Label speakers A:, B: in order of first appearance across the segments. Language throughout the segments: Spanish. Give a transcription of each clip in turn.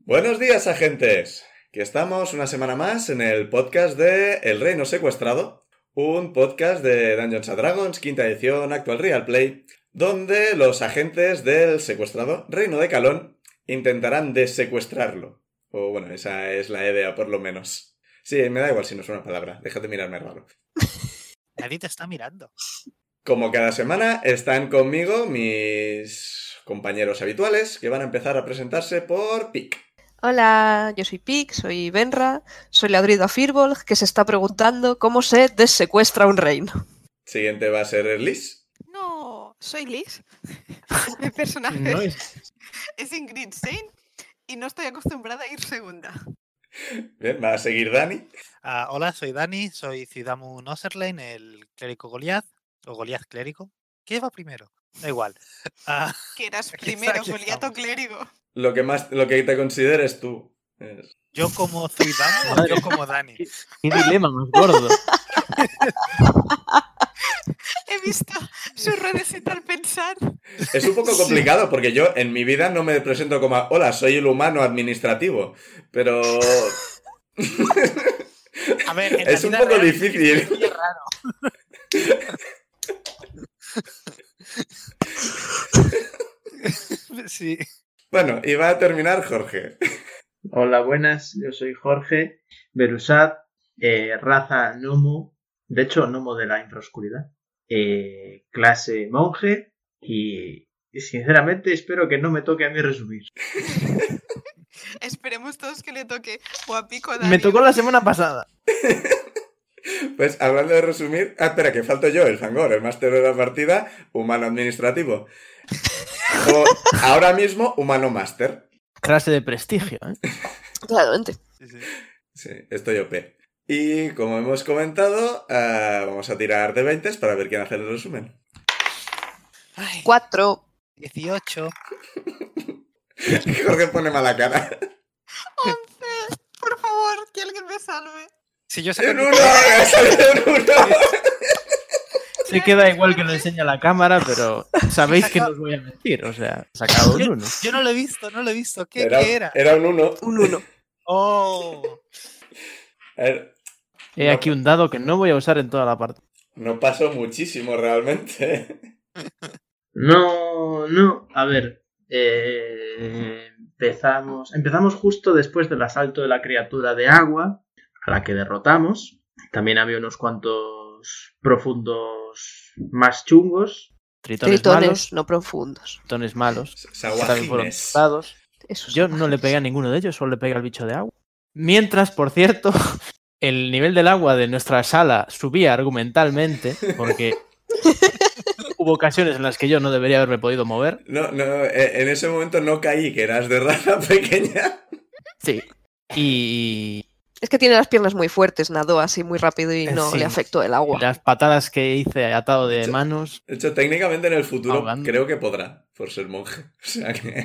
A: Buenos días, agentes. Que estamos una semana más en el podcast de El Reino Secuestrado, un podcast de Dungeons and Dragons, quinta edición, actual Real Play, donde los agentes del secuestrado Reino de Calón intentarán desecuestrarlo. O bueno, esa es la idea, por lo menos. Sí, me da igual si no es una palabra. Déjate mirarme raro.
B: Nadie te está mirando.
A: Como cada semana, están conmigo mis compañeros habituales que van a empezar a presentarse por PIC.
C: Hola, yo soy Pix, soy Benra, soy la druida Firbolg que se está preguntando cómo se desecuestra un reino.
A: Siguiente va a ser Liz.
D: No, soy Liz. Mi personaje es... Ingrid Stein y no estoy acostumbrada a ir segunda.
A: Bien, ¿Eh? va a seguir Dani.
B: Ah, hola, soy Dani, soy Cidamu Noserlein, el clérigo Goliath, o Goliath clérigo. ¿Qué va primero? Da igual. Ah,
D: Que eras
B: Aquí está,
D: primero,
B: aquí
D: Goliato
B: estamos.
D: clérigo.
A: Lo que más, lo que te consideres tú. Es-
B: yo como Cidamu o yo como Dani.
E: ¡Qué dilema más gordo!
D: He visto su redecita al pensar.
A: Es un poco complicado porque yo en mi vida no me presento como hola, soy el humano administrativo. Pero
B: A ver, en la
A: es un
B: vida
A: poco
B: real-
A: difícil. ¿eh?
B: Sí.
A: Bueno, y va a terminar Jorge.
F: Hola, buenas, yo soy Jorge Berusat, eh, raza Nomo, de hecho Nomo de la infraoscuridad, eh, clase monje y, y sinceramente espero que no me toque a mí resumir.
D: Esperemos todos que le toque o a Pico
E: Me tocó la semana pasada.
A: Pues hablando de resumir. Ah, espera, que falto yo, el Fangor, el máster de la partida, humano administrativo. O, ahora mismo, humano máster.
E: Clase de prestigio, ¿eh?
C: Claramente.
B: sí, sí.
A: Sí, estoy OP. Y como hemos comentado, ah, vamos a tirar de 20 para ver quién hace el resumen.
B: Ay,
C: Cuatro.
B: 18.
A: Jorge pone mala cara.
D: Por favor, que alguien me salve.
B: Si yo saco
A: ¡En
B: mi-
A: uno! ¡Ha salido en uno!
E: Se queda igual que lo enseña la cámara, pero sabéis que no os voy a mentir. O sea, he sacado un
B: Yo,
E: uno.
B: yo no lo he visto, no lo he visto. ¿Qué
A: Era,
B: qué era?
A: era un 1.
C: Un uno.
B: Oh,
E: He aquí un dado que no voy a usar en toda la parte.
A: No pasó muchísimo realmente.
F: No, no, a ver, eh, empezamos, empezamos justo después del asalto de la criatura de agua, a la que derrotamos. También había unos cuantos profundos más chungos,
E: Tritones, malos.
C: Tritones no profundos.
E: Tritones malos. También fueron
A: Saguajines.
E: dados.
C: Eso
E: Yo no le pegué a ninguno de ellos, solo le pegué al bicho de agua. Mientras, por cierto, el nivel del agua de nuestra sala subía argumentalmente, porque hubo ocasiones en las que yo no debería haberme podido mover.
A: No, no, eh, en ese momento no caí, que eras de raza pequeña.
E: Sí. Y
C: Es que tiene las piernas muy fuertes, nadó así muy rápido y no
E: Eh, Sí.
C: le afectó el agua.
E: las patadas que hice atado de
A: Sí.
E: manos.
A: De hecho, técnicamente en el futuro
E: Ahogando.
A: creo que podrá, por ser monje. O sea que...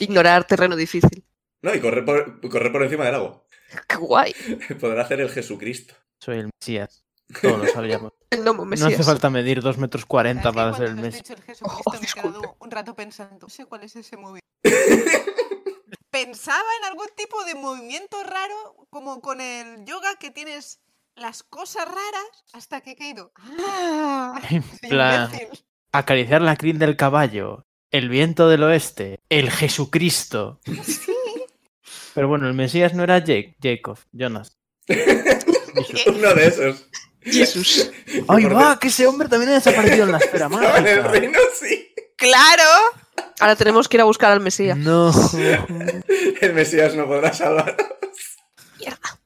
C: Ignorar terreno difícil.
A: No, y correr por, correr por encima del agua.
C: ¡Qué guay!
A: Podrá hacer el Jesucristo.
E: Soy el Mesías. Todos lo sabíamos.
C: El gnomo,
E: No hace
C: Mesías.
E: falta medir 2 metros 40
D: Así
E: para
D: cuando
E: ser el
D: me has
E: Mesías.
D: dicho el Jesucristo,
C: Oh,
D: me he
C: disculpe.
D: quedado un rato pensando. No sé cuál es ese movimiento. Pensaba en algún tipo de movimiento raro, como con el yoga que tienes las cosas raras, hasta que he caído. ¡Ah! soy
E: plan,
D: imbécil.
E: Acariciar la crin del caballo. El viento del oeste. El Jesucristo.
D: Sí,
E: Pero bueno, el Mesías no era Jake, Jacob, Jonas.
A: Uno de esos.
C: Jesús.
E: ¡Ay,
A: Por
E: va! Que ese hombre también ha desaparecido en la esfera
A: dentro, En el
E: mágica.
A: reino, sí.
D: ¡Claro!
C: Ahora tenemos que ir a buscar al Mesías.
E: No.
A: El Mesías no podrá salvar.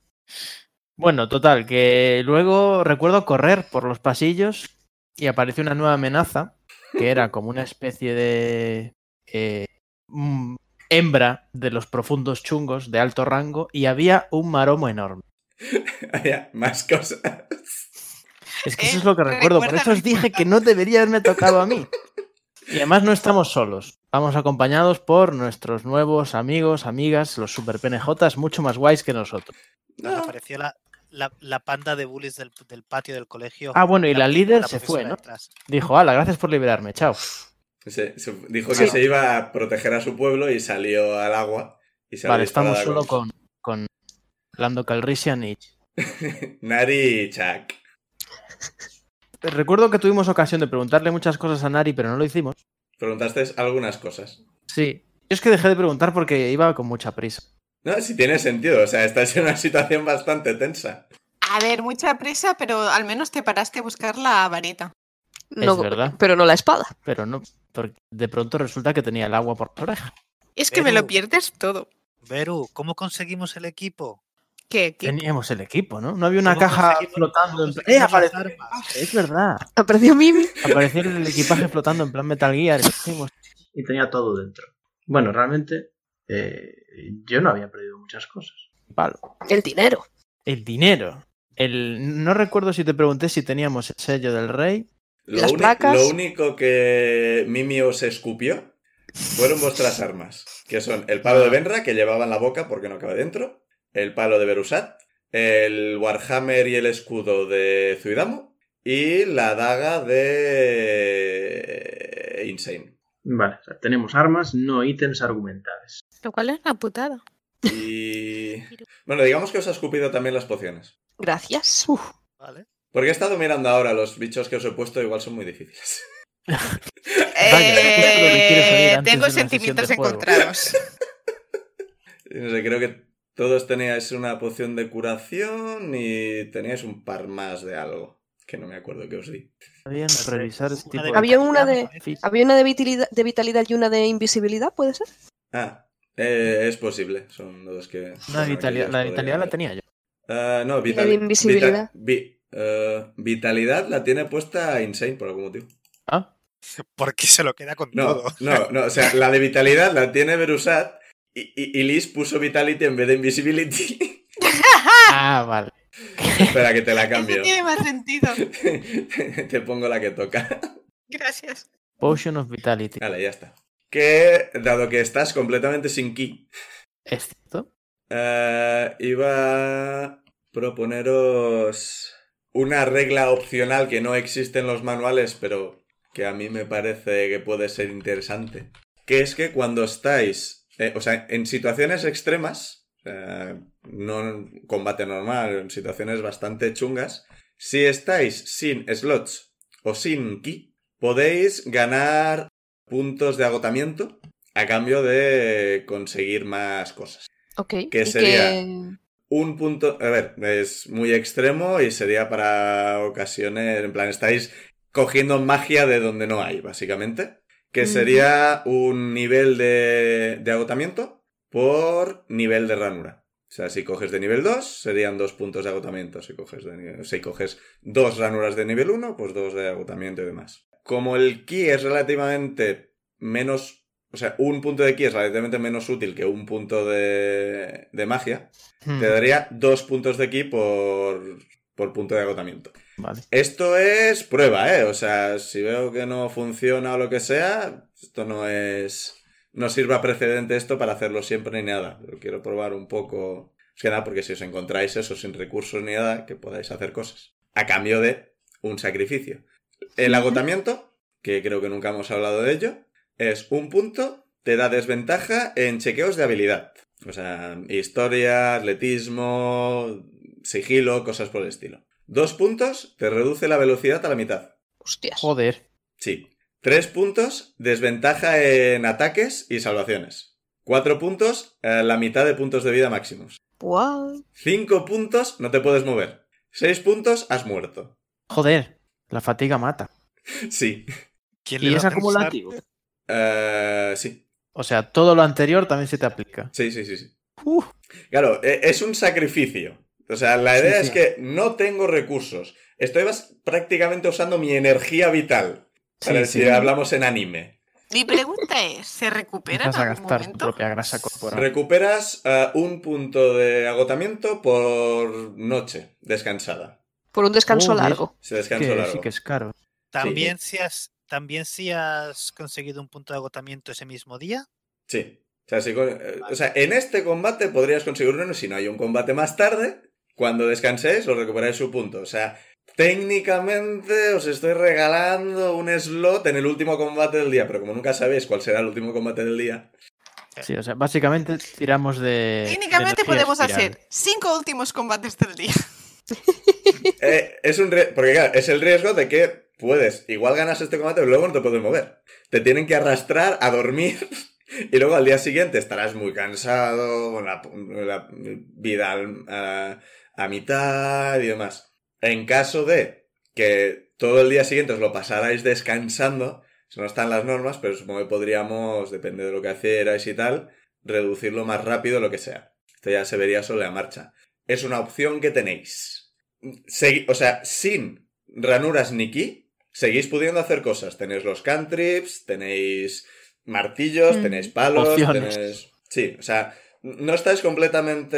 E: Bueno, total, que luego recuerdo correr por los pasillos y apareció una nueva amenaza, que era como una especie de eh, mm, hembra de los profundos chungos de alto rango y había un maromo enorme.
A: Había más cosas.
E: Es que
D: Eh,
E: eso es lo que recuerdo. Por eso os
D: recuérdame.
E: dije que no debería haberme tocado a mí. Y además no estamos solos. Vamos acompañados por nuestros nuevos amigos, amigas, los super PNJs, mucho más guays que nosotros.
B: Nos
A: No.
B: apareció la, la, la panda de bullies del, del patio del colegio.
E: Ah, bueno, y la líder se
B: profesora
E: fue, ¿no?
B: detrás.
E: Dijo, ala, gracias por liberarme, chao.
A: Se- se- dijo que
E: Sí.
A: se iba a proteger a su pueblo y salió al agua. Y salió
E: Vale, estamos
A: disparada
E: solo con, con Lando Calrissian y...
A: Nari y Chuck.
E: Recuerdo que tuvimos ocasión de preguntarle muchas cosas a Nari, pero no lo hicimos.
A: Preguntaste algunas cosas.
E: Sí. Yo es que dejé de preguntar porque iba con mucha prisa.
A: No, si tiene sentido. O sea, estás en una situación bastante tensa.
D: A ver, mucha prisa, pero al menos te paraste a buscar la varita.
E: Es verdad.
D: eh,
C: Pero no la espada.
E: Pero no, porque de pronto resulta que tenía el agua por la oreja.
D: Es que me lo
B: Beru.
D: pierdes todo.
B: Veru, ¿cómo conseguimos el equipo?
D: ¿Qué? ¿Qué?
E: Teníamos el equipo, ¿no? No había una
B: ¿Cómo
E: caja
B: conseguimos-
E: flotando.
B: cómo
E: En...
B: conseguimos
E: ¡Eh,
B: las
E: apareció!
B: armas?
E: Es verdad.
C: Apareció Mimi.
E: Apareció el equipaje flotando en plan Metal Gear. y dijimos,
F: y tenía todo dentro. Bueno, realmente eh, yo no había perdido muchas cosas.
E: "Palo".
C: El dinero.
E: El dinero. El... No recuerdo si te pregunté si teníamos el sello del rey.
A: Lo,
C: Las
A: uni-
C: placas.
A: lo único que Mimi os escupió fueron vuestras armas, que son el palo de Benra, que llevaba en la boca porque no cabe dentro, el palo de Berusat, el Warhammer y el escudo de Zuidamo, y la daga de Insane.
F: Vale, o sea, tenemos armas, no ítems argumentales.
G: Lo cual es una putada.
A: Y... Bueno, digamos que os ha escupido también las pociones.
C: Gracias.
B: ¿Vale?
A: Porque he estado mirando ahora los bichos que os he puesto, igual son muy difíciles.
E: esto es lo que quieres oír
D: Eh,
E: antes de
D: tengo
E: una sesión
D: sentimientos
E: de juego.
D: encontrados.
A: No sé, creo que todos teníais una poción de curación y teníais un par más de algo, que no me acuerdo que os di.
E: Habían revisar este tipo de...
C: Había una de-
B: me parece.
C: ¿Había una de vitalidad, de vitalidad y una de invisibilidad, puede ser?
A: Ah, eh, es posible, son dos que...
E: Una vitalidad- La
A: que os
E: vitalidad
A: podría
E: la
A: dar.
E: tenía yo.
A: Ah, no,
C: Y la de
A: vitali-
C: invisibilidad.
A: vita- vi- eh, vitalidad la tiene puesta Insane por algún motivo.
E: Ah,
B: Porque se lo queda con
A: No,
B: todo.
A: no, no, o sea, la de vitalidad la tiene Berusat y, y, y Liz puso Vitality en vez de Invisibility.
E: Ah, vale.
A: Espera, que te la
D: Eso
A: cambio.
D: tiene más sentido.
A: te pongo la que toca.
D: Gracias.
E: Potion of Vitality.
A: Vale, ya está. Que, dado que estás completamente sin ki,
E: ¿Es cierto?
A: eh, iba a proponeros una regla opcional que no existe en los manuales, pero que a mí me parece que puede ser interesante. Que es que cuando estáis, eh, o sea, en situaciones extremas, eh, no en combate normal, en situaciones bastante chungas, si estáis sin slots o sin ki, podéis ganar puntos de agotamiento a cambio de conseguir más cosas.
C: Ok.
A: Que
C: y
A: sería-
C: que-
A: Un punto, a ver, es muy extremo y sería para ocasiones, en plan, estáis cogiendo magia de donde no hay, básicamente. Que
C: Ujú.
A: sería un nivel de, de agotamiento por nivel de ranura. O sea, si coges de nivel 2, serían dos puntos de agotamiento. Si coges, de nivel- si coges dos ranuras de nivel 1, pues dos de agotamiento y demás. Como el ki es relativamente menos... O sea, un punto de ki es relativamente menos útil que un punto de, de magia.
E: Hmm,
A: Te daría dos puntos de ki por, por punto de agotamiento.
E: Vale.
A: Esto es prueba, ¿eh? O sea, si veo que no funciona o lo que sea, esto no es... No sirva precedente esto para hacerlo siempre ni nada. Lo quiero probar un poco... Es que nada, porque si os encontráis eso sin recursos ni nada, que podáis hacer cosas. A cambio de un sacrificio. El agotamiento, que creo que nunca hemos hablado de ello, es un punto, te da desventaja en chequeos de habilidad. O sea, historia, atletismo, sigilo, cosas por el estilo. Dos puntos, te reduce la velocidad a la mitad.
C: Hostias.
E: Joder.
A: Sí. Tres puntos, desventaja en ataques y salvaciones. Cuatro puntos, eh, la mitad de puntos de vida máximos.
C: Guau.
A: Cinco puntos, no te puedes mover. Seis puntos, has muerto.
E: Joder. La fatiga mata.
A: Sí.
B: ¿Quién le
E: Y
B: va
E: es
B: a pensar?
E: acumulativo.
A: Eh, sí.
E: O sea, todo lo anterior también se te aplica.
A: Sí, sí, sí, sí.
E: Uh.
A: Claro, e- es un sacrificio. O sea, la idea
E: Sí,
A: es
E: sí.
A: que no tengo recursos. Estoy bas- prácticamente usando mi energía vital. Para
E: Sí,
A: ver si
E: sí.
A: hablamos en anime.
D: Mi pregunta es, ¿se recupera en
E: Empiezas a
D: algún
E: gastar tu
D: momento?
E: propia grasa corporal.
A: Recuperas eh, un punto de agotamiento por noche descansada.
C: Por un descanso
E: Joder.
C: largo.
A: Se
E: Que
A: descanso largo.
E: sí que es caro.
B: También si has también si has conseguido un punto de agotamiento ese mismo día.
A: Sí. O sea, si con- eh, o sea, en este combate podrías conseguir uno, si no hay un combate más tarde, cuando descanséis, os recuperáis su punto. O sea, técnicamente os estoy regalando un slot en el último combate del día, pero como nunca sabéis cuál será el último combate del día,
E: Sí, o sea, básicamente tiramos de.
D: Técnicamente
E: de energía
D: podemos
E: espiral.
D: hacer cinco últimos combates del día.
A: eh, es un rie- porque claro, es el riesgo de que puedes, igual ganas este combate, pero luego no te puedes mover. Te tienen que arrastrar a dormir y luego al día siguiente estarás muy cansado, con la, la vida al- eh, a, a mitad y demás. En caso de que todo el día siguiente os lo pasarais descansando, eso no están las normas, pero supongo que podríamos, depende de lo que hicierais y tal, reducirlo más rápido, lo que sea. Esto ya se vería sobre la marcha. Es una opción que tenéis. Segui- o sea, sin ranuras ni ki, seguís pudiendo hacer cosas. Tenéis los cantrips, tenéis martillos,
C: Mm.
A: tenéis palos,
E: Pociones.
A: tenéis... Sí, o sea, no estáis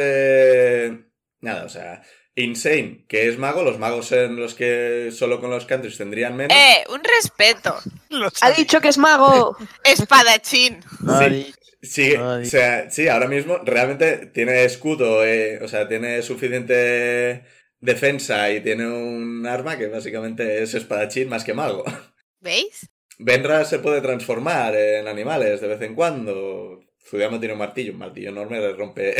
A: completamente... Nada, o sea, Insane, que es mago, los magos en los que solo con los cantrips tendrían menos...
D: ¡Eh! ¡Un respeto!
B: Lo
C: ¡Ha
B: sabía.
C: dicho que es mago!
D: ¡Espadachín!
E: Ay,
A: Sí,
E: Ay.
A: o sea, sí, ahora mismo realmente tiene escudo, eh, o sea, tiene suficiente defensa y tiene un arma que básicamente es espadachín más que mago.
D: ¿Veis?
A: Benra se puede transformar en animales de vez en cuando. Zudiyama tiene un martillo, un martillo enorme le rompe.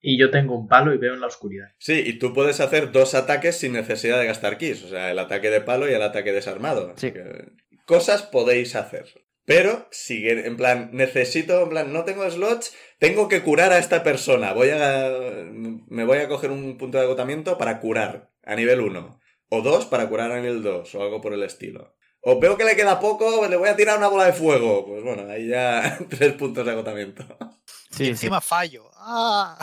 F: Y yo tengo un palo y veo en la oscuridad.
A: sí, y tú puedes hacer dos ataques sin necesidad de gastar keys, o sea, el ataque de palo y el ataque desarmado. Así
E: Sí.
A: que cosas podéis hacer. Pero sigue, en plan, necesito, en plan, no tengo slots, tengo que curar a esta persona. Voy a. Me voy a coger un punto de agotamiento para curar a nivel 1. O dos para curar a nivel 2, o algo por el estilo. O veo que le queda poco, pues le voy a tirar una bola de fuego. Pues bueno, ahí ya tres puntos de agotamiento.
B: Y
E: sí, sí.
B: encima fallo. ¡Ah!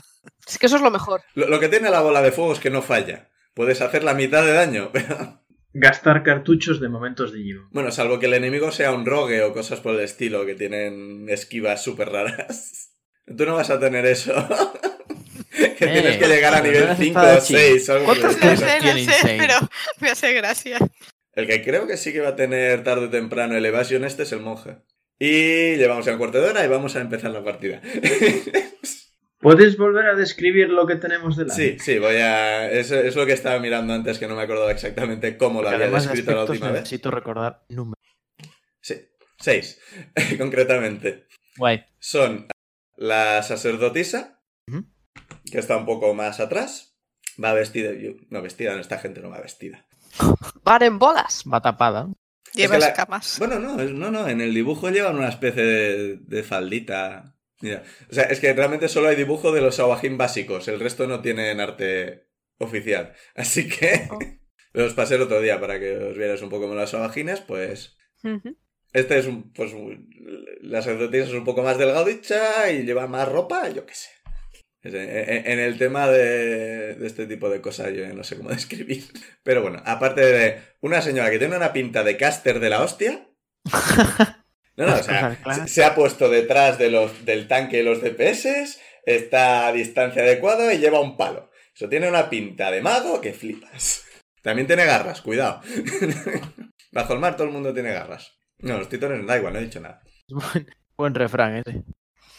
C: Es que eso es lo mejor.
A: Lo, lo que tiene la bola de fuego es que no falla. Puedes hacer la mitad de daño. pero-
F: Gastar cartuchos de momentos de Digimon.
A: bueno, salvo que el enemigo sea un rogue o cosas por el estilo que tienen esquivas súper raras. Tú no vas a tener eso. que tienes que llegar a
E: pero Eh,
A: nivel
E: pues no eres
A: 5 o
E: espadachín.
A: 6. algo por el
E: ¿Cuántos
A: estilo.
D: No
E: Esas
D: sé,
E: tienen
D: no sé,
E: Insane.
D: pero me hace gracia.
A: El que creo que sí que va a tener tarde o temprano el Evasion este es el monje. Y llevamos a un cuarto de hora y vamos a empezar la partida.
F: ¿Puedes volver a describir lo que tenemos delante?
A: Sí, sí, voy a... Es, es lo que estaba mirando antes que no me acordaba exactamente cómo lo
E: Porque
A: había
E: además de
A: descrito la
E: aspectos,
A: última vez.
E: necesito recordar números.
A: Sí, seis, concretamente.
E: Guay.
A: Son la sacerdotisa,
E: Ujú.
A: que está un poco más atrás. Va vestida... yo- No, vestida, no, esta gente no va vestida.
C: ¡Van en bolas!
E: Va tapada.
D: Llevas
A: la-
D: camas.
A: Bueno, no, es- no, no, en el dibujo llevan una especie de, de faldita. Mira, o sea, es que realmente solo hay dibujo de los aguajín básicos, el resto no tienen arte oficial. Así que
C: Oh.
A: los pasé el otro día para que os vieras un poco como los aguajines, pues
C: Ujú.
A: este es un, pues un- la sacerdotisa es un poco más delgadita y lleva más ropa, yo qué sé. Es- eh, En en el tema de, de este tipo de cosas yo no sé cómo describir. Pero bueno, aparte de una señora que tiene una pinta de caster de la hostia. No, no, o
E: Las
A: sea,
E: cosas claras.
A: se, se ha puesto detrás de los, del tanque de los DPS, está a distancia adecuada y lleva un palo. Eso tiene una pinta de mago que flipas. También tiene garras, cuidado. Bajo el mar todo el mundo tiene garras. No, los titanes da igual, no he dicho nada.
E: Buen, buen refrán ¿eh? ese.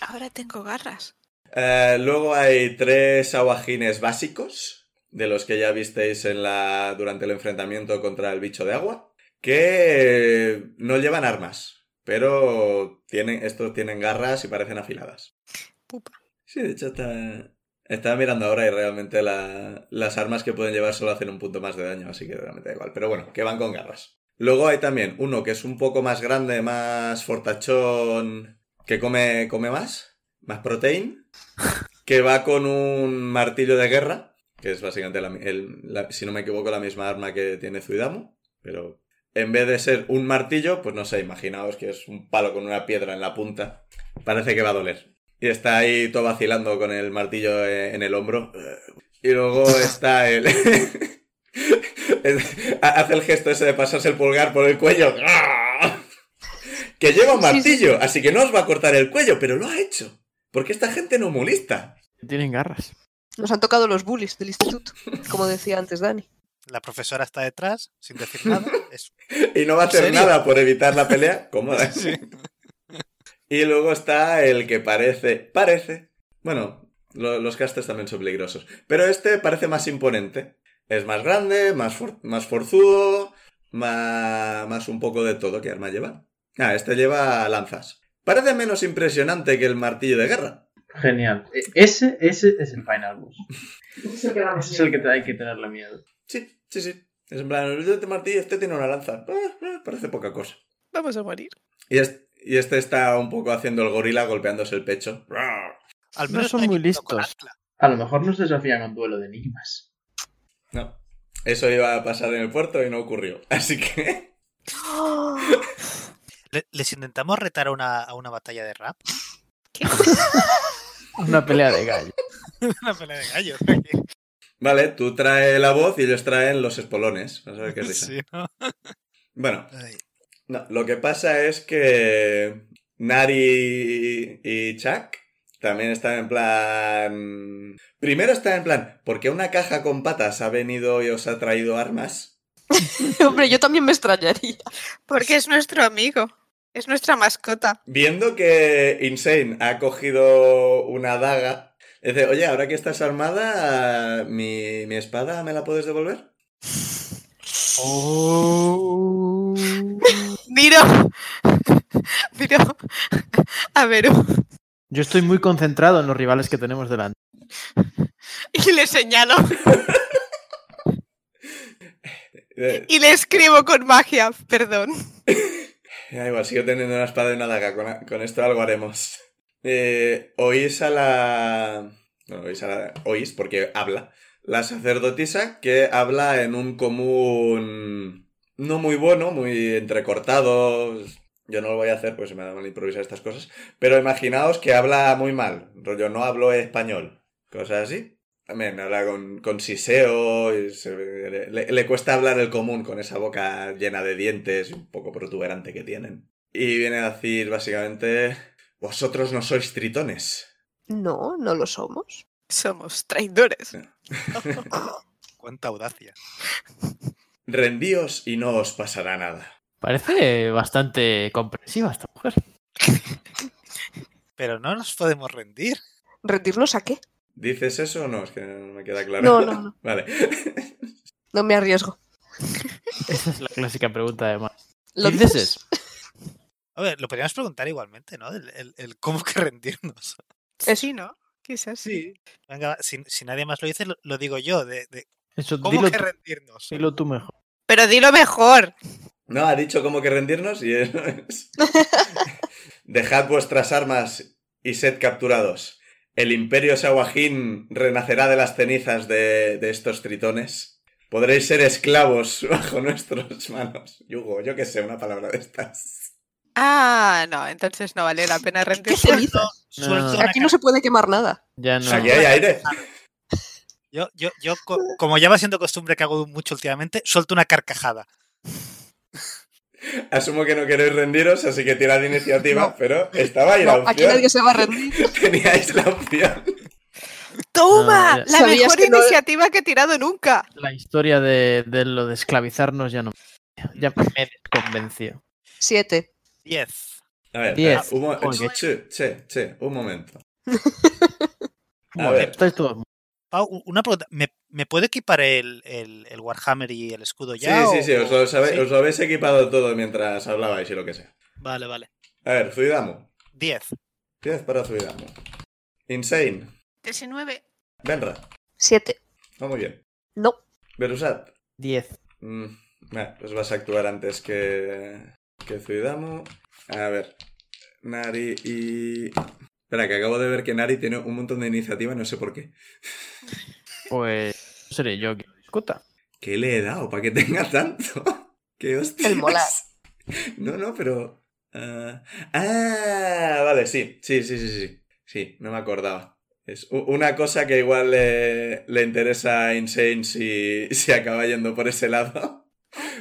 D: Ahora tengo garras.
A: Eh, luego hay tres aguajines básicos, de los que ya visteis en la, durante el enfrentamiento contra el bicho de agua, que eh, no llevan armas, pero tienen, estos tienen garras y parecen afiladas.
D: Pupa.
A: Sí, de hecho está... Estaba mirando ahora y realmente la- las armas que pueden llevar solo hacen un punto más de daño, así que realmente da igual. Pero bueno, que van con garras. Luego hay también uno que es un poco más grande, más fortachón, que come, come más, más protein, que va con un martillo de guerra, que es básicamente, la mi- el- la- si no me equivoco, la misma arma que tiene Zuidamu, pero en vez de ser un martillo, pues no sé, imaginaos que es un palo con una piedra en la punta. Parece que va a doler. Y está ahí todo vacilando con el martillo eh, en el hombro. Y luego está el... Hace el gesto ese de pasarse el pulgar por el cuello. que lleva un
C: Sí, sí,
A: martillo, así que no os va a cortar el cuello, pero lo ha hecho. Porque esta gente no es muy lista.
E: Tienen garras.
C: Nos han tocado los bullies del instituto, como decía antes Dani.
B: La profesora está detrás, sin decir nada. Es
A: Y no va a
B: ¿En
A: hacer
B: serio?
A: nada por evitar la pelea. Cómoda.
B: Sí.
A: Y luego está el que parece. Parece. Bueno, lo- los castes también son peligrosos. Pero este parece más imponente. Es más grande, más, for- más forzudo, más, más un poco de todo. ¿Qué arma lleva? Ah, este lleva lanzas. Parece menos impresionante que el martillo de guerra.
F: Genial. E- Ese, ese es el final boss.
G: Eso que vamos
F: Ese es el que te- hay que tenerle miedo.
A: Sí, sí, sí. Es en plan, este martillo, este tiene una lanza. Ah, ah, parece poca cosa.
G: Vamos a morir.
A: Y, es- y este está un poco haciendo el gorila golpeándose el pecho.
B: Al
E: No
B: menos
E: son
B: hay
E: muy
B: ninguno con
E: listos.
B: ancla.
F: A lo mejor nos desafían a un duelo de enigmas.
A: No. Eso iba a pasar en el puerto y no ocurrió. Así que.
B: Le- Les intentamos retar a una, a una batalla de rap.
E: Una pelea de gallo.
B: una pelea de gallos.
A: Vale, tú trae la voz y ellos traen los espolones. Vas a ver qué risa.
B: Sí, ¿no?
A: Bueno,
B: Ay,
A: no, lo que pasa es que. Nari y Chuck también están en plan. Primero están en plan, porque una caja con patas ha venido y os ha traído armas.
C: Hombre, yo también me extrañaría.
G: Porque es nuestro amigo. Es nuestra mascota.
A: Viendo que Insane ha cogido una daga, dice: Oye, ahora que estás armada, ¿mi, mi espada me la puedes devolver?
G: Miro. Miro. A ver.
E: Yo estoy muy concentrado en los rivales que tenemos delante.
G: Y le señalo.
A: Eh,
G: Y le escribo con magia. Perdón.
A: da igual, sigo teniendo una espada y una daga. Con, con esto algo haremos. Eh, oís a la. Bueno, oís a la. Oís porque habla. La sacerdotisa que habla en un común. No muy bueno, muy entrecortado. Yo no lo voy a hacer porque se me da mal improvisar estas cosas. Pero imaginaos que habla muy mal. Rollo, no hablo español. Cosas así. También habla con, con siseo. y se- le, le cuesta hablar el común con esa boca llena de dientes y un poco protuberante que tienen. Y viene a decir básicamente: Vosotros no sois tritones.
C: No, no lo somos.
G: Somos traidores.
B: cuánta audacia.
A: Rendíos y no os pasará nada.
E: Parece bastante comprensiva esta mujer.
B: Pero no nos podemos rendir.
C: ¿Rendirnos a qué?
A: ¿Dices eso o no? Es que no me queda claro.
C: No, no, no.
A: Vale.
C: No me arriesgo.
E: Esa es la clásica pregunta además.
C: ¿Lo
E: ¿Y dices?
C: dices?
B: A ver, lo podríamos preguntar igualmente, ¿no? El, el- el cómo que rendirnos.
C: Es-
G: Sí, ¿no? Quizás.
B: Venga, va, si, si nadie más lo dice, lo, lo digo yo. De, de
E: Eso,
B: ¿Cómo
E: dilo,
B: que
E: tú-
B: rendirnos?
E: dilo tú mejor.
G: Pero dilo mejor.
A: No, ha dicho como que rendirnos y es... Dejad vuestras armas y sed capturados. El imperio Sawajín renacerá de las cenizas de, de estos tritones. Podréis ser esclavos bajo nuestras manos. Yugo, yo qué sé, una palabra de estas.
G: Ah, no. Entonces no vale la pena
C: ¿Qué
G: rendirnos.
C: cenizas?
B: Suelto una
C: Aquí no se puede quemar nada.
E: Ya no.
A: Aquí hay aire.
B: Yo, yo, yo, co- como ya va siendo costumbre que hago mucho últimamente, suelto una carcajada.
A: Asumo que no queréis rendiros, así que tirad iniciativa, pero estaba ahí la
C: No, aquí
A: opción.
C: nadie se va a rendir.
A: Teníais la opción.
G: ¡Toma!
E: No,
C: ya-
G: la
C: ¿Sabías
G: mejor
C: que no-
G: iniciativa que he tirado nunca.
E: La historia de, de lo de esclavizarnos ya no. Ya me convenció.
C: Siete.
B: Diez.
A: A ver,
E: Diez.
A: espera, un mo-
E: Joder.
A: che, che, che, un momento. A
E: Bueno,
A: ver.
E: estáis todos muy-
B: Pau, u- una pregunta. ¿Me, me puedo equipar el, el- el Warhammer y el escudo
A: Sí,
B: ya?
A: sí,
B: o-
A: sí, os lo, sabe-
B: sí?
A: os lo habéis equipado todo mientras hablabais y lo que sea.
B: Vale, vale.
A: A ver, Zuidamo.
B: Diez.
A: 10 para Zuidamo. Insane.
G: 19.
A: Benra.
C: Siete.
A: Va muy bien.
C: No.
A: Berusat.
E: Diez.
A: Mm, vale, pues vas a actuar antes que, que Zuidamo. A ver. Nari y... Espera, que acabo de ver que Nari tiene un montón de iniciativa, no sé por qué.
E: Pues seré yo quien lo discuta.
A: ¿Qué le he dado para que tenga tanto? ¡Qué hostias!
C: El molar.
A: No, no, pero... ah, ah, vale, sí, sí, sí, sí, sí. Sí, no me acordaba. Es u- una cosa que igual le, le interesa a Insane si, si acaba yendo por ese lado.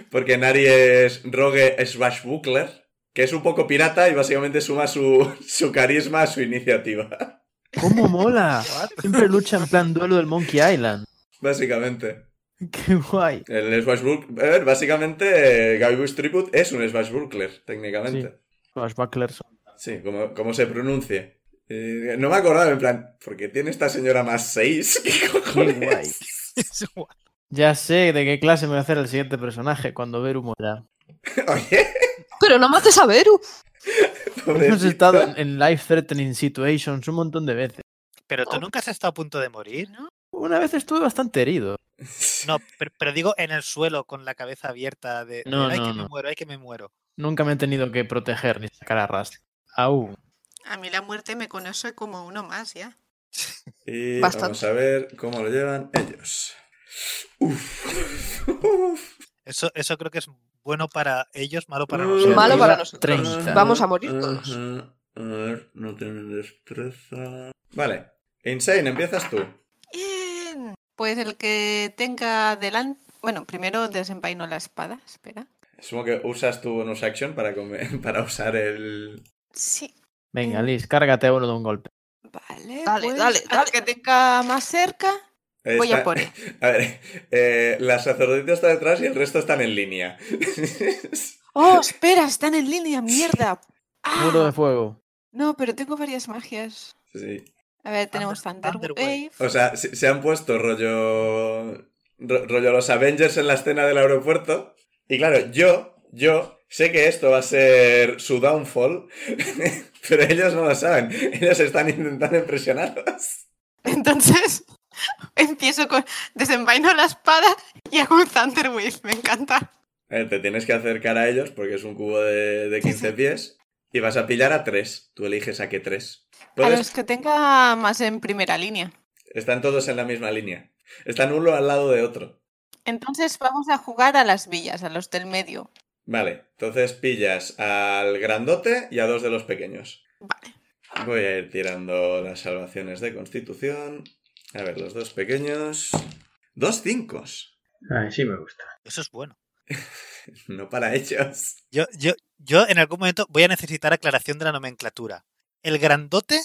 A: Porque Nari es Rogue Swashbuckler que es un poco pirata y básicamente suma su, su carisma a su iniciativa.
E: ¿Cómo mola? Siempre lucha en plan duelo del Monkey Island.
A: Básicamente.
E: Qué guay.
A: El Smash Burkler, básicamente, eh, Guy Bush Tribute es un Smash Burkler, técnicamente.
E: Los Bucklers son-
A: Sí, como, como se pronuncie. Eh, no me acordaba, en plan, porque tiene esta señora más 6? ¿Qué
E: Qué
A: cojones?
E: guay.
B: Es igual.
E: Ya sé de qué clase me va a hacer el siguiente personaje cuando Beru muera.
A: Oye,
C: Pero no mates a Beru.
E: Hemos
A: pobrecito.
E: estado en, en life threatening situations un montón de veces.
B: Pero tú nunca has estado a punto de morir, ¿no?
E: Una vez estuve bastante herido.
B: No, pero, pero digo en el suelo con la cabeza abierta de, de,
E: No,
B: ay
E: no,
B: que me
E: no.
B: muero, ay que me muero.
E: Nunca me he tenido que proteger ni sacar a rastro. Aún.
G: A mí la muerte me conoce como uno más ya.
A: Y
C: Bastante.
A: vamos a ver cómo lo llevan ellos. Uf. Uf.
B: Eso, eso creo que es bueno para ellos, malo para
A: Mm,
B: nosotros.
C: Malo para nosotros.
E: 30.
C: Vamos a morir todos.
A: Ajá. A ver, no tienen destreza. Vale. Insane, empiezas tú.
D: Bien. Pues el que tenga delante. Bueno, primero desempaino la espada, espera.
A: Supongo que usas tu bonus action para, comer- para usar el...
G: Sí.
C: Eh.
E: Venga, Liz, cárgate a uno de un golpe.
D: Vale,
C: Dale,
D: pues,
C: dale,
D: al
C: dale.
D: que tenga más cerca, voy
A: Está-
D: a por él.
A: A ver, eh, la sacerdotisa está detrás y el resto están en línea.
D: ¡Oh, espera! Están en línea, mierda. ¡Ah!
E: Muro de fuego.
D: No, pero tengo varias magias.
A: Sí.
D: A ver, tenemos
B: Thunder-
D: Thunder,
B: Thunderwave.
D: Wave.
A: O sea, se, se han puesto rollo. ro- rollo los Avengers en la escena del aeropuerto. Y claro, yo, yo sé que esto va a ser su downfall, pero ellos no lo saben. Ellos están intentando impresionarlos.
D: Entonces, empiezo con. Desenvaino la espada y hago un Thunder Wave. Me encanta.
A: A ver, te tienes que acercar a ellos porque es un cubo de, de 15 pies. Y vas a pillar a tres. Tú eliges a qué tres.
D: A
A: Puedes-
D: los que tenga más en primera línea.
A: Están todos en la misma línea. Están uno al lado de otro.
D: Entonces, vamos a jugar a las villas, a los del medio.
A: Vale, entonces pillas al grandote y a dos de los pequeños.
D: Vale.
A: Voy a ir tirando las salvaciones de constitución. A ver, los dos pequeños. Dos cinco.
F: Ay, sí me gusta.
B: Eso es bueno.
A: No para ellos.
B: Yo, yo, yo en algún momento voy a necesitar aclaración de la nomenclatura. ¿El grandote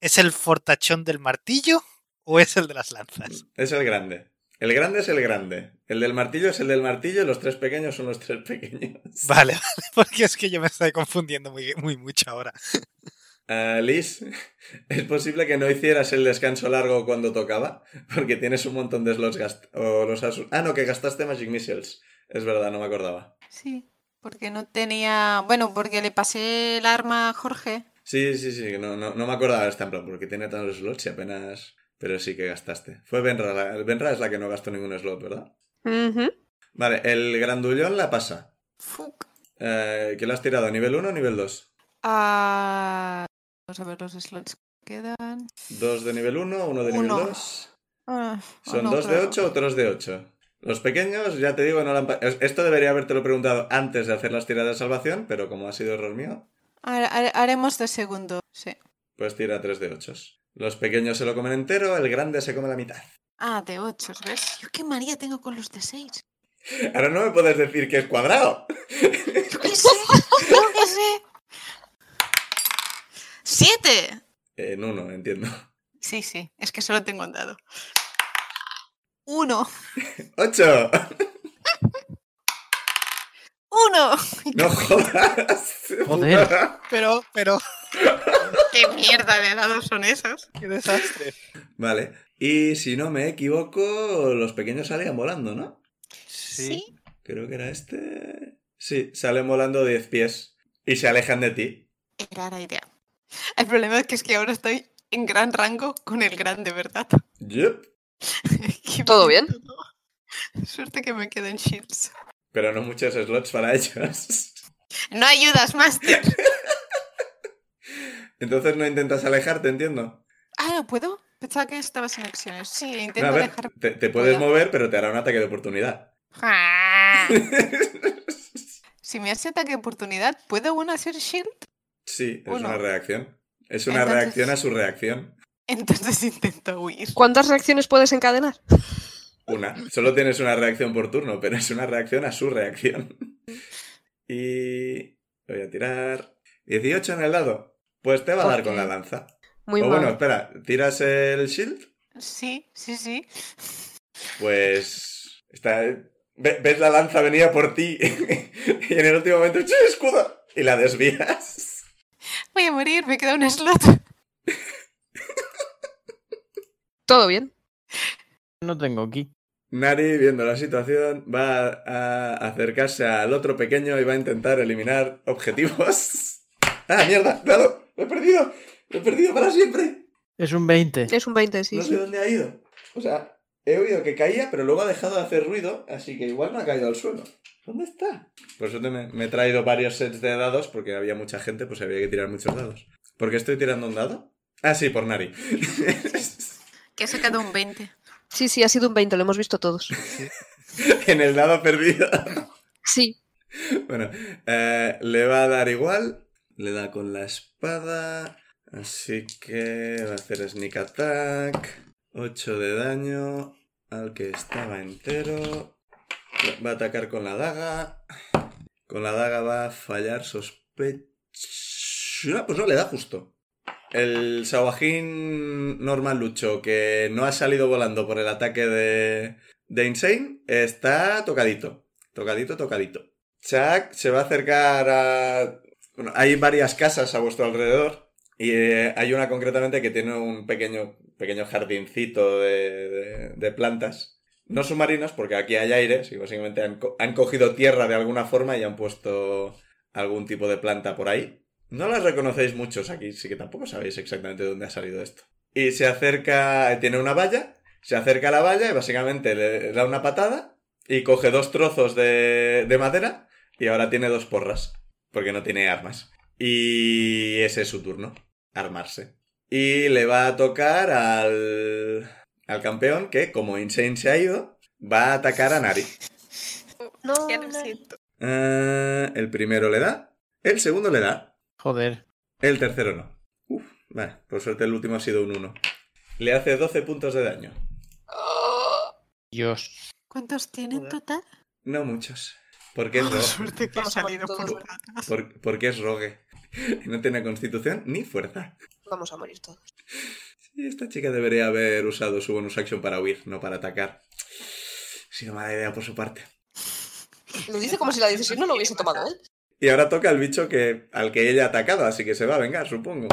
B: es el fortachón del martillo o es el de las lanzas?
A: Es el grande. El grande es el grande. El del martillo es el del martillo y los tres pequeños son los tres pequeños.
C: Mm.
B: Vale, vale, porque es que yo me estoy confundiendo muy, muy mucho ahora.
A: Ah, Liz, es posible que no hicieras el descanso largo cuando tocaba, porque tienes un montón de slots gastados. los has- Ah, no, que gastaste Magic Missiles. Es verdad, no me acordaba.
D: Sí, porque no tenía. Bueno, porque le pasé el arma a Jorge.
A: Sí, sí, sí, no, no, no me acordaba de esta en plan, porque tiene tantos slots y apenas... Pero sí que gastaste. Fue Benra, la- Benra es la que no gastó ningún slot, ¿verdad?
C: Ujú.
A: Vale, el grandullón la pasa.
D: Fuck.
A: Eh, ¿Qué le has tirado? ¿Nivel 1 o nivel 2?
D: Ah, Vamos a ver los slots que quedan.
A: Dos de nivel 1, uno de nivel
D: Uno.
A: 2.
D: Ah, ah,
A: Son
D: no,
A: dos de
D: claro.
A: 8 o tres de 8. Los pequeños, ya te digo, no lo han... pa- Esto debería habértelo preguntado antes de hacer las tiradas de salvación, pero como ha sido error mío,
D: Ha- ha- haremos de segundo, sí.
A: pues tira tres de 8. Los pequeños se lo comen entero, el grande se come la mitad.
D: Ah, de 8, ¿ves? Yo qué maría tengo con los de 6.
A: Ahora no me puedes decir que es cuadrado.
D: Yo qué sé, yo qué sé. ¡Siete!
A: En uno, entiendo.
D: Sí, sí, es que solo tengo un dado. Uno,
A: ¡Ocho!
D: uno.
A: ¡No jodas!
E: Joder.
B: Pero, pero,
G: ¿Qué mierda de dados son esos?
B: qué desastre.
A: Vale. Y si no me equivoco, los pequeños salían volando, ¿no?
B: Sí.
A: Creo que era este. Sí, salen volando 10 pies y se alejan de ti.
D: Era la idea. El problema es que, es que ahora estoy en gran rango con el grande, ¿verdad?
A: Yup.
D: Qué
C: ¿Todo bien?
D: bonito, ¿no? Suerte que me quedan shields.
A: Pero no muchos slots para ellos.
D: No ayudas, Master.
A: Entonces no intentas alejarte, entiendo.
D: Ah, ¿no puedo? Pensaba que estabas en acciones. Sí,
A: No,
D: intento
A: a ver,
D: dejar.
A: te, te puedes
D: Hola.
A: mover, pero te hará un ataque de oportunidad.
D: ¡Ah! Si me hace ataque de oportunidad, ¿puedo aún hacer shield?
A: sí, es
D: Uno.
A: una reacción. Es una
D: Entonces-
A: reacción a su reacción.
D: Entonces intento huir.
C: ¿Cuántas reacciones puedes encadenar?
A: Una. Solo tienes una reacción por turno, pero es una reacción a su reacción. Y. Lo voy a tirar. 18 en el dado. Pues te va a dar con la lanza.
C: Muy
A: o
C: mal.
A: Oh, bueno, espera, ¿tiras el shield?
D: Sí, sí, sí.
A: Pues. Está, ve- ves la lanza venía por ti. y en el último momento, ¡che, escudo! Y la desvías.
D: Voy a morir, me queda un slot.
C: ¿Todo bien?
E: No tengo aquí.
A: Nari, viendo la situación, va a a acercarse al otro pequeño y va a intentar eliminar objetivos. ¡Ah, mierda! ¡Dado! ¡Lo he perdido! ¡Lo he perdido para siempre!
E: Es un 20.
C: Es un 20, sí.
A: no sé
C: sí.
A: dónde ha ido. O sea, he oído que caía, pero luego ha dejado de hacer ruido, así que igual no ha caído al suelo. ¿Dónde está? Por suerte me, me he traído varios sets de dados, porque había mucha gente, pues había que tirar muchos dados. ¿Por qué estoy tirando un dado? Ah, sí, por Nari.
G: Que ha sacado un 20.
C: Sí, sí, ha sido un 20, lo hemos visto todos.
A: en el dado perdido.
C: Sí.
A: Bueno, eh, le va a dar igual. Le da con la espada. Así que va a hacer sneak attack. 8 de daño al que estaba entero. Va a atacar con la daga. Con la daga va a fallar sospecha. Pues no, le da justo. El Sawajín normal lucho que no ha salido volando por el ataque de, de Insane está tocadito. Tocadito, tocadito. Chuck se va a acercar a... Bueno, hay varias casas a vuestro alrededor y eh, hay una concretamente que tiene un pequeño, pequeño jardincito de, de- de plantas. No submarinos, porque aquí hay aire, así que básicamente han, co- han cogido tierra de alguna forma y han puesto algún tipo de planta por ahí. No las reconocéis muchos aquí, sí que tampoco sabéis exactamente dónde ha salido esto. Y se acerca, tiene una valla, se acerca a la valla y básicamente le da una patada y coge dos trozos de, de madera y ahora tiene dos porras, porque no tiene armas. Y ese es su turno, armarse. Y le va a tocar al, al campeón que, como Insane se ha ido, va a atacar a Nari.
C: No,
G: Ya lo siento.
A: Eh, el primero le da, el segundo le da,
E: Joder.
A: el tercero no. Uf, vale, por suerte el último ha sido un 1. Le hace 12 puntos de daño.
C: Ah,
E: Dios.
D: ¿Cuántos tiene en total?
A: No muchos. Porque es
D: Por
A: rogue.
D: suerte que ha
C: Vamos a por
D: salido por
C: todos.
D: atrás.
A: por- porque es rogue. No tiene constitución ni fuerza.
C: Vamos a morir todos.
A: Sí, esta chica debería haber usado su bonus action para huir, no para atacar. Ha sido mala idea por su parte.
C: Lo dice como si la decisión no lo hubiese tomado él.
A: Y ahora toca al bicho que, al que ella ha atacado, así que se va a vengar, supongo.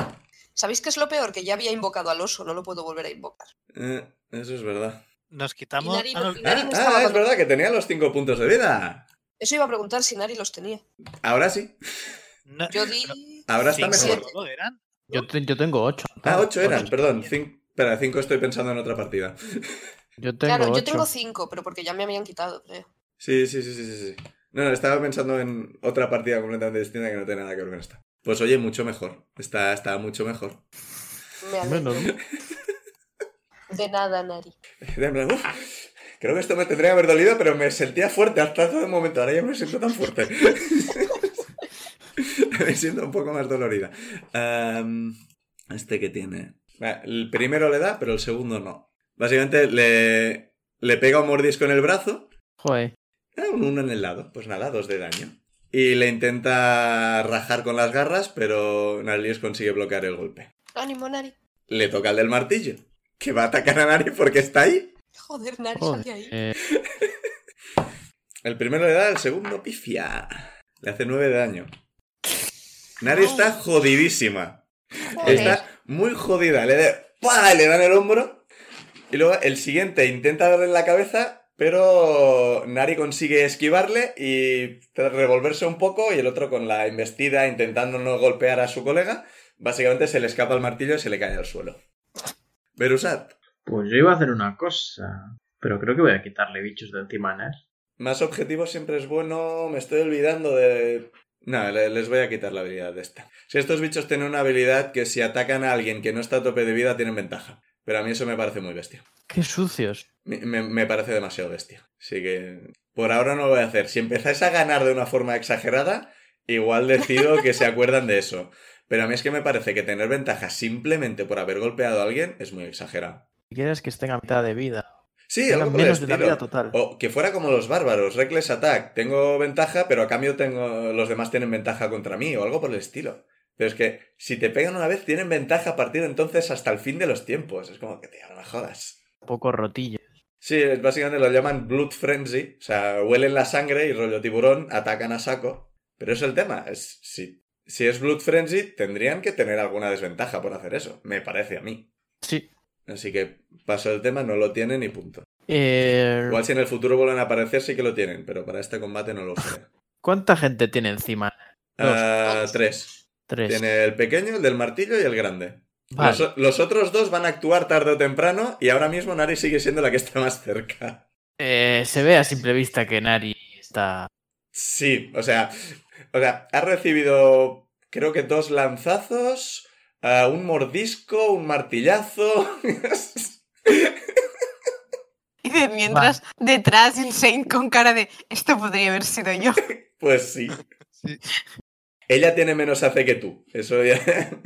C: ¿Sabéis qué es lo peor? Que ya había invocado al oso, no lo puedo volver a invocar.
A: Eh, eso es verdad.
B: Nos quitamos.
C: Hilari
B: ah, no,
C: no- Nari
A: Ah,
C: estaba
A: ah, es
C: con-
A: verdad que tenía los cinco puntos de vida.
C: Eso iba a preguntar si Nari los tenía.
A: Ahora sí.
B: no-
C: Yo di...
A: Ahora está
B: cinco,
A: mejor.
B: ¿no? ¿Eran?
E: Yo, te- yo tengo 8.
A: Ah, ocho eran, perdón. Cinco, espera, cinco estoy pensando en otra partida.
E: Yo tengo
C: Claro, yo
E: 8.
C: tengo cinco, pero porque ya me habían quitado, creo.
A: Sí, sí, sí, sí, sí, sí. No, no, estaba pensando en otra partida completamente distinta que no tiene nada que ver con esta. Pues oye, mucho mejor. Está, está mucho mejor.
C: Me alegro.
E: Menos.
C: De nada, Nari.
A: Y en plan, "Uf, creo que esto me tendría que haber dolido, pero me sentía fuerte hasta todo el momento. Ahora ya no me siento tan fuerte. me siento un poco más dolorida. Am, este que tiene. Va, El primero le da, pero el segundo no. Básicamente le, le pega un mordisco en el brazo.
E: Joder.
A: Ah, Un uno en el lado. Pues nada, dos de daño. Y le intenta rajar con las garras, pero Nalius consigue bloquear el golpe.
C: Ánimo, Nari.
A: Le toca el del martillo, que va a atacar a Nari porque está ahí.
C: Joder, Nari,
E: Joder.
C: salí ahí.
E: Eh,
A: El primero le da, el segundo pifia. Le hace nueve de daño. Nari está jodidísima.
C: Joder.
A: Está muy jodida. Le, da- ¡pah! le dan el hombro. Y luego el siguiente intenta darle en la cabeza, pero Nari consigue esquivarle y tras revolverse un poco y el otro con la embestida intentando no golpear a su colega, básicamente se le escapa el martillo y se le cae al suelo. Berusat,
F: Pues yo iba a hacer una cosa, pero creo que voy a quitarle bichos de encima a Nar.
A: Más objetivos siempre es bueno. Me estoy olvidando de. No, le- les voy a quitar la habilidad de esta. Si estos bichos tienen una habilidad que si atacan a alguien que no está a tope de vida tienen ventaja. Pero a mí eso me parece muy bestia.
E: qué sucios.
A: Me, me- me parece demasiado bestia. Así que. Por ahora no lo voy a hacer. Si empezáis a ganar de una forma exagerada, igual decido que se acuerdan de eso. Pero a mí es que me parece que tener ventaja simplemente por haber golpeado a alguien es muy exagerado.
E: Si quieres que estén a mitad de vida.
A: Sí,
E: Eran
A: algo por el
E: menos de la
A: estilo.
E: vida total.
A: O que fuera como los bárbaros, Reckless Attack. Tengo ventaja, pero a cambio tengo los demás tienen ventaja contra mí o algo por el estilo. Pero es que si te pegan una vez, tienen ventaja a partir de entonces hasta el fin de los tiempos. Es como que te no me jodas.
E: Un poco rotillo.
A: Sí, es- básicamente lo llaman Blood Frenzy. O sea, huelen la sangre y rollo tiburón, atacan a saco. Pero es el tema, es si, si es Blood Frenzy, tendrían que tener alguna desventaja por hacer eso, me parece a mí.
E: Sí.
A: Así que paso el tema, no lo tienen y punto.
E: Eh,
A: Igual si en el futuro vuelven a aparecer sí que lo tienen, pero para este combate no lo sé.
E: ¿Cuánta gente tiene encima?
A: Ah, tres.
E: Tres.
A: Tiene el pequeño, el del martillo y el grande.
E: Vale.
A: Los, los otros dos van a actuar tarde o temprano y ahora mismo Nari sigue siendo la que está más cerca.
E: Eh, se ve a simple vista que Nari está.
A: Sí, o sea, o sea, ha recibido creo que dos lanzazos, ah, un mordisco, un martillazo.
D: Y de mientras, detrás, Insane con cara de esto podría haber sido yo.
A: pues sí.
B: Sí.
A: Ella tiene menos AC que tú. Eso ya.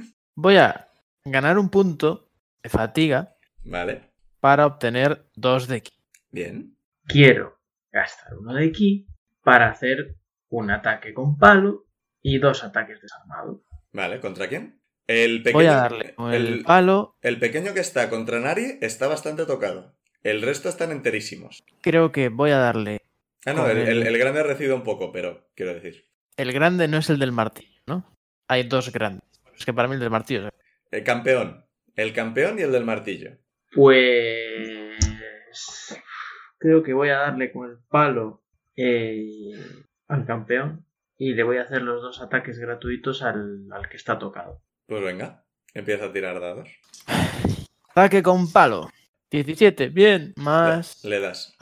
E: Voy a ganar un punto de fatiga
A: vale.
E: para obtener dos de ki.
A: Bien.
F: Quiero gastar uno de ki para hacer un ataque con palo y dos ataques desarmados.
A: Vale, ¿contra quién? El pequeño.
E: Voy a darle con el,
A: el-
E: palo.
A: el pequeño que está contra Nari está bastante tocado. El resto están enterísimos.
E: Creo que voy a darle.
A: Ah, no,
E: Con
A: el, el-
E: el-
A: el grande ha recibido un poco, pero quiero decir.
E: El grande no es el del martillo, ¿no? Hay dos grandes. Es que para mí el del martillo. es-
A: El campeón. El campeón y el del martillo.
F: Pues creo que voy a darle con el palo eh, al campeón y le voy a hacer los dos ataques gratuitos al, al que está tocado.
A: Pues venga, empieza a tirar dados.
E: Ataque con palo. 17, bien. Más.
A: Le das,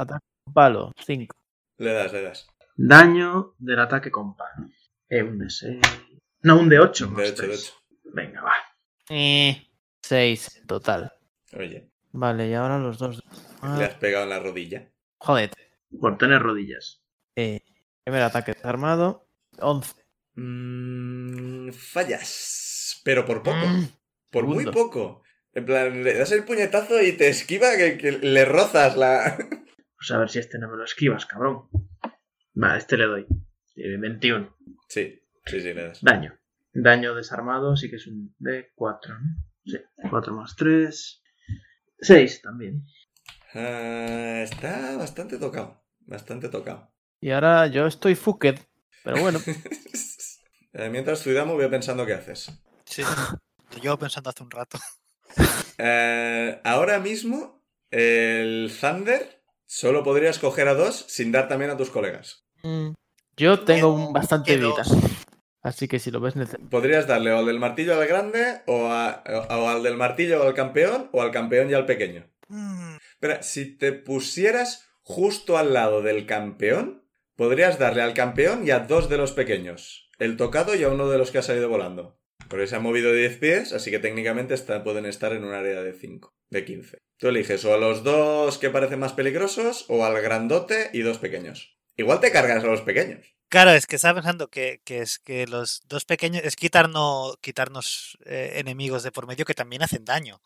E: Palo. 5.
A: le das, le das.
F: Daño del ataque con palo. Eh, un de seis. No, un de 8.
A: De hecho, de hecho.
F: Venga, va.
E: 6 total.
A: Oye,
E: Vale, y ahora los dos.
A: le
E: Ah,
A: has pegado en la rodilla.
E: joder.
F: Por tener rodillas.
E: Eh, primer ataque desarmado. 11.
A: Mm, fallas, pero por poco.
F: Pues
A: por muy
E: Mm, segundo.
A: poco. En plan, le das el puñetazo y te esquiva que, que le rozas la...
F: Pues a ver si este no me lo esquivas, cabrón. Vale, este le doy. Eh, 21.
A: Sí, sí, sí, le das.
F: Daño. Daño desarmado, sí que es un de 4. Sí, 4 más 3. 6 también.
A: Ah, está bastante tocado, bastante tocado.
E: Y ahora yo estoy fucked. Pero bueno,
A: Eh, Mientras estudiamos voy pensando qué haces.
B: Sí. Lo llevo pensando hace un rato.
A: Eh, ahora mismo, el Thunder solo podría escoger a dos sin dar también a tus colegas.
E: mm, yo tengo un bastante
B: que
E: vida.
B: dos.
E: Así que si lo ves necesario.
A: Podrías darle o al del martillo al grande, o, a- o al del martillo al campeón, o al campeón y al pequeño.
B: Mm,
A: Pero si te pusieras justo al lado del campeón, podrías darle al campeón y a dos de los pequeños. El tocado y a uno de los que ha salido volando. Porque se ha movido 10 pies, así que técnicamente está- pueden estar en un área de 5, de 15. Tú eliges o a los dos que parecen más peligrosos, o al grandote y dos pequeños. Igual te cargas a los pequeños.
B: Claro, es que estaba pensando que, que es que los dos pequeños es quitarnos, quitarnos eh, enemigos de por medio que también hacen daño.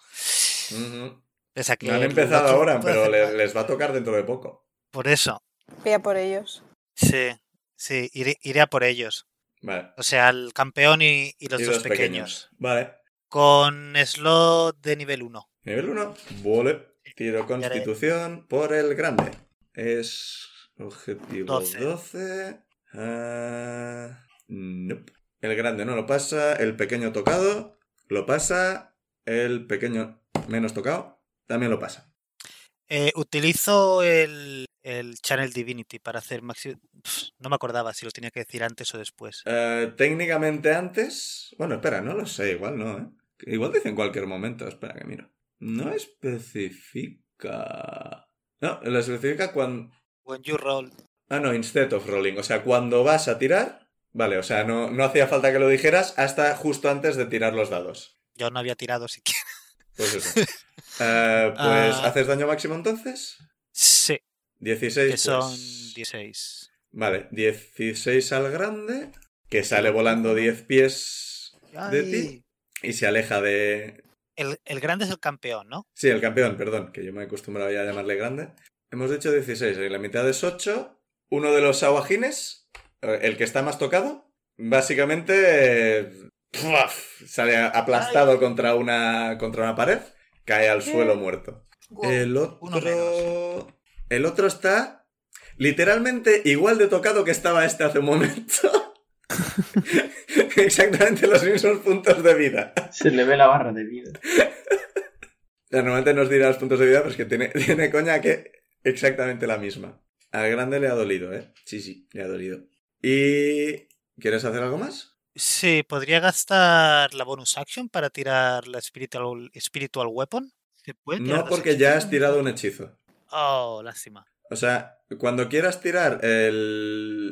A: Ujú.
B: Pese a que
A: No han
B: el
A: empezado
B: otro
A: ahora,
B: puede
A: pero
B: hacer
A: le-
B: daño.
A: les va a tocar dentro de poco.
B: Por eso.
G: Vea por ellos.
B: Sí, sí, iré, iré a por ellos.
A: Vale.
B: O sea, el campeón y, y los
A: Y
B: dos
A: dos
B: pequeños.
A: Vale.
B: Con slot de nivel 1.
A: Nivel 1. Vale. Tiro constitución por el grande. Es objetivo 12.
B: Doce.
A: Ah, nope. El grande no lo pasa. El pequeño tocado lo pasa. El pequeño menos tocado también lo pasa.
B: Eh, utilizo el, el Channel Divinity para hacer maxi... Pf, No me acordaba si lo tenía que decir antes o después.
A: Eh, técnicamente antes... Bueno, espera, no lo sé. Igual no, ¿eh? Igual dice en cualquier momento. Espera que miro. No especifica... No, lo especifica cuando...
B: When you roll.
A: Ah, no, instead of rolling. O sea, cuando vas a tirar. Vale, o sea, no, no hacía falta que lo dijeras hasta justo antes de tirar los dados.
B: Yo no había tirado siquiera.
A: Pues eso. Eh, pues,
B: Ah.
A: ¿haces daño máximo entonces?
B: Sí,
A: 16.
B: que son
A: pues.
B: 16.
A: Vale, 16 al grande, que sale volando 10 pies de ti
B: Ay.
A: y se aleja de.
B: El, el grande es el campeón, ¿no?
A: Sí, el campeón, perdón, que yo me he acostumbrado ya a llamarle grande. Hemos dicho 16, y la mitad es 8. Uno de los Sawajines, eh, el que está más tocado, básicamente eh, ¡puaf! sale aplastado contra una, contra una pared, cae al suelo muerto.
D: Guau.
A: El
B: uno menos.
A: otro. El otro está literalmente igual de tocado que estaba este hace un momento. Exactamente los mismos puntos de vida.
F: Se le ve la barra de vida.
A: Normalmente nos dirá los puntos de vida, pero es que tiene, tiene coña que exactamente la misma. Al grande le ha dolido, ¿eh? Sí, sí, le ha dolido. ¿Y quieres hacer algo más?
B: Sí, podría gastar la bonus action para tirar la spiritual, spiritual weapon. ¿Se puede tirar
A: No,
B: dos
A: porque ya has
B: hechizos?
A: tirado un hechizo.
B: Oh, lástima.
A: O sea, cuando quieras tirar el...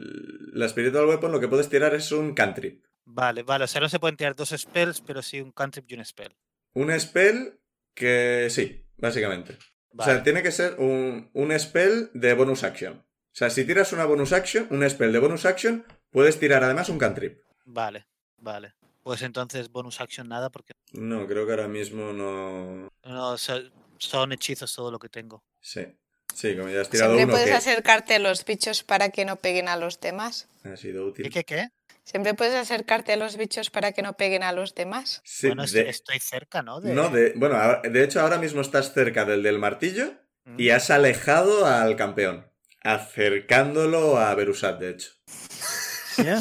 A: la Spiritual Weapon, lo que puedes tirar es un cantrip.
B: Vale, vale. O sea, no se pueden tirar dos spells, pero sí un cantrip y un spell.
A: Un spell que sí, básicamente. O sea,
B: Vale.
A: tiene que ser un, un spell de bonus action. O sea, si tiras una bonus action, un spell de bonus action, puedes tirar además un cantrip.
B: Vale, vale. Pues entonces bonus action nada porque
A: No, creo que ahora mismo no.
B: no so- son hechizos todo lo que tengo.
A: Sí. Sí, como ya has tirado
G: Siempre
A: uno
G: puedes
A: que
G: acercarte a los bichos para que no peguen a los demás.
A: ha sido
B: ¿Qué,
A: útil.
B: qué, qué?
G: Siempre puedes acercarte a los bichos para que no peguen a los demás.
A: Sí,
B: bueno, est-
A: de-
B: estoy cerca, ¿no? De-
A: No, de, bueno, ahora- de hecho ahora mismo estás cerca del del martillo
B: Mm.
A: y has alejado al campeón, acercándolo a Berusat, de hecho.
E: ¿Ya?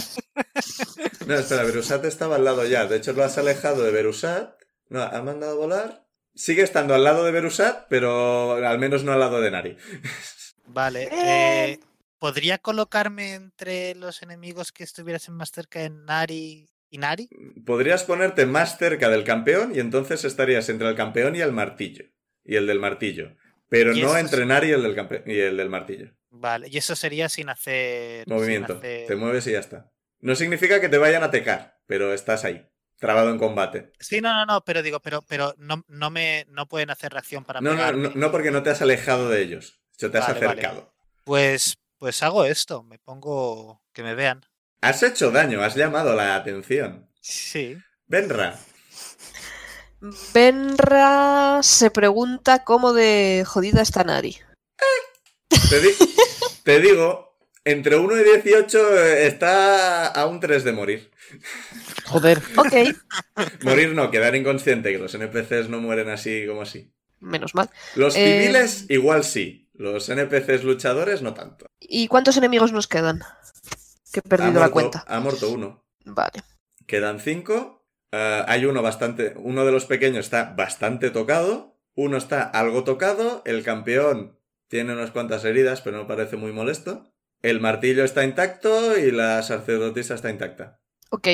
A: No, espera, Berusat estaba al lado ya. De hecho, lo has alejado de Berusat. No, ha mandado a volar. Sigue estando al lado de Berusat, pero al menos no al lado de Nari.
B: Vale.
G: Eh.
B: eh, ¿Podría colocarme entre los enemigos que estuviesen más cerca de Nari y Nari?
A: Podrías ponerte más cerca del campeón y entonces estarías entre el campeón y el martillo. Y el del martillo. Pero
B: Y
A: no
B: eso
A: entre
B: sí.
A: Nari y el del, campe- y el del martillo.
B: Vale. Y eso sería sin hacer... sin
A: Movimiento.
B: hacer-
A: Te mueves y ya está. No significa que te vayan a tecar, pero estás ahí. Trabado en combate.
B: Sí, no, no, no, pero digo, pero, pero no, no me no pueden hacer reacción para
A: No, no,
B: pegarme.
A: no, no porque no te has alejado de ellos. De hecho, te has
B: Vale, vale.
A: acercado.
B: Pues, pues hago esto, me pongo que me vean.
A: Has hecho daño, has llamado la atención.
B: Sí.
A: Benra,
C: Benra se pregunta cómo de jodida está Nari.
A: te, di- te digo, entre 1 y 18 eh, está a un 3 de morir.
E: Joder.
C: Ok,
A: Morir no, quedar inconsciente, que los NPCs no mueren así como así.
C: menos mal.
A: Los
C: Eh,
A: civiles igual sí, los NPCs luchadores no tanto.
C: ¿Y cuántos enemigos nos quedan? Que he perdido
A: ha
C: la
A: muerto,
C: cuenta.
A: Ha muerto uno.
C: Vale.
A: Quedan 5. hay uno bastante, uno de los pequeños está bastante tocado, uno está algo tocado, el campeón tiene unas cuantas heridas, pero no parece muy molesto. El martillo está intacto y la sacerdotisa está intacta.
C: Ok,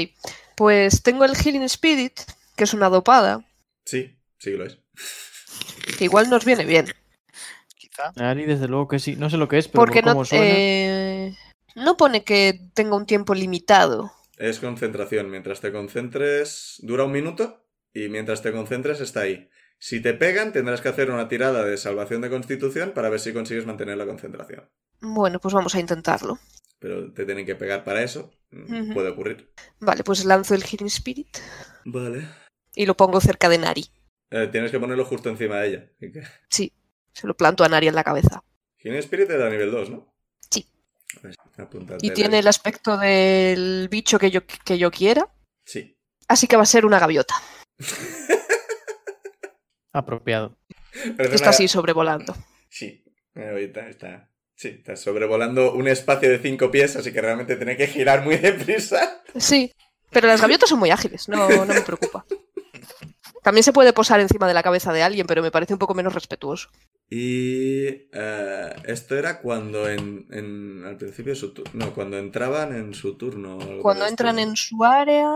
C: pues tengo el Healing Spirit, que es una dopada,
A: Sí, sí que lo es.
C: que igual nos viene bien.
B: Quizá.
E: Nari, desde luego que sí. No sé lo que es, pero
C: Porque
E: por cómo
C: no,
E: suena.
C: eh, no pone que tenga un tiempo limitado.
A: Es concentración. Mientras te concentres, dura un minuto y mientras te concentres está ahí. Si te pegan, tendrás que hacer una tirada de salvación de constitución para ver si consigues mantener la concentración.
C: Bueno, pues vamos a intentarlo.
A: Pero te tienen que pegar para eso. Mm,
C: Ujú.
A: Puede ocurrir.
C: Vale, pues lanzo el Healing Spirit
A: Vale.
C: y lo pongo cerca de Nari.
A: Eh, tienes que ponerlo justo encima de ella. Así que-
C: Se lo planto a Nari en la cabeza.
A: Healing Spirit era nivel 2, ¿no?
C: Sí.
A: Pues, apúntate.
C: Y tiene el aspecto del bicho que yo, que yo quiera.
A: Sí.
C: Así que va a ser una gaviota,
E: Apropiado.
C: que está así sobrevolando.
A: Sí, eh, ahorita está. Sí, está sobrevolando un espacio de cinco pies, así que realmente tiene que girar muy deprisa.
C: Sí, pero las gaviotas son muy ágiles, no, no me preocupa. También se puede posar encima de la cabeza de alguien, pero me parece un poco menos respetuoso.
A: Y eh, esto era cuando en, en- al principio de su turno, no, cuando entraban en su turno. o algo por
C: Cuando
A: el
C: entran
A: estilo.
C: en su área...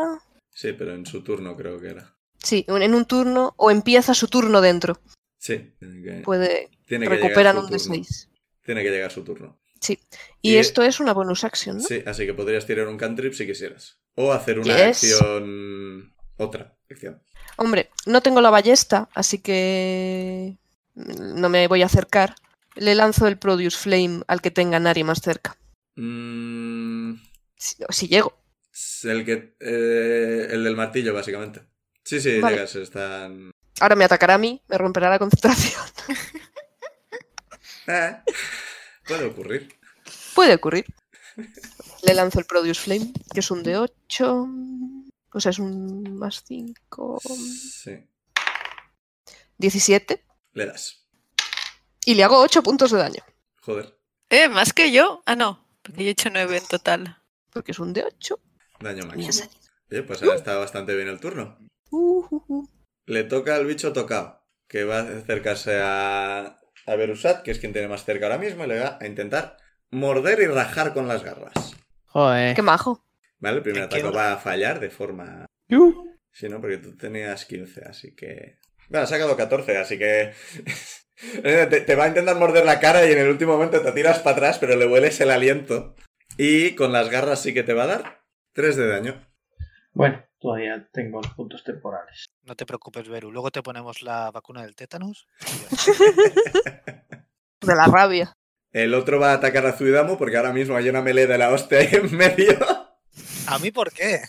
A: Sí, pero en su turno creo que era.
C: Sí, un- en un turno o empieza su turno dentro.
A: Sí, tiene que,
C: Puede
A: tiene que
C: recuperan un
A: llegar su turno.
C: D6.
A: Tiene que llegar su turno.
C: Y,
A: Y- eh,
C: esto es una bonus action, ¿no?
A: Sí, así que podrías tirar un cantrip si quisieras. O hacer una
C: Yes.
A: acción. Otra acción.
C: Hombre, no tengo la ballesta, así que mm, no me voy a acercar. Le lanzo el Produce Flame al que tenga Nari más cerca.
A: Mm,
C: Si, si llego.
A: el que. eh, el del martillo, básicamente. Sí, sí,
C: Vale.
A: llegas, están.
C: Ahora me atacará a mí, me romperá la concentración.
A: Eh, puede ocurrir.
C: Puede ocurrir. Le lanzo el Produce Flame, que es un de 8. O sea, es un más 5.
A: Sí.
C: 17.
A: Le das.
C: Y le hago 8 puntos de daño.
A: Joder.
G: Eh, más que yo. Ah, no. Porque yo he hecho nueve en total.
C: Porque es un de 8.
A: Daño
C: Y ha
A: máximo.
C: salido.
A: Oye, pues ahora está bastante bien el turno.
C: Uh, uh, uh.
A: Le toca al bicho tocado, que va a acercarse a, a Berusat, que es quien tiene más cerca ahora mismo, y le va a intentar morder y rajar con las garras.
E: Joder.
C: Qué majo.
A: ¿Vale? El primer
B: ¿En qué
A: ataque
B: hora?
A: va a fallar de forma...
E: Yu.
A: Sí, no, porque tú tenías 15, así que... Bueno, ha sacado 14, así que... Eh, te, te va a intentar morder la cara y en el último momento te tiras para atrás, pero le hueles el aliento. Y con las garras sí que te va a dar 3 de daño.
F: Bueno, todavía tengo los puntos temporales.
B: No te preocupes, Beru. Luego te ponemos la vacuna del tétanos. y ya.
C: De la rabia.
A: El otro va a atacar a Zuidamo porque ahora mismo hay una melee de la hostia ahí en medio.
B: ¿A mí por qué?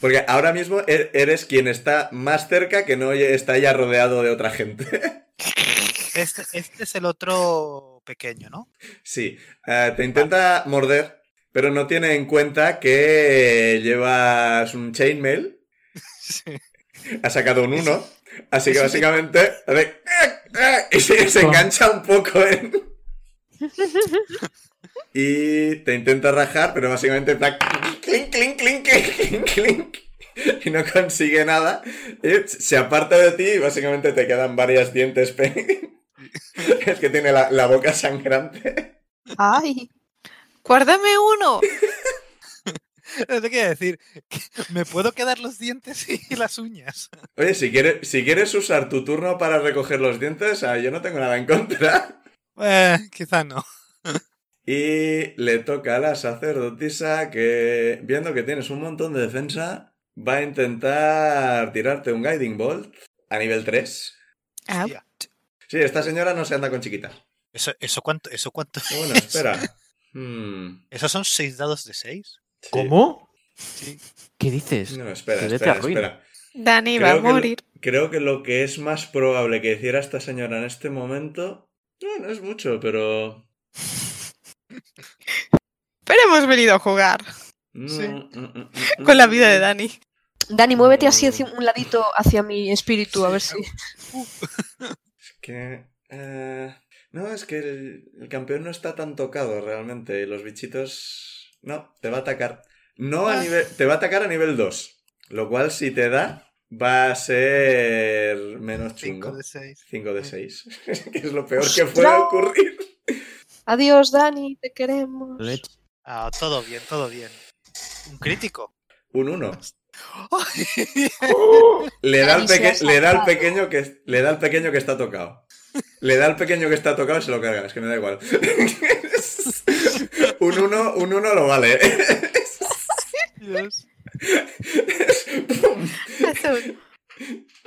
A: Porque ahora mismo e- eres quien está más cerca que no está ya rodeado de otra gente.
B: Este, este es el otro pequeño, ¿no?
A: Sí, eh, te intenta morder, pero no tiene en cuenta que llevas un chainmail.
B: Sí.
A: Ha sacado un 1. Así que básicamente. hace ¡eh, eh! Y se, se engancha un poco en. Y te intenta rajar, pero básicamente. en plan, Clink, clink, clink, clink, clink, clink. Y no consigue nada. Y se aparta de ti y básicamente te quedan varias dientes. pe- Es que tiene la, la boca sangrante.
C: Ay.
G: ¡Guárdame uno!
B: Te quería decir, que me puedo quedar los dientes y las uñas.
A: Oye, si quieres, si quieres usar tu turno para recoger los dientes, ah, yo no tengo nada en contra.
B: Eh, quizá no.
A: Y le toca a la sacerdotisa que, viendo que tienes un montón de defensa, va a intentar tirarte un Guiding Bolt a nivel 3.
G: Ah,
B: Hostia.
A: Sí, esta señora no se anda con chiquitas.
B: ¿Eso, eso cuánto? ¿Eso cuánto?
A: Bueno,
B: es?
A: espera. Hmm,
B: ¿Esos son seis dados de seis?
A: sí.
E: ¿Cómo?
B: Sí.
E: ¿Qué dices?
A: No, espera,
E: Que vete
A: espera,
E: a ruina.
A: espera.
G: Dani va a
A: Creo que lo-
G: morir.
A: Creo que lo que es más probable que hiciera esta señora en este momento... No, no es mucho, pero...
G: Pero hemos venido a jugar
A: Mm,
G: Sí.
A: mm, mm, mm, mm,
G: con la vida de
A: mm.
G: Dani.
C: Dani, muévete así hacia un ladito hacia mi espíritu, a ver si.
A: Que. eh, no, es que el, el campeón no está tan tocado realmente. y Los bichitos. No, te va a atacar. No a
G: Ah.
A: nivel. Te va a atacar a nivel 2. Lo cual, si te da, va a ser. menos
B: Cinco
A: chungo.
B: de seis.
A: 5 de 6. que es lo peor que puede
C: ¡Ostras!
A: ocurrir.
C: Adiós, Dani, te queremos.
E: Leche.
B: Ah, todo bien, todo bien. Un crítico.
A: Un 1.
B: Ay,
A: Le da al
C: Dani se
A: peque-
C: ha
A: le da al
C: salvado.
A: pequeño que. Le da al pequeño que está tocado. Le da al pequeño que está tocado y se lo carga. Es que me da igual. un 1 un uno lo vale.
B: Dios.
G: Azul.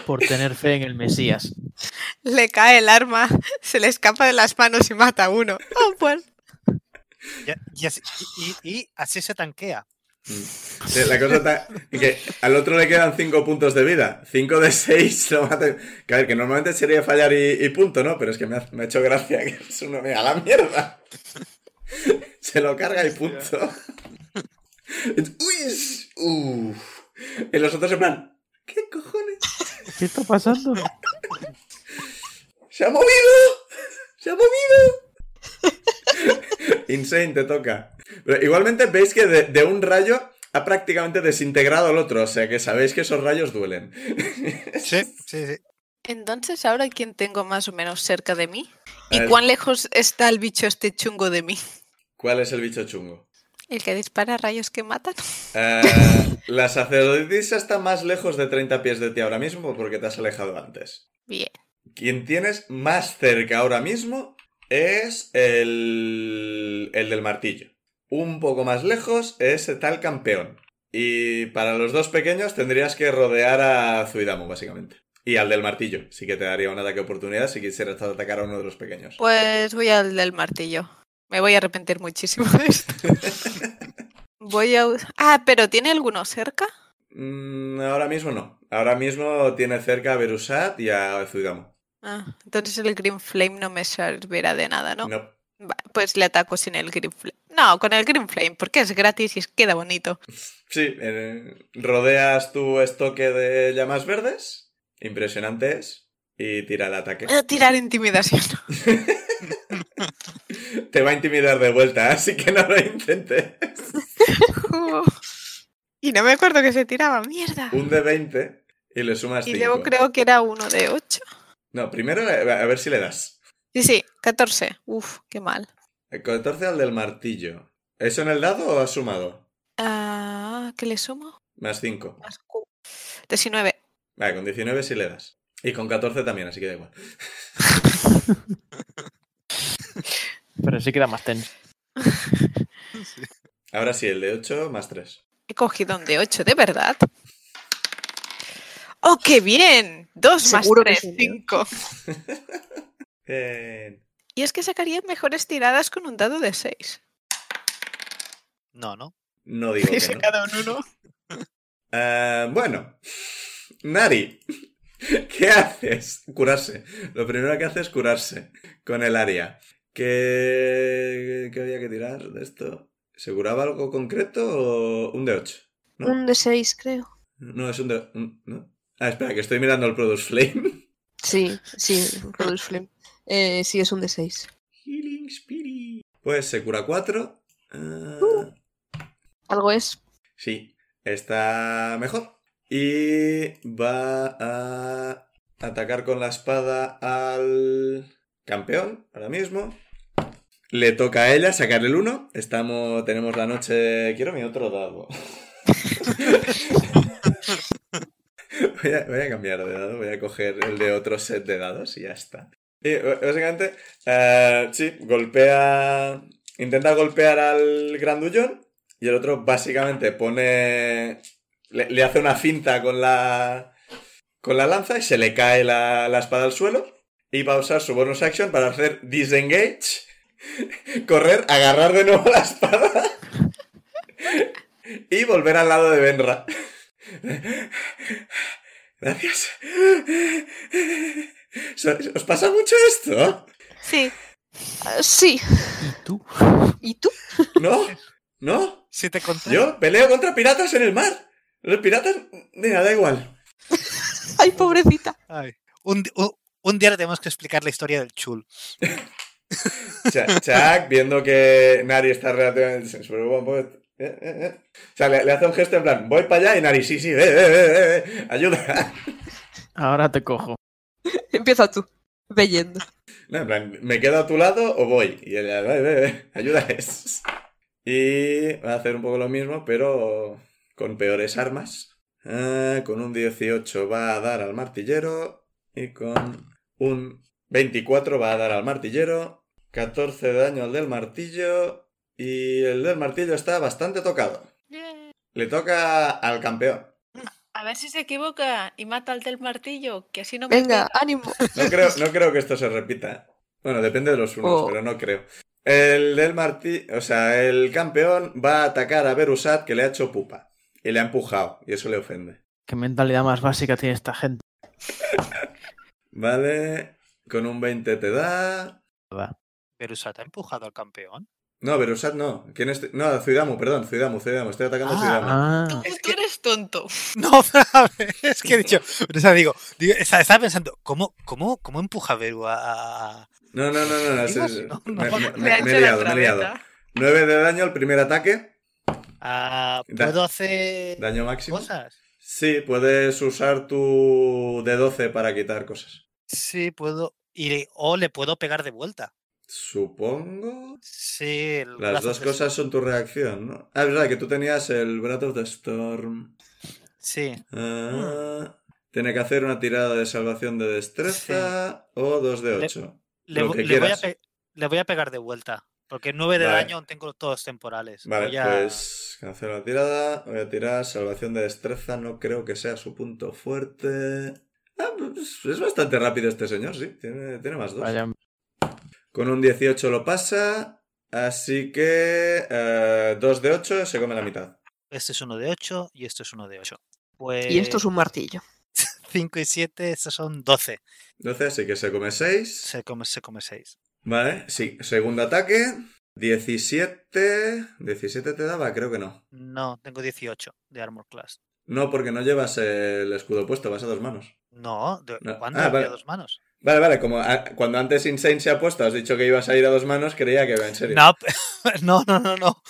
E: Por tener fe en el Mesías.
G: Le cae el arma, se le escapa de las manos y mata a uno. Oh, pues.
B: Ya- y, así, y- y- y así se tanquea.
A: Sí, la cosa está en que al otro le quedan 5 puntos de vida. 5 de 6 lo va a tener- Que a ver, que normalmente sería fallar y, y punto, ¿no? Pero es que me ha, me ha hecho gracia que es uno me a la mierda. Se lo carga y punto. Uy, uf. Y los otros en plan, ¿qué cojones?
E: ¿Qué está pasando?
A: ¡Se ha movido! ¡Se ha movido! Insane, te toca. Pero igualmente veis que de, de un rayo ha prácticamente desintegrado al otro, o sea que sabéis que esos rayos duelen.
B: Sí, sí, sí.
G: Entonces, ¿ahora quién tengo más o menos cerca de mí?
A: A
G: ¿Y
A: ver.
G: cuán lejos está el bicho este chungo de mí?
A: ¿Cuál es el bicho chungo?
G: ¿El que dispara rayos que matan?
A: Eh, la sacerdotisa está más lejos de 30 pies de ti ahora mismo porque te has alejado antes.
G: Bien.
A: Quien tienes más cerca ahora mismo es el, el del martillo. Un poco más lejos es el tal campeón. Y para los dos pequeños tendrías que rodear a Zuidamu, básicamente. Y al del martillo. Sí que te daría un ataque de oportunidad si quisieras atacar a uno de los pequeños.
G: Pues voy al del martillo. Me voy a arrepentir muchísimo de esto. voy a... us- Ah, pero ¿tiene alguno cerca?
A: Mm, ahora mismo no. Ahora mismo tiene cerca a Berusat y a Zuidamu.
G: Ah, entonces el Green Flame no me servirá de nada, ¿no?
A: No.
G: Va, Pues le ataco sin el Green Flame. No, con el Green Flame, porque es gratis y es- queda bonito.
A: Sí, eh, rodeas tu estoque de llamas verdes. Impresionante es. Y tira el ataque.
G: Voy a tirar intimidación.
A: Te va a intimidar de vuelta, así que no lo intentes.
G: Uh. y no me acuerdo que se tiraba, mierda.
A: Un de 20 y le sumas
G: Y
A: 5.
G: luego creo que era uno de ocho.
A: No, primero eh, a ver si le das.
G: Sí, sí, 14. Uf, qué mal.
A: El 14 al del martillo. ¿Eso en el dado o has sumado?
G: Ah, ¿Qué le sumo?
A: Más 5.
G: Más cu- 19.
A: Vale, con 19 sí le das. Y con 14 también, así que da igual.
E: Pero sí queda más tenso.
A: Ahora sí, el de 8 más 3.
G: He cogido un de 8, de verdad. ¡Oh, qué bien! 2 más
C: Seguro que
G: 3,
C: es un de
G: 5. Y es que sacaría mejores tiradas con un dado de 6.
B: No, ¿no?
A: no digo
G: He
A: que no.
G: sacado un 1.
A: Ah, bueno. Nari, ¿qué haces? Curarse. Lo primero que hace es curarse con el área. ¿Qué, qué había que tirar de esto? ¿Se curaba algo concreto o un de 8? ¿No?
C: Un de 6, creo.
A: No, es un de... un- ¿no? Ah, espera, que estoy mirando el Produce Flame.
C: Sí, sí, Produce Flame. Eh, sí, es un de 6.
A: Healing Spirit. Pues se cura eh, 4.
C: Algo es.
A: Sí, está mejor. Y va a atacar con la espada al campeón ahora mismo. Le toca a ella sacar el 1. Estamos, tenemos la noche. Quiero mi otro dado. voy, a, voy a cambiar de dado, voy a coger el de otro set de dados y ya está. Y b- básicamente, eh, sí, golpea. Intenta golpear al grandullón y el otro básicamente pone. Le, le hace una finta con la. con la lanza y se le cae la, la espada al suelo. Y va a usar su bonus action para hacer disengage, correr, agarrar de nuevo la espada y volver al lado de Benra. Gracias. So- ¿Os pasa mucho esto?
G: Sí,
C: Ah, sí.
E: ¿Y tú?
C: ¿Y tú?
A: ¿No? ¿No?
B: Si te conté.
A: Yo peleo contra piratas en el mar. Los piratas, mira, da igual.
C: ¡Ay, pobrecita!
B: Ay. Un, di- un- un día le tenemos que explicar la historia del chul.
A: Cha- Chuck, viendo que Nari está relativamente... se preocupa un poco, eh, eh, eh. O sea, le, le hace un gesto en plan, voy para allá y Nari, sí, sí, eh, eh, eh, eh, eh, ayuda.
E: Ahora te cojo.
C: Empieza tú. Ve yendo.
A: No, en plan, me quedo a tu lado o voy. Y ella, "Ve, ve, ve, ayuda es. Y va a hacer un poco lo mismo, pero con peores armas. Ah, con un 18 va a dar al martillero. Y con un 24 va a dar al martillero. 14 de daño al del martillo. Y el del martillo está bastante tocado. Le toca al campeón.
G: A ver si se equivoca y mata al del martillo, que así no me
C: Venga,
G: pega.
C: ánimo.
A: No creo, no creo que esto se repita. Bueno, depende de los unos,
C: Oh.
A: pero no creo. El del Martí, o sea, el campeón va a atacar a Berusat que le ha hecho pupa. Y le ha empujado, y eso le ofende.
E: ¿Qué mentalidad más básica tiene esta gente?
A: Vale, con un 20 te da.
B: Pero te ha empujado al campeón.
A: No, Berusat no. ¿Quién es? No, Zuidamu, perdón, Zuidamu, Zuidamu. Estoy atacando a
B: Ah,
A: Zuidamu.
E: Ah,
G: Tú, tú eres tonto.
B: No, pero a ver, es que he dicho. O sea, digo, digo, esta- estaba pensando, ¿cómo, cómo, cómo empuja Beru a. a-
A: No, no, no, no. no, sí,
B: Digo,
A: sí.
B: no,
A: Me,
B: no.
A: me-
B: Le
A: me- me he liado, me he liado.
G: ¿eh?
A: 9 de daño al primer ataque.
B: a-
A: Da-
B: ¿Puedo hacer
A: Daño máximo.
B: cosas?
A: Sí, puedes usar tu D12 para quitar cosas.
B: Sí, puedo. Y, le- o le puedo pegar de vuelta.
A: Supongo.
B: Sí, el
A: Las
B: brazo
A: dos
B: de-
A: cosas son tu reacción, ¿no? Ah, es verdad que tú tenías el Breath of the Storm.
B: Sí,
A: Ah, Tiene que hacer una tirada de salvación de destreza o 2 de
B: Le-
A: 8.
B: le,
A: Lo
B: vo-
A: que
B: le voy a
A: quieras.
B: pe- le voy a pegar de vuelta. Porque 9 de
A: Vale.
B: daño aún tengo todos temporales.
A: Vale,
B: Voy a-
A: pues cancelo la tirada. Voy a tirar salvación de destreza. No creo que sea su punto fuerte. Ah, pues, es bastante rápido este señor, sí. Tiene, tiene más 2.
E: vaya.
A: Con un 18 lo pasa. Así que 2 de 8 se come la mitad.
B: Este es uno de 8 y esto es uno de 8. Pues...
C: Y esto es un martillo.
B: 5 y 7, estos son 12.
A: Entonces, sí que se come 6.
B: Se come, se come 6.
A: Vale, sí. Segundo ataque. 17. 17 te daba, creo que no.
B: No, tengo 18 de Armor Class.
A: No, porque no llevas el escudo puesto, vas a dos manos.
B: No, de,
A: No.
B: ¿cuándo
A: Ah,
B: había
A: vale.
B: dos manos?
A: Vale, vale, como a- cuando antes Insane se ha puesto, has dicho que ibas a ir a dos manos, creía que en serio.
B: No, pe- no, no, no, no. O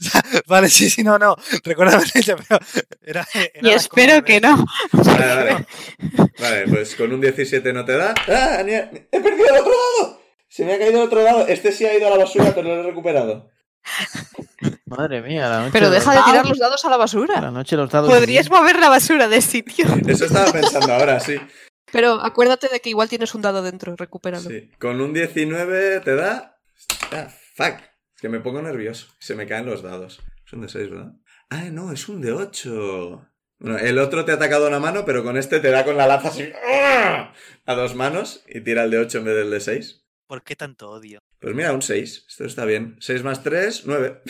B: sea, vale, sí, sí, no, no. Recuerda haber dicho, pero era, era
G: Y
B: la
G: espero
B: coña
G: que
B: de-
G: no.
A: Vale, vale. Vale, pues con un 17 no te da. ¡Ah! ni- ¡He perdido el otro lado! Se me ha caído el otro lado. Este sí ha ido a la basura, pero lo he recuperado.
E: Madre mía, la noche.
C: Pero
E: de los-
C: deja de tirar los dados a la basura.
E: La noche de los dados.
G: Podrías mover la basura de sitio.
A: Eso estaba pensando ahora, sí.
C: Pero acuérdate de que igual tienes un dado dentro, recupéralo.
A: Sí. Con un 19 te da. Ah, fuck. Es que me pongo nervioso. Se me caen los dados. Es un de 6, ¿verdad? Ah, no, es un de 8. Bueno, el otro te ha atacado una mano, pero con este te da con la lanza así. ¡ah! A dos manos y tira el de 8 en vez del de 6.
B: ¿Por qué tanto odio?
A: Pues mira, un 6. Esto está bien. 6 más 3, 9.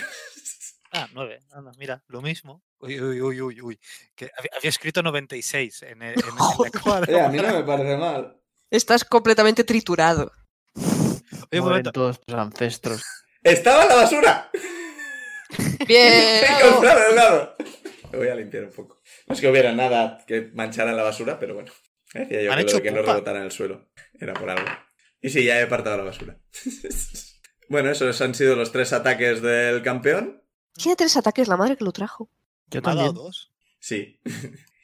B: Ah, 9. mira, lo mismo. Uy, uy, uy, uy, uy. Que había, había escrito 96 en, el- en, en la cuadra.
A: Eh, a mí no me parece mal.
C: Estás completamente triturado.
B: Oye, un momento.
E: todos tus ancestros.
A: ¡Estaba en la basura!
C: Bien.
A: ¡He encontrado el dado! Lo voy a limpiar un poco. No es que hubiera nada que manchara en la basura, pero bueno. Decía yo
B: Han
A: que lo
B: hecho
A: de que no
B: pupa.
A: rebotara en el suelo. Era por algo. Y sí, ya he apartado la basura. bueno, esos han sido los tres ataques del campeón.
C: Tiene tres ataques la madre que lo trajo.
E: Yo
B: Me ha dado
E: también.
B: dos.
A: Sí.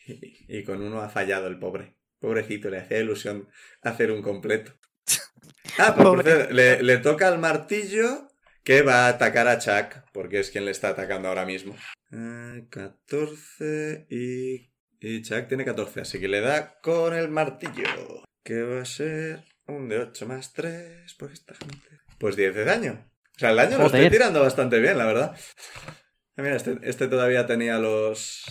A: y con uno ha fallado el pobre. Pobrecito, le hacía ilusión hacer un completo. Ah, pero por cierto, le, le toca al martillo que va a atacar a Chuck, porque es quien le está atacando ahora mismo. Eh, 14 y... Y Chuck tiene 14, así que le da con el martillo, que va a ser un de 8 más 3, pues esta gente... Pues 10 de daño. O sea, el daño lo estoy
E: Joder.
A: tirando bastante bien, la verdad. Ah, Mira, este, este todavía tenía los,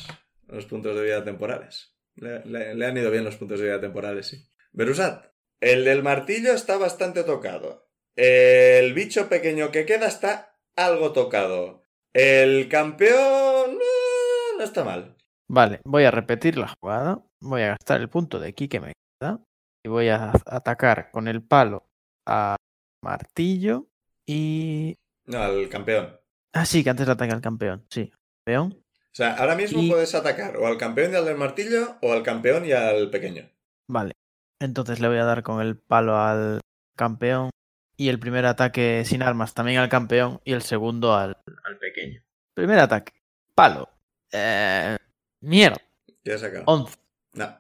A: los puntos de vida temporales. Le, le- le han ido bien los puntos de vida temporales, sí. Berusat, el del martillo está bastante tocado. El bicho pequeño que queda está algo tocado. El campeón eh, no está mal.
E: Vale, voy a repetir la jugada. Voy a gastar el punto de aquí que me queda. Y voy a atacar con el palo a martillo. Y.
A: No, el campeón.
E: Ah, sí, que antes le ataque al campeón. Sí, campeón.
A: O sea, ahora mismo
E: Y-
A: puedes atacar o al campeón y al del martillo o al campeón y al pequeño.
E: Vale. Entonces le voy a dar con el palo al campeón. Y el primer ataque sin armas también al campeón. Y el segundo al.
F: al pequeño.
E: Primer ataque. Palo. Eh, Mierda.
A: Ya has sacado.
E: 11.
A: No.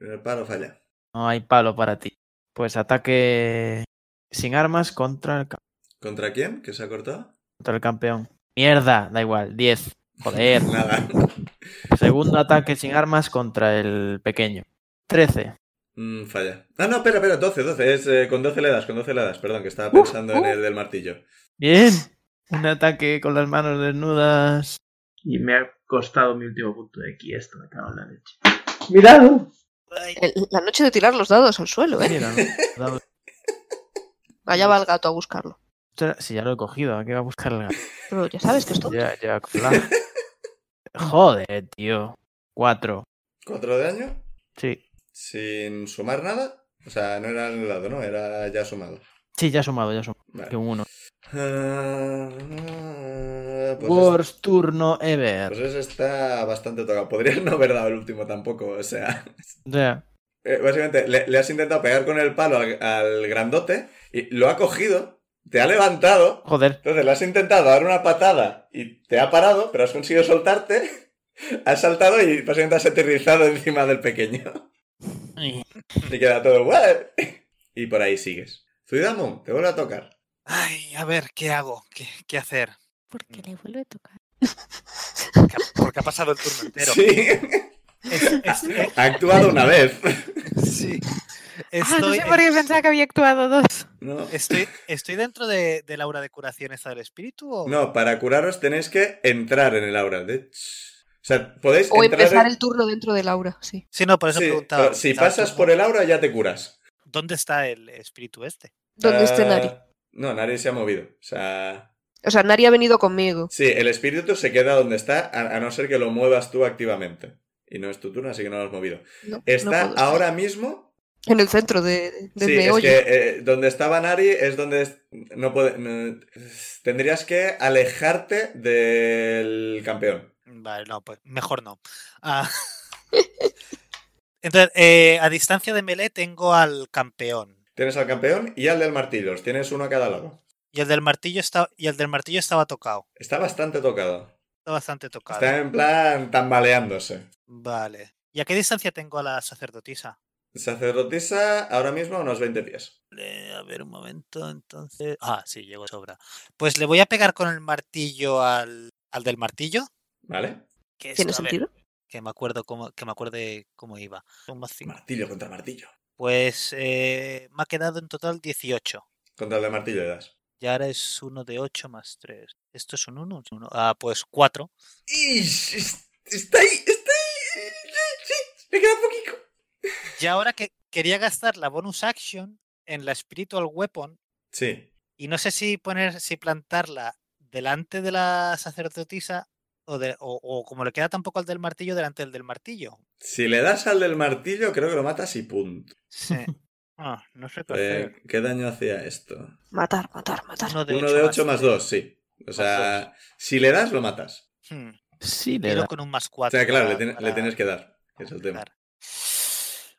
A: El paro falla.
E: No hay palo para ti. Pues ataque sin armas contra el, ca-
A: ¿Contra quién? ¿Que se ha cortado?
E: contra el campeón. Mierda, da igual, 10. Joder.
A: Nada.
E: Segundo ataque sin armas contra el pequeño. 13.
A: Mm, falla. Ah, no, espera, espera, 12, 12. Es, eh, con 12 le das, con 12 le das. Perdón, que estaba pensando en el del martillo.
E: Bien. Un ataque con las manos desnudas.
F: Y me ha costado mi último punto de aquí. Esto me cago en la leche. ¡Mirado!
C: El- La noche de tirar los dados al suelo, ¿eh?
E: Mira, no, dado-
C: Allá va el gato a buscarlo.
E: Ostras, Si ya lo he cogido, ¿a qué va a buscar el gato?
C: Pero ya sabes que esto...
E: Ya, ya, claro. Joder, tío. 4.
A: 4 de daño,
E: Sí.
A: sin sumar nada. O sea, no era el lado, ¿no? Era ya sumado.
E: Sí, ya he sumado, ya he sumado.
A: Vale.
E: que un 1.
A: Ah, pues, es-
E: Worst turno ever.
A: pues ese está bastante tocado. Podrías no haber dado el último tampoco, o sea.
E: Ya.
A: Eh, básicamente, le, le has intentado pegar con el palo al, al grandote y lo ha cogido, te ha levantado.
E: Joder.
A: Entonces le has intentado dar una patada y te ha parado, pero has conseguido soltarte. Has saltado y básicamente has aterrizado encima del pequeño. Y queda todo "What?". Y por ahí sigues. Zuidamon, te vuelve a tocar.
B: Ay, a ver, ¿qué hago? ¿Qué, qué hacer? Mm.
G: Porque le vuelve a tocar.
B: Porque ha- Porque ha pasado el turno entero.
A: Sí,
B: Es- es- eh,
A: ha actuado una vez.
B: sí.
G: Ah, no
B: Estoy, eh,
G: sé por qué pensaba que había actuado dos.
A: No.
B: estoy, estoy dentro de, del aura de curación esta del espíritu o
A: No, para curaros tenéis que entrar en el aura. De... O sea, podéis
C: O
A: entrar
C: empezar
A: en-
C: el turno dentro del aura, sí.
B: Sí, no, por eso
A: Sí,
B: preguntaba.
A: pero si
B: preguntaba,
A: pasas
B: ¿cómo-
A: por el aura ya te curas.
B: ¿Dónde está el espíritu este?
C: Donde esté
A: Ah,
C: Nari.
A: No, Nari se ha movido. O sea,
C: O sea, Nari ha venido conmigo.
A: Sí, el espíritu se queda donde está, a, a no ser que lo muevas tú activamente. Y no es tu turno, así que no lo has movido.
C: No, no
A: Está
C: puedo Pues estar.
A: ahora mismo.
C: En el centro de, del
A: sí, es
C: meollo.
A: que eh, donde estaba Nari es donde es- no puede. no- tendrías que alejarte del campeón.
B: Vale, no, pues mejor no. Ah. Entonces, eh, a distancia de melee tengo al campeón.
A: Tienes al campeón y al del martillo. los Tienes uno a cada lado.
B: Y el del martillo está, y el del martillo estaba tocado.
A: Está bastante tocado.
B: Está bastante tocado.
A: Está en plan tambaleándose.
B: Vale. ¿Y a qué distancia tengo a la sacerdotisa?
A: Sacerdotisa ahora mismo a unos 20 pies.
B: Eh, a ver un momento, entonces. Ah, sí, llego de sobra. Pues le voy a pegar con el martillo al, al del martillo.
A: ¿Vale?
B: Que
C: ¿Tiene
B: esto, a ver,
C: sentido?
B: que me acuerdo cómo, que me acuerde cómo iba. Un más cinco.
A: Martillo contra martillo.
B: Pues eh, me ha quedado en total 18.
A: Contra el de martillo le das.
B: Y ahora es 1 de 8 más 3. ¿Esto es un 1? Ah, pues 4.
A: ¡Ish! Es- Está ahí, está ahí. Sí, sí, Me queda poquito.
B: Y ahora que quería gastar la bonus action en la Spiritual Weapon.
A: Sí.
B: Y no sé si poner, si plantarla delante de la sacerdotisa o, de- o- o como le queda tampoco al del martillo, delante del del martillo.
A: Si le das al del martillo, creo que lo matas y punto.
B: Sí. Ah, no sé qué
A: Eh,
B: hacer.
A: ¿Qué daño hacía esto?
C: Matar, matar, matar.
B: Uno
A: Uno de 8 más 2, sí. O sea, si le das, lo matas.
B: Hmm,
E: Sí, le
B: tiro
E: da.
B: con un más
A: O
B: 4.
A: sea, claro, le, tiene- le tienes que dar. que Es el tema. Es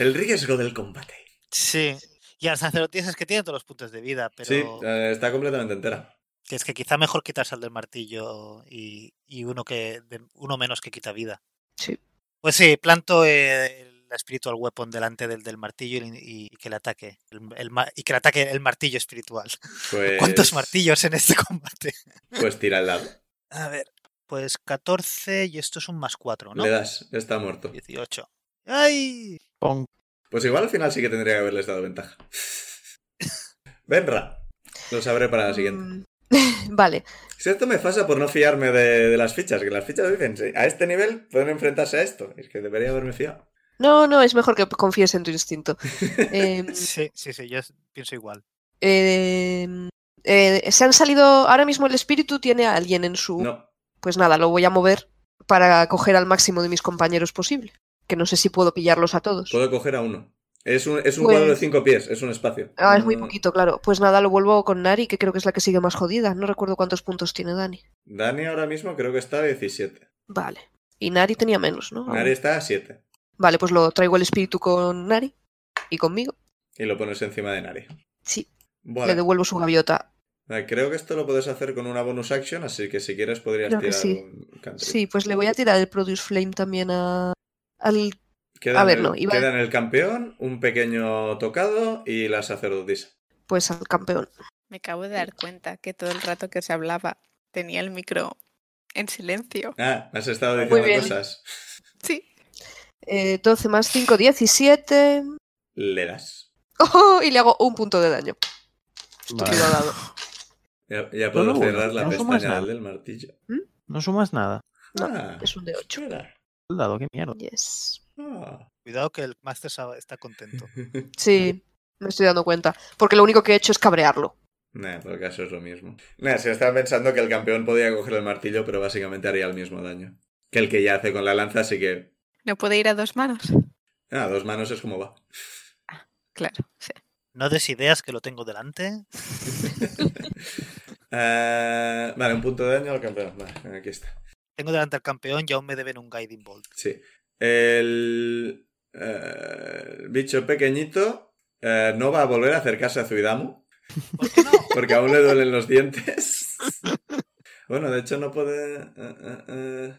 A: el riesgo del combate.
B: Sí. Y al sacerdotisa es que tiene todos los puntos de vida, pero...
A: Sí, eh, está completamente entera.
B: Que es que quizá mejor quitarse al del martillo y, y uno que de- uno menos que quita vida.
C: Sí.
B: Pues sí, planto eh, la Spiritual Weapon delante del, del martillo y, y que le ataque. El, el ma- y que le ataque el martillo espiritual.
A: Pues,
B: ¿Cuántos martillos en este combate?
A: Pues tira el lado.
B: A ver, pues 14 y esto es un más 4, ¿no?
A: Le das, está muerto.
B: 18. ¡Ay!
E: Pon-
A: Pues igual al final sí que tendría que haberles dado ventaja. Benra, lo sabré para la siguiente.
C: Mm, vale,
A: Si esto me pasa por no fiarme de, de las fichas, que las fichas dicen, "Sí, a este nivel pueden enfrentarse a esto. Es que debería haberme fiado.
C: no, no, es mejor que confíes en tu instinto. Em,
B: Sí, sí, sí, yo s- pienso igual.
C: em, eh, se han salido, ahora mismo el espíritu tiene a alguien en su...
A: No,
C: Pues nada, lo voy a mover para coger al máximo de mis compañeros posible. Que no sé si puedo pillarlos a todos.
A: puedo coger a uno. Es un, es un
C: Pues-
A: cuadro de cinco pies, es un espacio.
C: Ah, es muy
A: No-
C: poquito, claro. Pues nada, lo vuelvo con Nari, que creo que es la que sigue más jodida. No recuerdo cuántos puntos tiene Dani.
A: Dani ahora mismo creo que está a 17.
C: Vale. Y Nari tenía menos, ¿no?
A: Nari está a 7.
C: Vale, pues lo traigo el espíritu con Nari y conmigo.
A: Y lo pones encima de Nari.
C: Sí, le
A: Bueno,
C: devuelvo su gaviota.
A: Ah, creo que esto lo puedes hacer con una bonus action, así que si quieres podrías
C: Creo que
A: tirar
C: sí.
A: un cantrip.
C: Sí, pues le voy a tirar el Produce Flame también a... al...
A: Queda
C: A
A: en
C: ver,
A: el-
C: no, iba-
A: Quedan el campeón, un pequeño tocado y la sacerdotisa.
C: pues al campeón.
G: Me acabo de dar cuenta que todo el rato que os hablaba tenía el micro en silencio.
A: Ah, has estado
C: Muy
A: diciendo
C: bien.
A: cosas.
G: Sí.
C: Eh, 12 más 5, 17.
A: Le das.
C: ¡Oh! Y le hago un punto de daño. Estúpido
E: Vale.
C: dado.
A: Ya, ya puedo
E: Solo uno,
A: cerrar la
E: no sumas
A: pestaña
E: nada.
A: del martillo.
E: No sumas nada.
C: No,
A: Ah,
C: Es un de 8.
A: chula.
E: El dado, qué mierda.
C: Yes.
A: Ah.
B: Cuidado que el máster sa- está contento.
C: Sí, me estoy dando cuenta. Porque lo único que he hecho es cabrearlo.
A: Nah, por el caso es lo mismo. Nah, se estaba pensando que el campeón podía coger el martillo, pero básicamente haría el mismo daño. Que el que ya hace con la lanza, así que.
G: No puede ir a dos manos.
A: Ah, dos manos es como va.
G: Claro. o sea,
B: No des ideas que lo tengo delante.
A: Ah, vale, un punto de daño al campeón. Vale, aquí está.
B: Tengo delante al campeón y aún me deben un Guiding Bolt.
A: Sí. El, eh, el bicho pequeñito eh, no va a volver a acercarse a Zuidamu. Porque aún le duelen los dientes. Bueno, de hecho no puede... eh, eh, eh.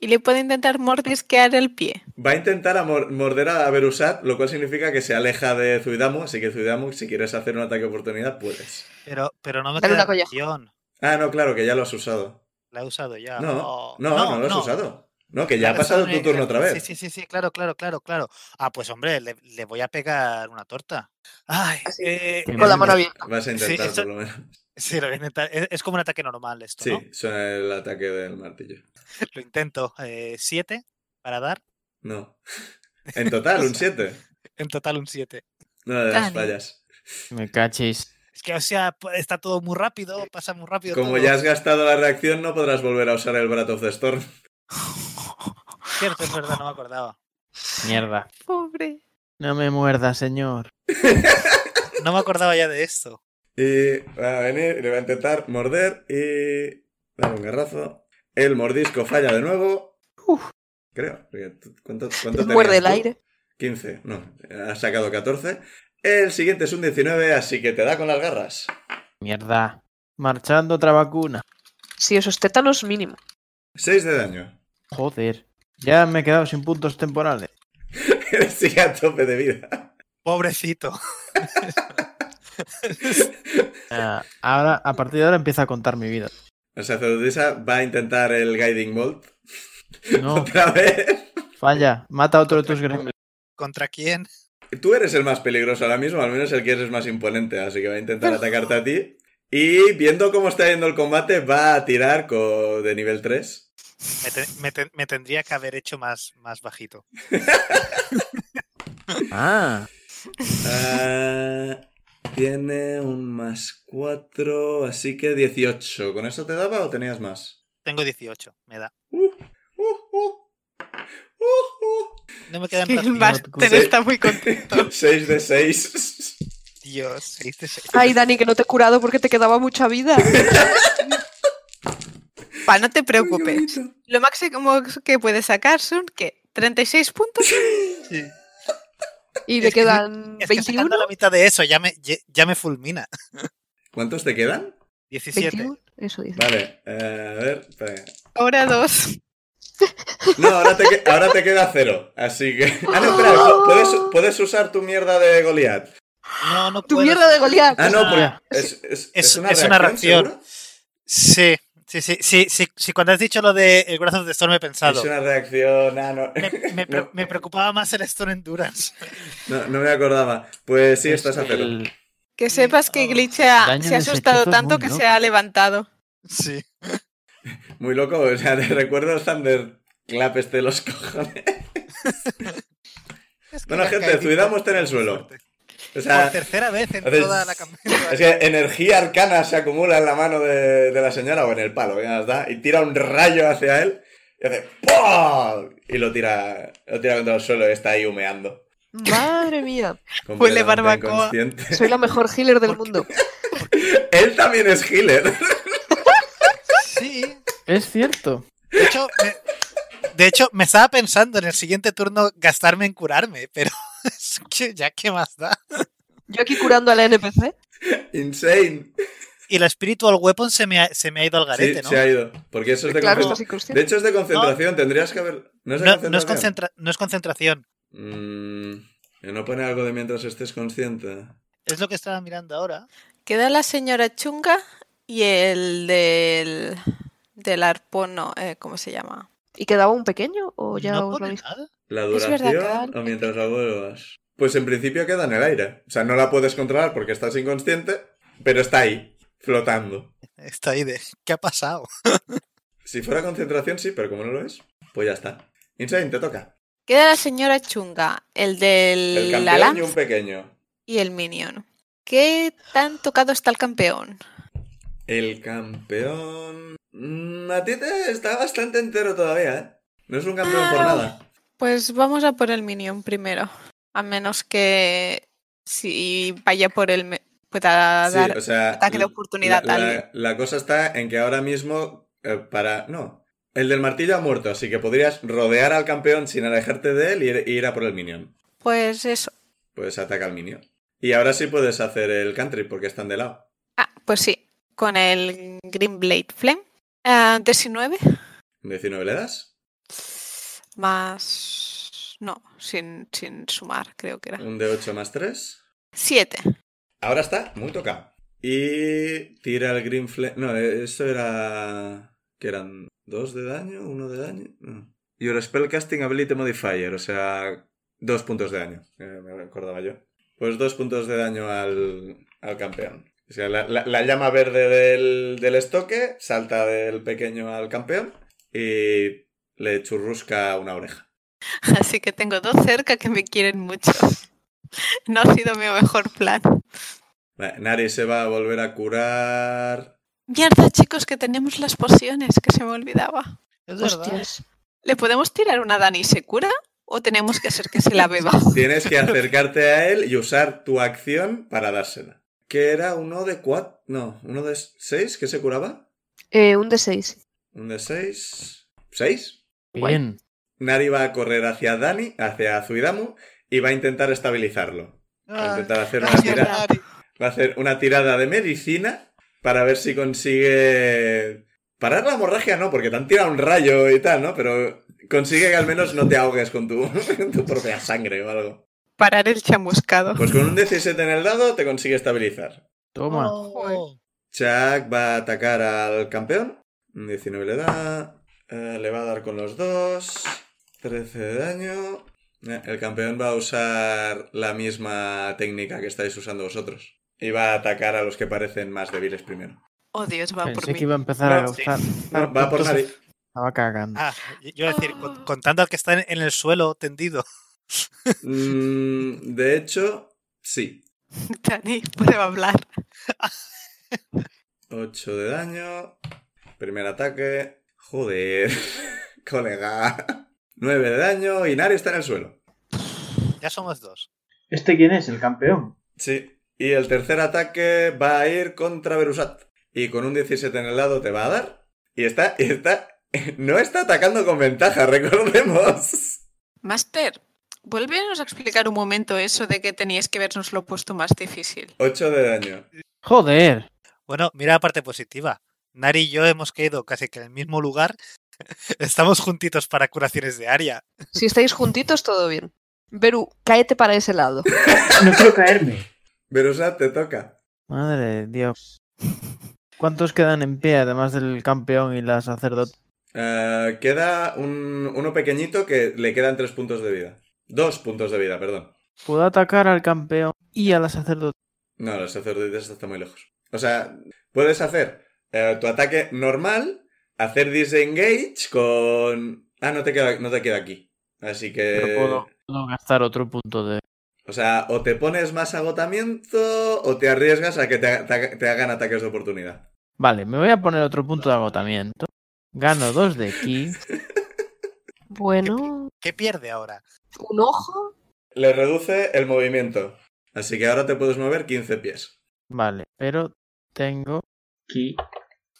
G: Y le puede intentar mordisquear el pie.
A: Va a intentar a mor- morder a Berusat, lo cual significa que se aleja de Zuidamu. Así que Zuidamu, si quieres hacer un ataque de oportunidad, puedes.
B: Pero, pero no me
C: Dale
B: queda
C: una colleja.
B: acción.
A: Ah, no, claro, que ya lo has usado.
B: La he usado ya.
A: No,
B: Oh,
A: no, no, lo has usado. No, que ya ha
B: Claro,
A: pasado
B: son,
A: tu
B: eh,
A: turno
B: eh,
A: otra vez.
B: Sí, sí, sí, sí, claro, claro, claro, claro. Ah, pues hombre, le, le voy a pegar una torta. Ay,
C: Así,
B: eh,
E: con
C: Ah, Con la mano abierta.
A: Vas a intentar,
B: Sí, esto-
A: por lo menos.
B: sí, lo voy a intentar. Es, es como un ataque normal esto,
A: Sí,
B: ¿no?
A: suena el ataque del martillo.
B: Lo intento. eh, siete para dar.
A: No. En total, un 7.
B: En total un siete.
A: No de las
G: Dani.
A: fallas.
E: Me cachis.
B: Es que, o sea, pu- está todo muy rápido, pasa muy rápido.
A: Como
B: todo.
A: ya has gastado la reacción, no podrás volver a usar el Brat of the Storm.
B: Cierto, es verdad, no me acordaba.
E: Mierda.
G: Pobre.
E: No me muerda, señor.
B: No me acordaba ya de esto.
A: Y va a venir, y le va a intentar morder y. Dame un garrazo. El mordisco falla de nuevo.
E: Uf.
A: Creo. porque tú- ¿Cuánto, cuánto
C: Te
A: tenías
C: muerde el
A: tú?
C: aire.
A: 15, no. Ha sacado 14. El siguiente es un 19, así que te da con las garras.
E: Mierda. Marchando otra vacuna.
H: Sí, esos tétanos mínimo.
A: 6 de daño.
E: Joder. Ya me he quedado sin puntos temporales.
A: Sigue a tope de vida.
B: Pobrecito.
E: Ah, ahora, a partir de ahora empieza a contar mi vida.
A: La sacerdotisa va a intentar el Guiding Bolt.
E: No,
A: Otra vez.
E: falla. Mata a otro de tus gremlins.
B: ¿Contra quién?
A: Tú eres el más peligroso ahora mismo, al menos el que eres más imponente, así que va a intentar atacarte a ti. Y viendo cómo está yendo el combate, va a tirar co- de nivel 3.
B: Me, te- me te- me tendría que haber hecho más, más bajito.
E: Ah,
A: Ah, tiene un más 4, así que 18. ¿Con eso te daba o tenías más?
B: Tengo 18, me da.
A: Uh, uh, uh. Uh,
B: No me quedan
G: El
B: más.
G: Marten está muy contento.
A: uh. 6 de 6.
B: Dios, seis de seis.
C: Ay, Dani, que no te he curado porque te quedaba mucha vida.
G: Pa, no te preocupes. Lo máximo que puedes sacar son que 36 puntos.
B: Sí.
C: Y le
B: Es que-
C: quedan
B: Es que
C: 21.
B: sacando la mitad de eso ya me, ya, ya me fulmina.
A: ¿Cuántos te quedan?
B: 17.
C: 21. Eso dice.
A: Vale, eh, a ver. espera.
G: Ahora dos.
A: No, ahora te, que- ahora te queda cero. Así que. Ah, no, espera, pu- puedes, puedes usar tu mierda de Goliath.
B: No, no
C: ¡Tu
B: puedo.
C: mierda de Goliath!
A: Ah, no, porque.
E: Ah.
A: Es, es,
B: Es- es una reacción. Sí, sí, sí, sí, sí, sí, Cuando has dicho lo de el Breath of the Storm he
A: seguro?
B: pensado.
A: Es una reacción. Ah, no.
B: Me, me pre-
A: No.
B: me preocupaba más el Stone Endurance.
A: no, no me acordaba. Pues sí,
E: es
A: estás a cero.
E: el-
G: Que sepas que
B: Oh.
G: Glitch Ah, se ha,
E: Daño
G: se ha
E: de ese
G: asustado
E: hechizo es
G: tanto
E: muy
G: que se
E: loco.
G: ha levantado.
B: Sí.
A: Muy loco, o sea, te recuerdo el Thunderclap este de los cojones.
B: Es que
A: Bueno,
B: me ha
A: gente,
B: caído
A: zuidamos en el
B: muy
A: suelo.
B: fuerte.
A: O
B: Por
A: sea,
B: tercera vez en
A: haces-
B: toda la campaña.
A: es que energía arcana se acumula en la mano de, de la señora o en el palo, ya está, y tira un rayo hacia él y hace ¡pum! Y lo tira, lo tira contra el suelo y está ahí humeando.
C: Madre mía,
A: completamente
G: barbacoa.
A: inconsciente.
C: soy la mejor healer del mundo.
A: Él también es healer.
B: Sí.
E: Es cierto.
B: De hecho, me, de hecho, me estaba pensando en el siguiente turno gastarme en curarme, pero es que ya qué más da.
C: Yo aquí curando a la NPC.
A: Insane.
B: Y la Spiritual Weapon se me ha, se me ha ido al
A: Sí,
B: garete, ¿no?
A: se ha ido. Porque eso es de
C: Claro,
A: concentra-
C: estás
A: De
C: inconsciente.
A: hecho, es de concentración. Tendrías que haber. No es de
B: No, no
A: concentración.
B: es concentra- no es concentración.
A: Mm, no pone algo de mientras estés consciente.
B: Es lo que estaba mirando ahora.
G: Queda la señora chunga y el del, del arpón, no, eh, ¿cómo se llama?
C: ¿Y quedaba un pequeño o Oh, ya
B: no
C: os lo
B: pone
C: habéis-
B: nada.
A: ¿La
G: Es
A: duración
G: verdad, claro.
A: o mientras la vuelvas? Pues en principio queda en el aire. O sea, no la puedes controlar porque estás inconsciente, pero está ahí, flotando.
B: Está ahí de. ¿Qué ha pasado?
A: Si fuera concentración, sí, pero como no lo es, pues ya está. Insane, te toca.
G: Queda la señora chunga, el
A: El
G: del
A: campeón y
G: Alan
A: un pequeño.
G: y el minion. ¿Qué tan tocado está el campeón?
A: El campeón. Mm, a ti te está bastante entero todavía, ¿eh? No es un campeón por
G: Ah.
A: nada.
G: Pues vamos a por el minion primero, a menos que si vaya por el... me- pueda
A: Sí,
G: dar
A: o sea,
G: ataque de oportunidad
A: La,
G: a
A: la-
G: alguien.
A: la cosa está en que ahora mismo, eh, para. No. El del martillo ha muerto, así que podrías rodear al campeón sin alejarte de él y ir, y ir a por el minion.
G: Pues eso.
A: Pues ataca al minion. Y ahora sí puedes hacer el country porque están de lado.
G: Ah, pues sí, con el Green Blade Flame. Ah, 19.
A: 19 le das.
G: Más. No, sin, sin sumar, creo que era.
A: Un de 8 más 3.
G: Siete.
A: Ahora está muy tocado. Y tira el green flame. No, eh, eso era. que eran? ¿Dos de daño? ¿Uno de daño? No. Your spellcasting ability modifier, o sea, dos puntos de daño. eh, me acordaba yo. Pues dos puntos de daño al, al campeón. O sea, la, la- la llama verde del, del estoque salta del pequeño al campeón y le churrusca una oreja.
G: Así que tengo dos cerca que me quieren mucho. No ha sido mi mejor plan.
A: Vale, Nari se va a volver a curar.
G: Mierda, chicos, que tenemos las pociones, que se me olvidaba.
B: Es verdad.
C: Hostias.
G: ¿Le podemos tirar una Dani y se cura? ¿O tenemos que hacer que se la beba?
A: Tienes que acercarte a él y usar tu acción para dársela. ¿Qué era uno de cuatro? No, uno de seis que se curaba.
H: Eh, un de 6.
A: Un de seis. ¿Seis?
E: Bien.
A: Nari va a correr hacia Dani, hacia Zuidamu, y va a intentar estabilizarlo.
B: Ah,
A: Va a intentar hacer una
G: Ah, gracias,
A: tirada.
G: Nari.
A: Va a hacer una tirada de medicina para ver si consigue. Parar la hemorragia no, porque te han tirado un rayo y tal, ¿no? Pero consigue que al menos no te ahogues con tu, con tu propia sangre o algo.
G: Parar el chamuscado.
A: Pues con un 17 en el dado te consigue estabilizar.
E: Toma.
D: Joder.
A: Chuck va a atacar al campeón. Un 19 le da. Eh, le va a dar con los dos. 13 de daño. Eh, El campeón va a usar la misma técnica que estáis usando vosotros. Y va a atacar a los que parecen más débiles primero.
G: Oh, Dios, va por
E: Pensé
G: mí.
E: que iba a empezar a
A: No,
E: gustar.
A: No, va por Nari.
E: Estaba cagando.
B: Ah, yo iba a decir, con- contando al que está en- en el suelo tendido.
A: Mm, de hecho, sí.
G: Dani, puede hablar.
A: 8 de daño. Primer ataque. Joder. Colega. 9 de daño y Nari está en el suelo.
B: Ya somos dos.
F: ¿Este quién es? El campeón.
A: Sí. Y el tercer ataque va a ir contra Berusat. Y con un 17 en el lado te va a dar. Y está, y está. No está atacando con ventaja, recordemos.
G: Master, vuélvenos a explicar un momento eso de que teníais que vernoslo puesto más difícil.
A: 8 de daño.
E: Joder.
B: Bueno, mira la parte positiva. Nari y yo hemos caído casi que en el mismo lugar. Estamos juntitos para curaciones de área.
C: Si estáis juntitos, todo bien. Beru, cáete para ese lado.
F: No quiero caerme.
A: Berusat te toca.
E: Madre de Dios. ¿Cuántos quedan en pie además del campeón y la sacerdote?
A: Eh, queda un- uno pequeñito que le quedan 3 puntos de vida. 2 puntos de vida, perdón.
E: ¿Puedo atacar al campeón y a la sacerdote?
A: No, los sacerdotes están muy lejos. O sea, puedes hacer eh, tu ataque normal, hacer disengage con. Ah, no te queda, no te queda aquí. Así que.
E: Pero puedo, puedo gastar otro punto de...
A: O sea, o te pones más agotamiento o te arriesgas a que te, ha- te ha- te hagan ataques de oportunidad.
E: Vale, me voy a poner otro punto de agotamiento. Gano dos de aquí.
H: Bueno,
B: ¿Qué pierde ahora?
H: un ojo.
A: Le reduce el movimiento. Así que ahora te puedes mover 15 pies.
E: Vale, pero tengo...
F: Aquí.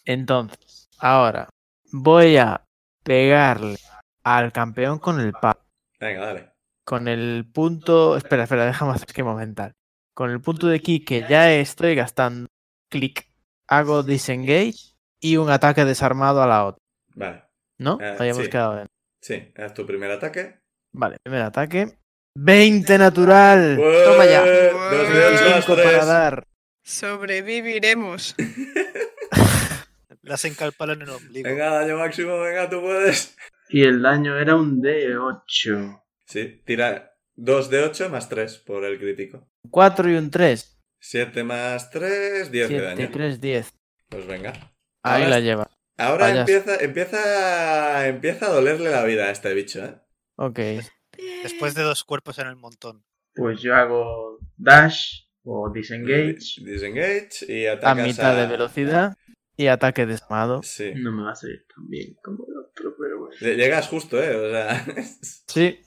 E: Entonces, ahora voy a pegarle al campeón con el palo.
A: Venga, dale.
E: Con el punto... Espera, espera, déjame hacer esquema mental. Con el punto de aquí que ya estoy gastando, clic, hago disengage y un ataque desarmado a la otra.
A: Vale.
E: ¿No?
A: Eh,
E: Habíamos
A: sí.
E: quedado en...
A: Sí, haz tu primer ataque.
E: Vale, primer ataque. 20 natural.
A: Toma
C: ya.
A: Dos de ocho, más
E: 5 para
A: tres.
E: dar.
G: Sobreviviremos.
B: La has encalpado en el ombligo.
A: Venga, daño máximo, venga, tú puedes.
F: Y el daño era un D8.
A: Sí, tira 2 de 8 más 3 por el crítico.
E: 4 y un 3.
A: 7 más 3, 10 de
E: 7,
A: daño.
E: 3, 10.
A: Pues venga.
E: Ahí
A: Ahora
E: la
A: es-
E: lleva.
A: Ahora
E: Vaya.
A: empieza, empieza, empieza a dolerle la vida a este bicho, ¿eh?
E: Ok.
B: Después de dos cuerpos en el montón.
F: Pues yo hago dash o disengage.
A: Disengage y
E: A
A: atacas
E: mitad de velocidad y ataque desmado.
A: Sí.
F: No me va a salir tan bien como el otro, pero bueno.
A: Lle- Llegas justo, ¿eh? O sea, es-
E: Sí.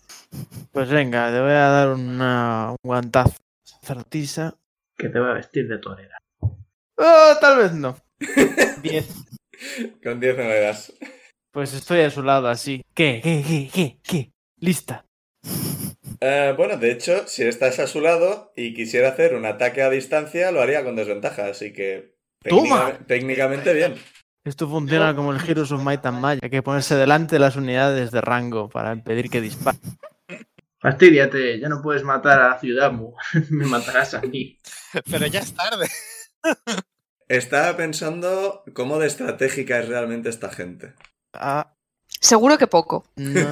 E: Pues venga, le voy a dar una, un guantazo. Certiza.
F: Que te voy a vestir de torera.
E: Oh, tal vez no. 10.
A: con 10 no le das.
E: Pues estoy a su lado así. ¿Qué? ¿Qué? ¿Qué? ¿Qué? ¿Qué? Lista.
A: Eh, bueno, de hecho, si estás a su lado y quisiera hacer un ataque a distancia, lo haría con desventaja, así que...
E: ¡Toma!
A: técnica- Técnicamente bien.
E: Esto funciona como el Heroes of Might and Magic. Hay que ponerse delante de las unidades de rango para impedir que disparen.
F: Fastidiate, ya no puedes matar a Ciudadmu. me matarás a mí.
B: Pero ya es tarde.
A: Estaba pensando cómo de estratégica es realmente esta gente.
E: Ah,
C: Seguro que poco.
E: no.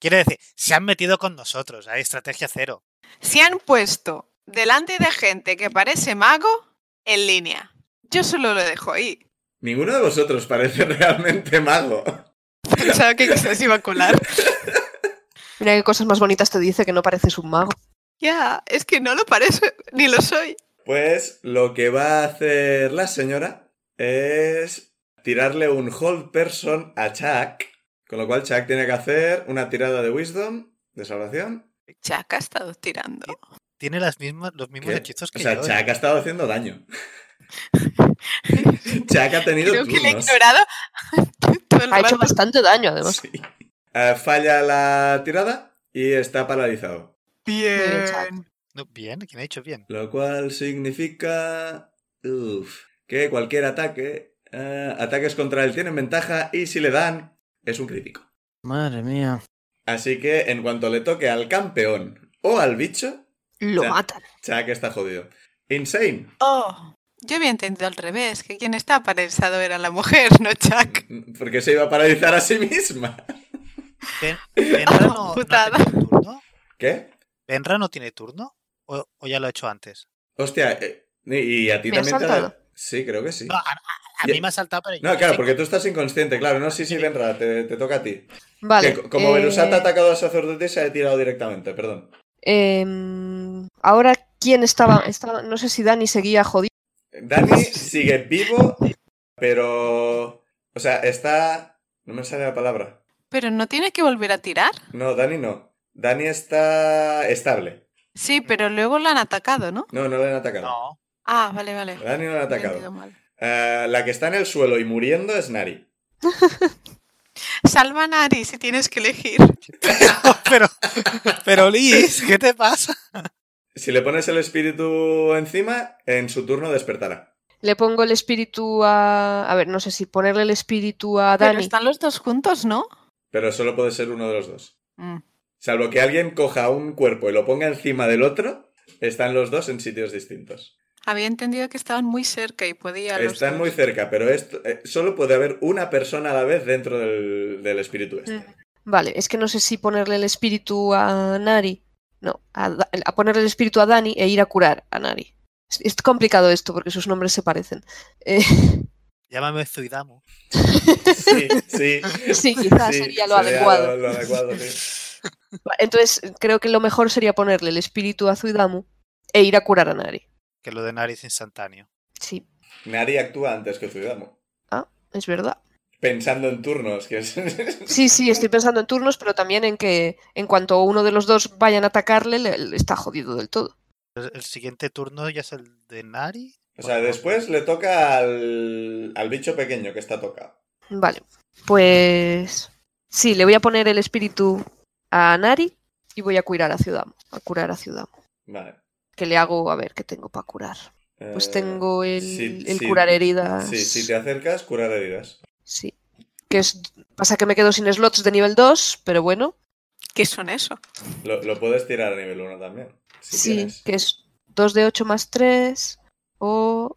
B: Quiere decir, se han metido con nosotros. Hay estrategia cero.
G: Se han puesto delante de gente que parece mago en línea. Yo solo lo dejo ahí.
A: Ninguno de vosotros parece realmente mago.
G: Pensaba que quizás iba a colar.
C: Mira qué cosas más bonitas te dice que no pareces un mago.
G: Ya, es que no lo parece, ni lo soy.
A: Pues lo que va a hacer la señora es tirarle un hold person a Chuck Con lo cual, Chuck tiene que hacer una tirada de Wisdom, de salvación.
G: Chaca ha estado tirando.
B: Tiene las mismas, los mismos
A: ¿Qué?
B: hechizos
A: O
B: que
A: sea,
B: yo. ¿eh?
A: Chuck ha estado haciendo daño. Chuck ha tenido
G: Creo que le he
A: turnos.
G: ignorado todo el
C: Ha hecho
G: rato.
C: bastante daño, además.
A: Sí. Eh, falla la tirada y está paralizado.
C: Bien.
B: No, bien, ¿quién ha hecho bien?
A: Lo cual significa uf, que cualquier ataque, eh, ataques contra él tienen ventaja y si le dan, es un crítico.
E: Madre mía.
A: Así que en cuanto le toque al campeón o al bicho,
C: Lo
A: Ya.
C: matan.
A: Chuck está jodido. Insane.
G: Oh, yo había entendido al revés, que quien está paralizado era la mujer, no Chuck.
A: Porque se iba a paralizar a sí misma.
B: Ben- Benra no, no
G: Putada.
B: tiene turno.
A: ¿Qué?
B: ¿Benra no tiene turno? ¿O, o ya lo ha hecho antes?
A: Hostia, eh, y y a ti
C: ¿Me has
A: también te da-
C: saltado?
A: Sí, creo que sí.
B: No, a, a- Ah, a
A: Ya-
B: mí me ha saltado, pero yo
A: No, claro,
B: sé
A: porque tú estás inconsciente, claro. No, sí, sí, Benra, te, te toca a ti.
C: Vale.
A: Que co- como
C: eh,
A: Berusat ha atacado al sacerdote, se ha tirado directamente, perdón.
C: em, ahora, ¿quién estaba, estaba? No sé si Dani seguía jodido.
A: Dani
G: Pues
A: sigue vivo, pero. O sea, está. No me sale la palabra.
G: Pero no tiene que volver a tirar.
A: No, Dani no. Dani está estable.
G: Sí, pero luego la han atacado, ¿no?
A: No, no le han
B: que-
A: atacado.
B: No,
G: Ah, vale, vale.
A: A Dani no le han
G: Lo he
A: atacado.
G: entendido mal.
A: Eh, la que está en el suelo y muriendo es Nari.
G: Salva a Nari si tienes que elegir.
B: pero, pero Liz, ¿qué te pasa?
A: Si le pones el espíritu encima, en su turno despertará.
C: Le pongo el espíritu a. A ver, no sé si ponerle el espíritu a
G: Pero
C: Dani.
G: están los dos juntos, ¿no?
A: Pero solo puede ser uno de los dos.
G: Mm.
A: Salvo que alguien coja un cuerpo y lo ponga encima del otro, están los dos en sitios distintos.
G: Había entendido que estaban muy cerca y podía. los
A: Están
G: dos.
A: muy cerca, pero esto, eh, solo puede haber una persona a la vez dentro del, del espíritu este.
C: Mm. Vale, es que no sé si ponerle el espíritu a Nari. No, a, Da- a ponerle el espíritu a Dani e ir a curar a Nari. Es, es complicado esto porque sus nombres se parecen. Eh,
B: Llámame Zuidamo.
A: Sí, sí.
C: sí, quizás
A: Sí,
C: sería lo adecuado.
A: Lo, lo adecuado, sí.
C: Entonces, creo que lo mejor sería ponerle el espíritu a Zuidamu e ir a curar a Nari.
B: Que lo de Nari es instantáneo.
C: Sí,
A: Nari actúa antes que Zuidamo.
C: es verdad.
A: Pensando en turnos, que es...
C: Sí, sí, estoy pensando en turnos, pero también en que en cuanto uno de los dos vayan a atacarle, le- le está jodido del todo.
B: El, el siguiente turno ya es el de Nari.
A: O sea, después le toca al, al bicho pequeño que está tocado.
C: Vale, pues sí, le voy a poner el espíritu a Nari y voy a curar a Ciudad, a curar a Ciudad.
A: Vale.
C: Que le hago, a ver, ¿qué tengo para curar? Pues
A: Eh,
C: tengo el,
A: si-
C: el
A: si-
C: curar heridas.
A: Sí, si te acercas, curar heridas.
C: Sí. Que es, pasa que me quedo sin slots de nivel 2, pero bueno,
G: ¿Qué son eso?
A: Lo, lo puedes tirar a nivel 1 también. Si
C: sí,
A: quieres.
C: que es 2 de 8 más 3 o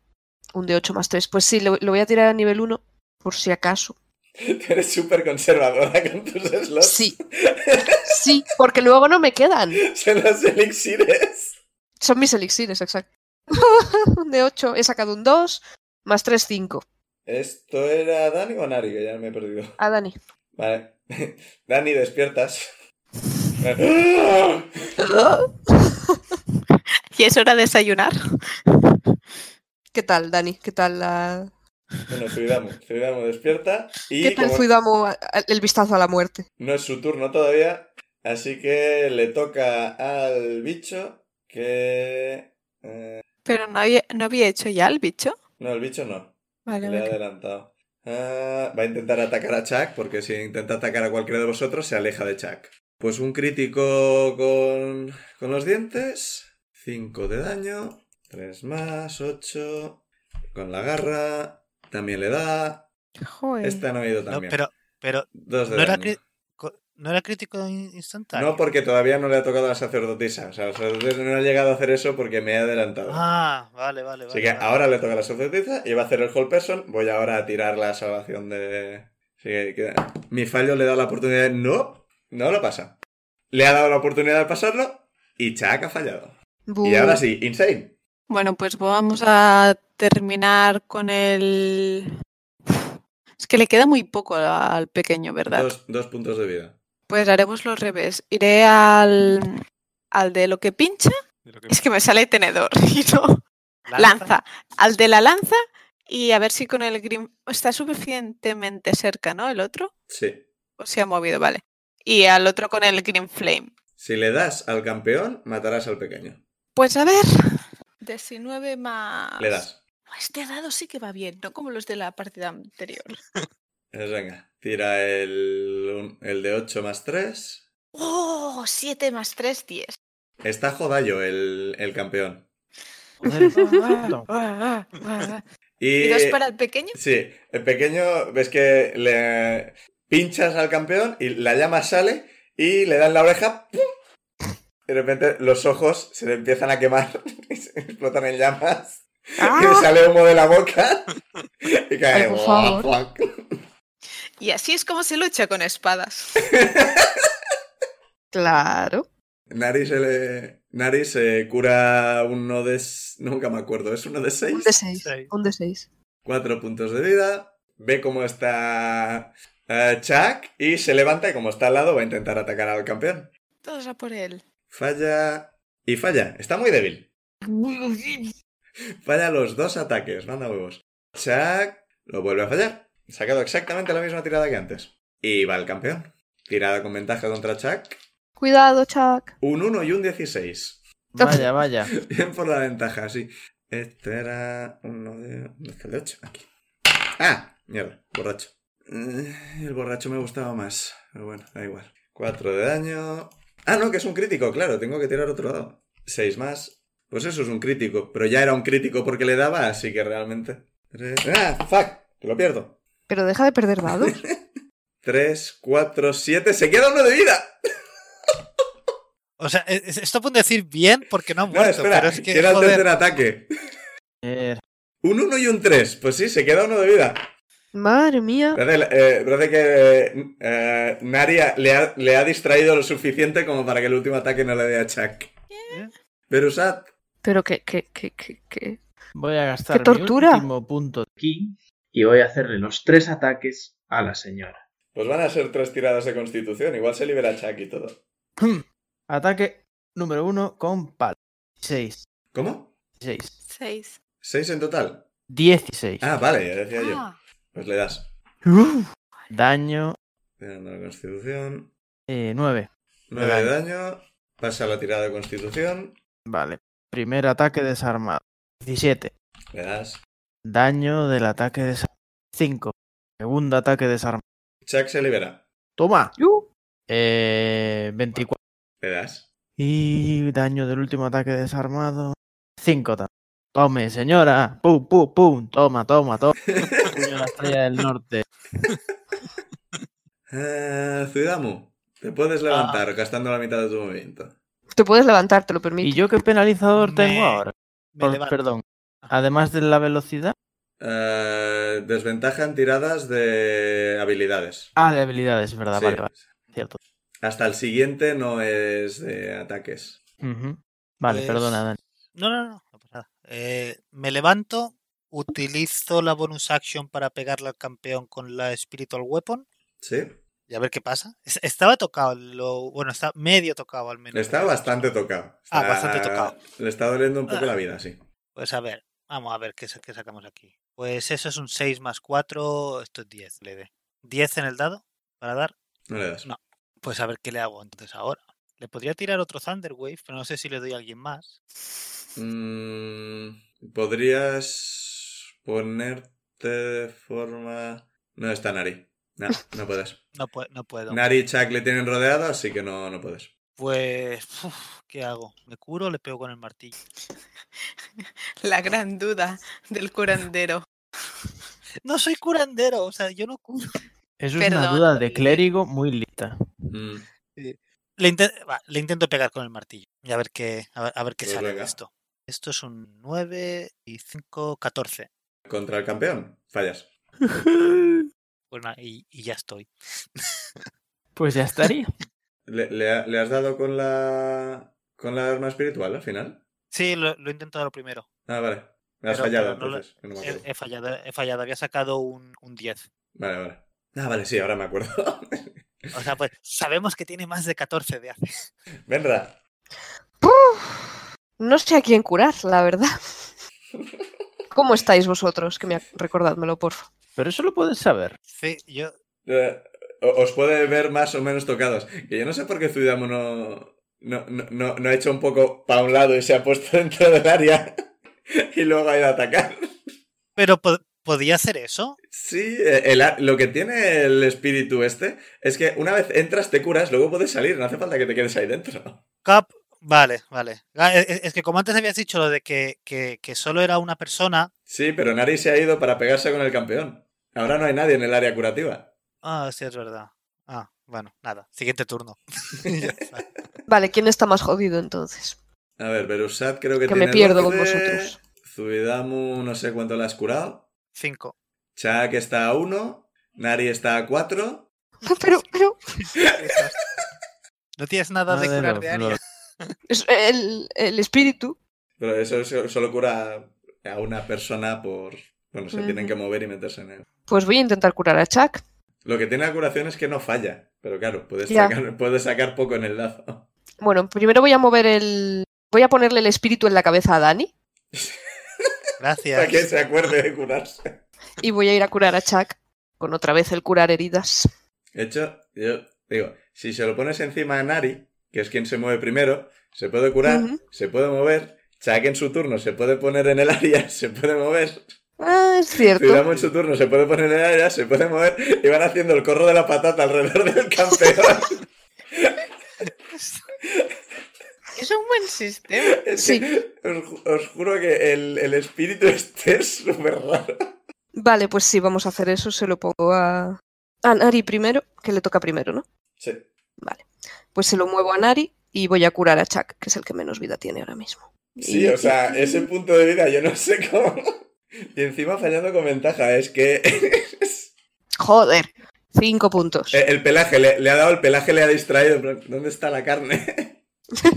C: un de 8 más 3. Pues sí, lo, lo voy a tirar a nivel 1 por si acaso.
A: Eres súper conservadora con tus slots.
C: Sí. Sí, porque luego no me quedan.
A: Son los elixires.
C: Son mis elixires, exacto. De 8 he sacado un 2, más 3, 5.
A: ¿Esto era Dani o Nari? Que ya me he perdido.
C: A Ah, Dani.
A: Vale. Dani, despiertas.
G: ¿Y es hora de desayunar?
C: ¿Qué tal, Dani? ¿Qué tal, la...
A: bueno, Zuidamu. Zuidamu despierta. Y
C: ¿Qué tal
A: como
C: Zuidamu a- a- el vistazo a la muerte?
A: no es su turno todavía, así que le toca al bicho que...
G: Pero no había, no había hecho ya el bicho.
A: No, el bicho no.
G: Vale,
A: Le he
G: vale.
A: adelantado. Ah, va a intentar atacar a Chuck, porque si intenta atacar a cualquiera de vosotros, se aleja de Chuck. Pues un crítico con, con los dientes. 5 de daño. 3 más, 8. Con la garra. También le da.
G: Joder.
A: Esta no ha ido
B: No,
A: también.
B: pero, pero
A: 2 de
B: no, era
A: daño.
B: cri- co- no era crítico in- instantáneo.
A: No, porque todavía no le ha tocado a la sacerdotisa. O sea, la sacerdotisa no ha llegado a hacer eso porque me he adelantado.
B: Ah, vale, vale, vale.
A: Así que
B: vale.
A: ahora le toca a la sacerdotisa y va a hacer el whole person. Voy ahora a tirar la salvación de. Así que queda- mi fallo le da la oportunidad. de- No, no lo pasa. Le ha dado la oportunidad de pasarlo y Chuck ha fallado. Y
G: Uh.
C: Bu-
A: ahora sí, insane.
G: Bueno, pues vamos a terminar con el. Es que le queda muy poco a- al pequeño, ¿verdad?
A: Dos, dos puntos de vida.
G: Pues haremos lo revés. Iré al, al de lo que pincha. Es que me sale tenedor y no. Lanza. Al de la lanza y a ver si con el grim. Está suficientemente cerca, ¿no? El otro.
A: Sí.
G: o se ha movido, vale. Y al otro con el Green Flame.
A: Si le das al campeón, matarás al pequeño.
G: Pues a ver. 19 más.
A: Le das.
G: Este dado sí que va bien, no como los de la partida anterior.
A: Pues venga, tira el, un- el de 8 más 3.
G: ¡Oh! 7 más 3, 10.
A: Está jodallo el, el campeón.
G: Ah,
A: Y,
G: ¿Y
D: Eh,
G: dos para el pequeño?
A: Sí, el pequeño, ves que le pinchas al campeón y la llama sale y le dan la oreja. ¡pum! De repente los ojos se le empiezan a quemar y se explotan en llamas. Y le sale humo de la boca y
H: Ah.
A: cae.
H: Ay, por favor.
A: ¡guac, guac!
G: Y así es como se lucha con espadas.
H: Claro.
A: Nari se le. Nari se cura uno de. s- Nunca me acuerdo, ¿es uno de
H: Un
A: seis?
H: de 6.
B: Seis.
H: Un de 6.
A: Cuatro puntos de vida. Ve cómo está eh, Chuck y se levanta y como está al lado va a intentar atacar al campeón.
G: Todos a por él.
A: Falla. Y falla, está muy débil. Falla los dos ataques, manda huevos. Chuck lo vuelve a fallar. Ha sacado exactamente la misma tirada que antes. Y va el campeón. Tirada con ventaja contra Chuck.
H: Cuidado, Chuck.
A: Un 1 y un 16.
E: Vaya, vaya.
A: Bien por la ventaja, sí. Este era uno de... ¿Dónde está el de 8? Aquí. ¡Ah! Mierda, borracho. Eh, El borracho me gustaba más. Pero bueno, da igual. 4 de daño. Ah, no, que es un crítico, claro. Tengo que tirar otro dado. 6 más. Pues eso es un crítico. Pero ya era un crítico porque le daba, así que realmente... Tres- ¡Ah! ¡Fuck! Que lo pierdo.
H: Pero deja de perder dados.
A: 3, 4, 7. ¡Se queda uno de vida!
B: O sea, es- es- esto pueden decir bien porque no ha
A: No,
B: muerto,
A: espera.
B: pero es que.
A: Queda el
B: joder,
A: tercer ataque.
E: Eh,
A: Un 1 y un 3. Pues sí, se queda uno de vida.
H: Madre mía.
A: Parece, eh, parece que eh, Nari ha- le ha, le ha distraído lo suficiente como para que el último ataque no le dé a Chuck. Berusat,
H: Pero que, que, que, que, que-
E: voy a gastar
H: ¡Qué tortura!
E: mi último punto.
F: Aquí y voy a hacerle los tres ataques a la señora.
A: pues van a ser tres tiradas de constitución. Igual se libera Chuck y todo.
E: Ataque número uno con palo. 6.
A: ¿Cómo?
E: 6.
G: 6.
A: ¿Seis en total?
E: 16.
A: Ah, vale, ya decía yo. Pues le das.
E: Uf. Daño eh,
A: Tirando la constitución.
E: 9.
A: Nueve de
E: Vale.
A: daño. Pasa la tirada de constitución.
E: Vale. Primer ataque desarmado. 17.
A: Le das.
E: Daño del ataque desarmado. 5. Segundo ataque desarmado.
A: Chuck se libera.
E: Toma.
B: Uh.
H: ¡Yu!
E: Eh, 24.
A: Le das.
E: Y daño del último ataque desarmado. 5 Tome, señora. Pum, pum, pum. Toma, toma, toma. Puño la estrella del norte.
A: Eh, Zuidamu, te puedes levantar gastando la mitad de tu movimiento.
H: Te puedes levantar, te lo
E: ¿Y
H: permito.
E: yo qué penalizador
B: Me-
E: tengo ahora?
B: me
E: Por-
B: levanto.
E: perdón. Además de la velocidad.
A: Eh, desventaja en tiradas de habilidades.
E: Ah, de habilidades, es verdad.
A: Sí.
E: Vale, vale. Cierto.
A: Hasta el siguiente no es de ataques.
E: Ujú. Vale,
B: Pues-
E: perdona, Dani.
B: No, no, no, no pasa nada. Eh, me levanto, utilizo la bonus action para pegarle al campeón con la Spiritual Weapon
A: Sí.
B: y a ver qué pasa. Es- Estaba tocado, lo, bueno, está medio tocado al menos. ¿eh?
A: Está bastante tocado.
B: Ah,
A: Está-
B: bastante tocado.
A: Le está doliendo un poco
B: Ah.
A: la vida, sí.
B: Pues a ver, vamos a ver qué, sa- qué sacamos aquí. Pues eso es un 6 más 4, esto es 10, le dé. 10 en el dado para dar.
A: No le das.
B: No. Pues a ver qué le hago entonces ahora. Le podría tirar otro Thunder Wave, pero no sé si le doy a alguien más.
A: Mm, Podrías ponerte de forma. No está Nari. No, no puedes.
B: No, pue- no puedo.
A: Nari y Chuck le tienen rodeado, así que no, no puedes.
B: Pues, uf, ¿qué hago? ¿Me curo o le pego con el martillo?
G: La gran duda del curandero.
B: No soy curandero, o sea, yo no curo.
E: Eso es una
G: Perdón.
E: duda de clérigo muy lista.
A: Mm,
B: Le, inte- va, le intento pegar con el martillo y a ver qué, a ver, a ver qué
A: Pues
B: sale de
A: venga.
B: esto. Esto es un 9 y 5, 14.
A: Contra el campeón, fallas.
B: Bueno, Pues y, y ya estoy.
E: Pues ya estaría.
A: ¿Le, le ha- le has dado con la. con la arma espiritual al final?
B: Sí, lo, lo he intentado lo primero.
A: Ah, vale. Me has
B: Pero-
A: fallado,
B: pero no eh, lo-
A: entonces. que no me acuerdo.
B: He, he fallado, he fallado, había sacado un, un 10.
A: Vale, vale. Ah, vale, sí, ahora me acuerdo.
B: O sea, pues sabemos que tiene más de 14 de hace.
A: Venra,
H: Puf. No sé a quién curar, la verdad. ¿Cómo estáis vosotros? Que me ha- recordádmelo, porfa.
E: Pero eso lo puedes saber.
B: Sí, yo
A: eh, o- os puede ver más o menos tocados. Que yo no sé por qué Zuidamo no, no, no, no, no ha hecho un poco para un lado y se ha puesto dentro del área y luego ha ido a atacar.
B: Pero po- podía hacer eso.
A: Sí, eh, el a- lo que tiene el espíritu este es que una vez entras te curas, luego puedes salir, no hace falta que te quedes ahí dentro.
B: Cap, vale, vale. Ah, e- e- Es, que como antes habías dicho lo de que, que- que solo era una persona.
A: Sí, pero Nari se ha ido para pegarse con el campeón. Ahora no hay nadie en el área curativa.
B: Ah, sí, es verdad. Ah, bueno, nada. Siguiente turno. Ya está.
C: Vale, ¿quién está más jodido entonces?
A: A ver, Berusat creo que,
C: Que me
A: tiene
C: pierdo con
A: 12,
C: vosotros.
A: Zuidamu no sé cuánto la has curado.
B: Cinco.
A: Chak está a 1. Nari está a 4.
C: Pero, pero,
B: No tienes nada de
E: Madre
B: curar
E: lo-
B: de área.
E: lo-
C: es el, el espíritu.
A: Pero eso es- solo cura a una persona por... Bueno, se
C: Ujú.
A: tienen que mover y meterse en él.
C: Pues voy a intentar curar a Chuck.
A: Lo que tiene la curación es que no falla. Pero claro, puedes,
C: Ya.
A: sacar, puedes sacar poco en el lazo.
C: Bueno, primero voy a mover el. Voy a ponerle el espíritu en la cabeza a Dani
A: Para que
B: Gracias.
A: se acuerde de curarse.
C: y voy a ir a curar a Chuck con otra vez el curar heridas.
A: De hecho, yo digo, si se lo pones encima a Nari, que es quien se mueve primero, se puede curar,
C: Ujú.
A: se puede mover. Chak en su turno se puede poner en el área, se puede mover.
C: Ah, es cierto.
A: Cuidamos en su turno, se puede poner en el área, se puede mover y van haciendo el corro de la patata alrededor del campeón.
D: Es un buen sistema.
A: Es
C: Sí.
A: que os, ju- os juro que el, el espíritu este es súper raro.
C: Vale, pues sí, vamos a hacer eso. Se lo pongo a. A Nari primero, que le toca primero, ¿no?
A: Sí.
C: Pues se lo muevo a Nari y voy a curar a Chuck, que es el que menos vida tiene ahora mismo.
A: Sí, o sea, ese punto de vida yo no sé cómo. Y encima fallando con ventaja, es que
C: Joder, cinco puntos.
A: Eh, el el pelaje, le, le ha dado el pelaje, le ha distraído. en plan, ¿Dónde está la carne?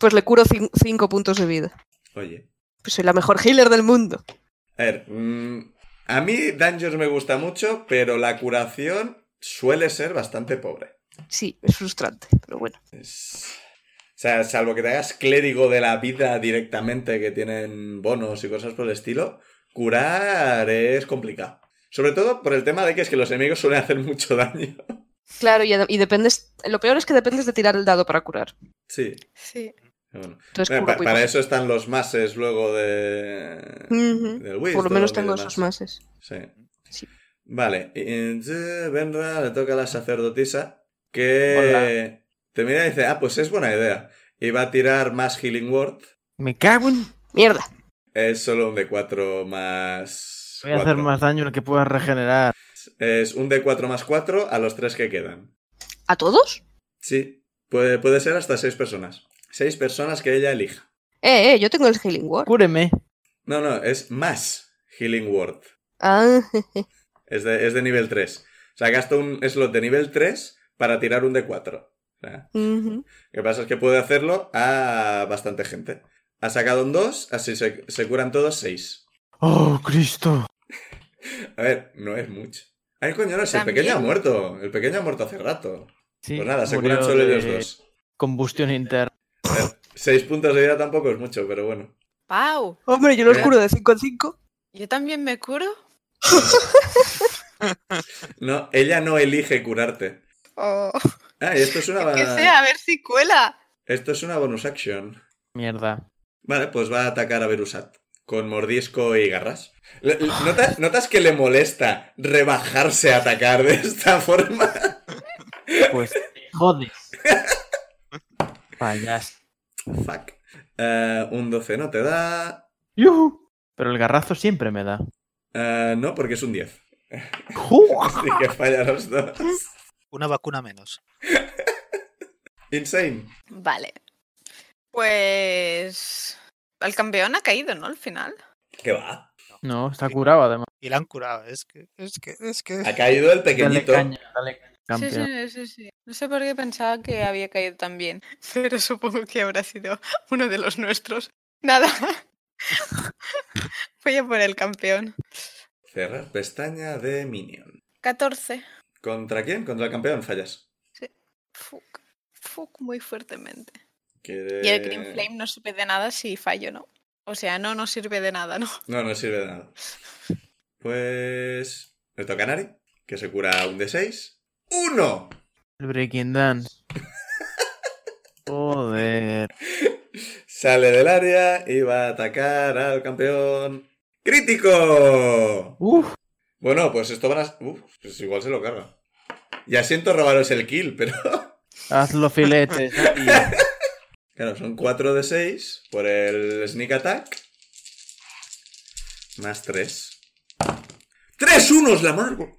C: Pues le curo cin- cinco puntos de vida.
A: Oye,
C: Pues soy la mejor healer del mundo.
A: a ver, mm, a mí Dungeons me gusta mucho, pero la curación suele ser bastante pobre.
C: Sí, es frustrante, pero bueno.
A: Es- O sea, salvo que te hagas clérigo de la vida directamente, que tienen bonos y cosas por el estilo, curar es complicado. Sobre todo por el tema de que es que los enemigos suelen hacer mucho daño.
C: Claro, y, y dependes. Lo peor es que dependes de tirar el dado para curar.
A: Sí.
D: Sí.
A: Bueno.
C: Entonces,
A: Bueno,
C: curo
A: Eh, pa-
C: muy
A: para
C: poco.
A: eso están los mases luego de...
C: Ujú.
A: del
C: Mm. Por lo menos
A: wisdom y
C: tengo
A: demás.
C: esos mases.
A: Sí.
C: Sí.
A: Vale, y entonces Benra le toca a la sacerdotisa que te mira y dice, ah, pues es buena idea. Y va a tirar más Healing Word.
E: Me cago en.
C: Mierda.
A: Es solo un D4 más...
E: Voy a hacer
A: cuatro.
E: más daño en el que pueda regenerar.
A: Es un D4 más 4 a los tres que quedan.
C: ¿A todos?
A: Sí, puede, puede ser hasta seis personas. Seis personas que ella elija.
C: Eh, eh, yo tengo el Healing Word.
E: Cúreme.
A: No, no, es más Healing Word.
C: Ah,
A: Es de, es de nivel 3. O sea, gasto un slot de nivel 3 para tirar un D4. O sea,
C: ujú.
A: lo que pasa es que puede hacerlo a bastante gente. Ha sacado un 2, así se, se curan todos 6.
E: ¡Oh, Cristo!
A: A ver, no es mucho. Ay, coño, no, si el
D: También.
A: pequeño ha muerto. El pequeño ha muerto hace rato.
E: Sí,
A: pues nada, se
E: murió
A: curan solo
E: de
A: ellos dos.
E: Combustión interna.
A: 6 puntos de vida tampoco es mucho, pero bueno.
D: Pau,
C: Hombre, yo los
A: Eh.
C: curo de 5 en 5.
D: yo también me curo.
A: No, ella no elige curarte.
D: O
A: Ah, y esto es una,
D: Oh. que sea, a ver si cuela.
A: esto es una bonus action.
E: Mierda.
A: Vale, pues va a atacar a Berusat. Con mordisco y garras. Le- le- nota- ¿Notas que le molesta rebajarse a atacar de esta forma?
E: Pues te jodes. Fallas.
A: Fuck. Eh, un 12 no te da.
E: ¡Yujú! Pero el garrazo siempre me da.
A: Eh, no, porque es un 10.
E: ¡Jua!
A: Así que falla los dos.
B: Una vacuna menos.
A: Insane.
D: Vale. Pues. El campeón ha caído, ¿no? Al final.
A: ¿Qué va?
E: No, está curado además.
B: Y la han curado. Es que, es que, es que.
A: Ha caído el
E: Dale
A: pequeñito.
E: caña, dale caña.
D: Sí,
E: Campeón.
D: sí, sí, sí. No sé por qué pensaba que había caído tan bien, pero supongo que habrá sido uno de los nuestros. Nada. Voy a por el campeón.
A: Cerrar pestaña de Minion.
D: 14.
A: ¿Contra quién? Contra el campeón, fallas.
D: Fuck. Fuck muy fuertemente.
A: Quiere-
D: Y el Green Flame no sirve de nada si fallo, ¿no? O sea, no nos sirve de nada, ¿no?
A: No, no sirve de nada. Pues. Le toca a Nari, que se cura un D6. uno.
E: El Breaking Dance. Joder.
A: Sale del área y va a atacar al campeón. ¡Crítico!
E: Uf,
A: Bueno, pues esto van a. Uf, pues igual se lo carga. Ya siento robaros el kill, pero.
E: haz los filetes. tío.
A: Claro, son 4 de 6 por el sneak attack. Más 3. ¡Tres unos la mano!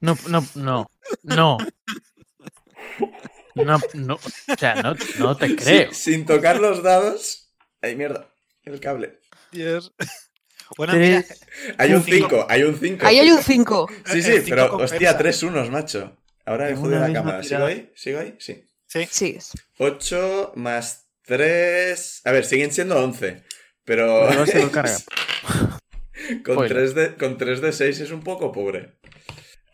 E: No, no, no. No. No, no. O sea, no, no te creo.
A: sin tocar los dados. ¡Ay, mierda! El cable.
B: Dios. Bueno, mira,
E: Tres-
A: Hay un
B: Un cinco.
A: 5, hay un 5.
H: Ahí hay un 5.
A: Sí, sí,
B: El cinco
A: pero
B: compensa.
A: hostia, tres unos, macho. Ahora he
E: En
A: jodido
E: una
A: la
E: misma
A: cámara. ¿Sigo
E: tirada.
A: ahí? ¿Sigo ahí? Sí.
B: sí.
H: Sí.
A: 8 más 3. A ver, siguen siendo 11. Pero.
E: Pero no se lo carga.
A: con,
E: Spoiler.
A: 3 de, con 3 de 6 es un poco pobre.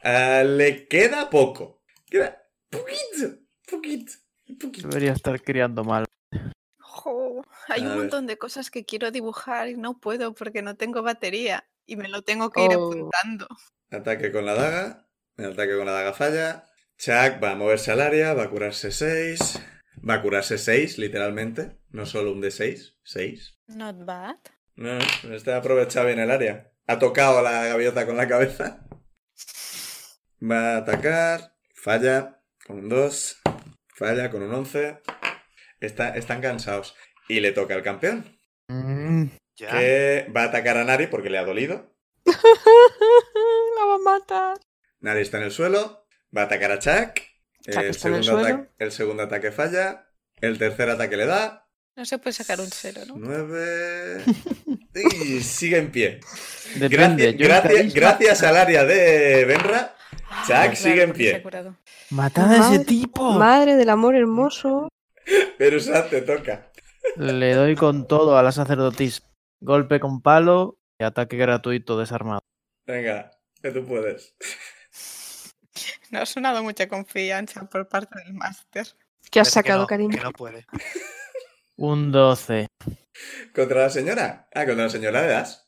A: Ah, le queda poco. Queda. Poquito. Poquito. Poquito.
E: Debería estar criando mal.
G: Jo, hay
A: A
G: un
A: ver.
G: montón de cosas que quiero dibujar y no puedo porque no tengo batería y me lo tengo que ir
H: Oh.
G: apuntando.
A: Ataque con la daga. El ataque con la daga falla. Chuck va a moverse al área, va a curarse 6. Va a curarse 6, literalmente. No solo un de 6. 6.
G: Not bad.
A: No, no está aprovechado bien el área. Ha tocado la gaviota con la cabeza. Va a atacar. Falla con un 2. Falla con un 11. Está, están cansados. Y le toca al campeón.
E: Mm,
B: Ya.
A: Que va a atacar a Nari porque le ha dolido.
H: La va a matar.
A: Nari está en el suelo. Va a atacar a Chuck.
H: Chuck está en el
A: segundo
H: suelo.
A: ata- el segundo ataque falla. El tercer ataque le da.
G: No se puede sacar un cero, ¿no?
A: 9. Y sigue en pie.
E: Depende.
A: Gracias-
E: yo
A: gracias,
E: nunca he
A: gracias al área de Benra.
G: Ah,
A: Zack sigue en
G: porque se
A: pie.
G: ha curado.
E: visto- Matad a ese
H: Madre-
E: tipo.
H: Madre del amor hermoso.
A: Pero Sam te toca.
E: Le doy con todo a la sacerdotisa. Golpe con palo y ataque gratuito desarmado.
A: Venga, que tú puedes.
G: No ha sonado mucha confianza por parte del máster.
H: ¿Qué has
B: Parece que
H: sacado,
B: no,
H: cariño?
B: Que no puede.
E: Un 12.
A: ¿Contra la señora? Ah, contra la señora le das.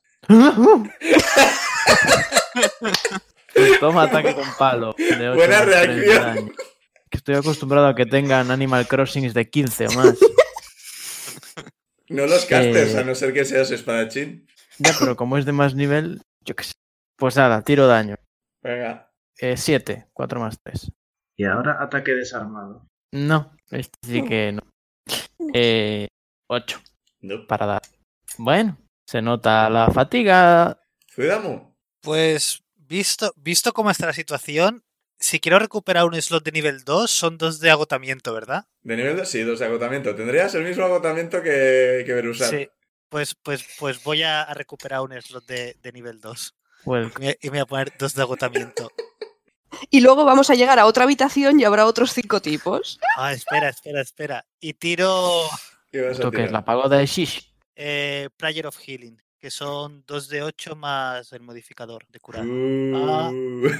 E: Pues Toma ataque con palo. de ocho
A: Buena
E: más tres de
A: reacción.
E: daño. Que estoy acostumbrado a que tengan Animal Crossings de 15 o más.
A: No los casters,
E: Eh.
A: a no ser que seas espadachín.
E: Ya, pero como es de más nivel, yo qué sé. Pues nada, tiro daño.
A: Venga.
E: 7, 4 más 3.
F: Y ahora ataque desarmado.
E: No, este sí que no. 8
A: No.
E: para dar. Bueno, se nota la fatiga.
A: Zuidamu.
B: Pues visto, visto cómo está la situación, si quiero recuperar un slot de nivel 2, son dos de agotamiento, ¿verdad?
A: De nivel 2, sí, 2 de agotamiento. Tendrías el mismo agotamiento que, que Berusat.
B: Sí. Pues, pues, pues voy a, a recuperar un slot de, de nivel 2.
E: Well,
B: Y me- Y me voy a poner dos de agotamiento.
H: Y luego vamos a llegar a otra habitación y habrá otros cinco tipos.
B: Ah, espera, espera, espera. Y tiro
A: ¿Qué vas a
E: esto que es
A: tirar?
E: la pagoda de Shish.
B: eh, Prayer of Healing, que son dos de 8 más el modificador de curar.
A: Uh.
B: A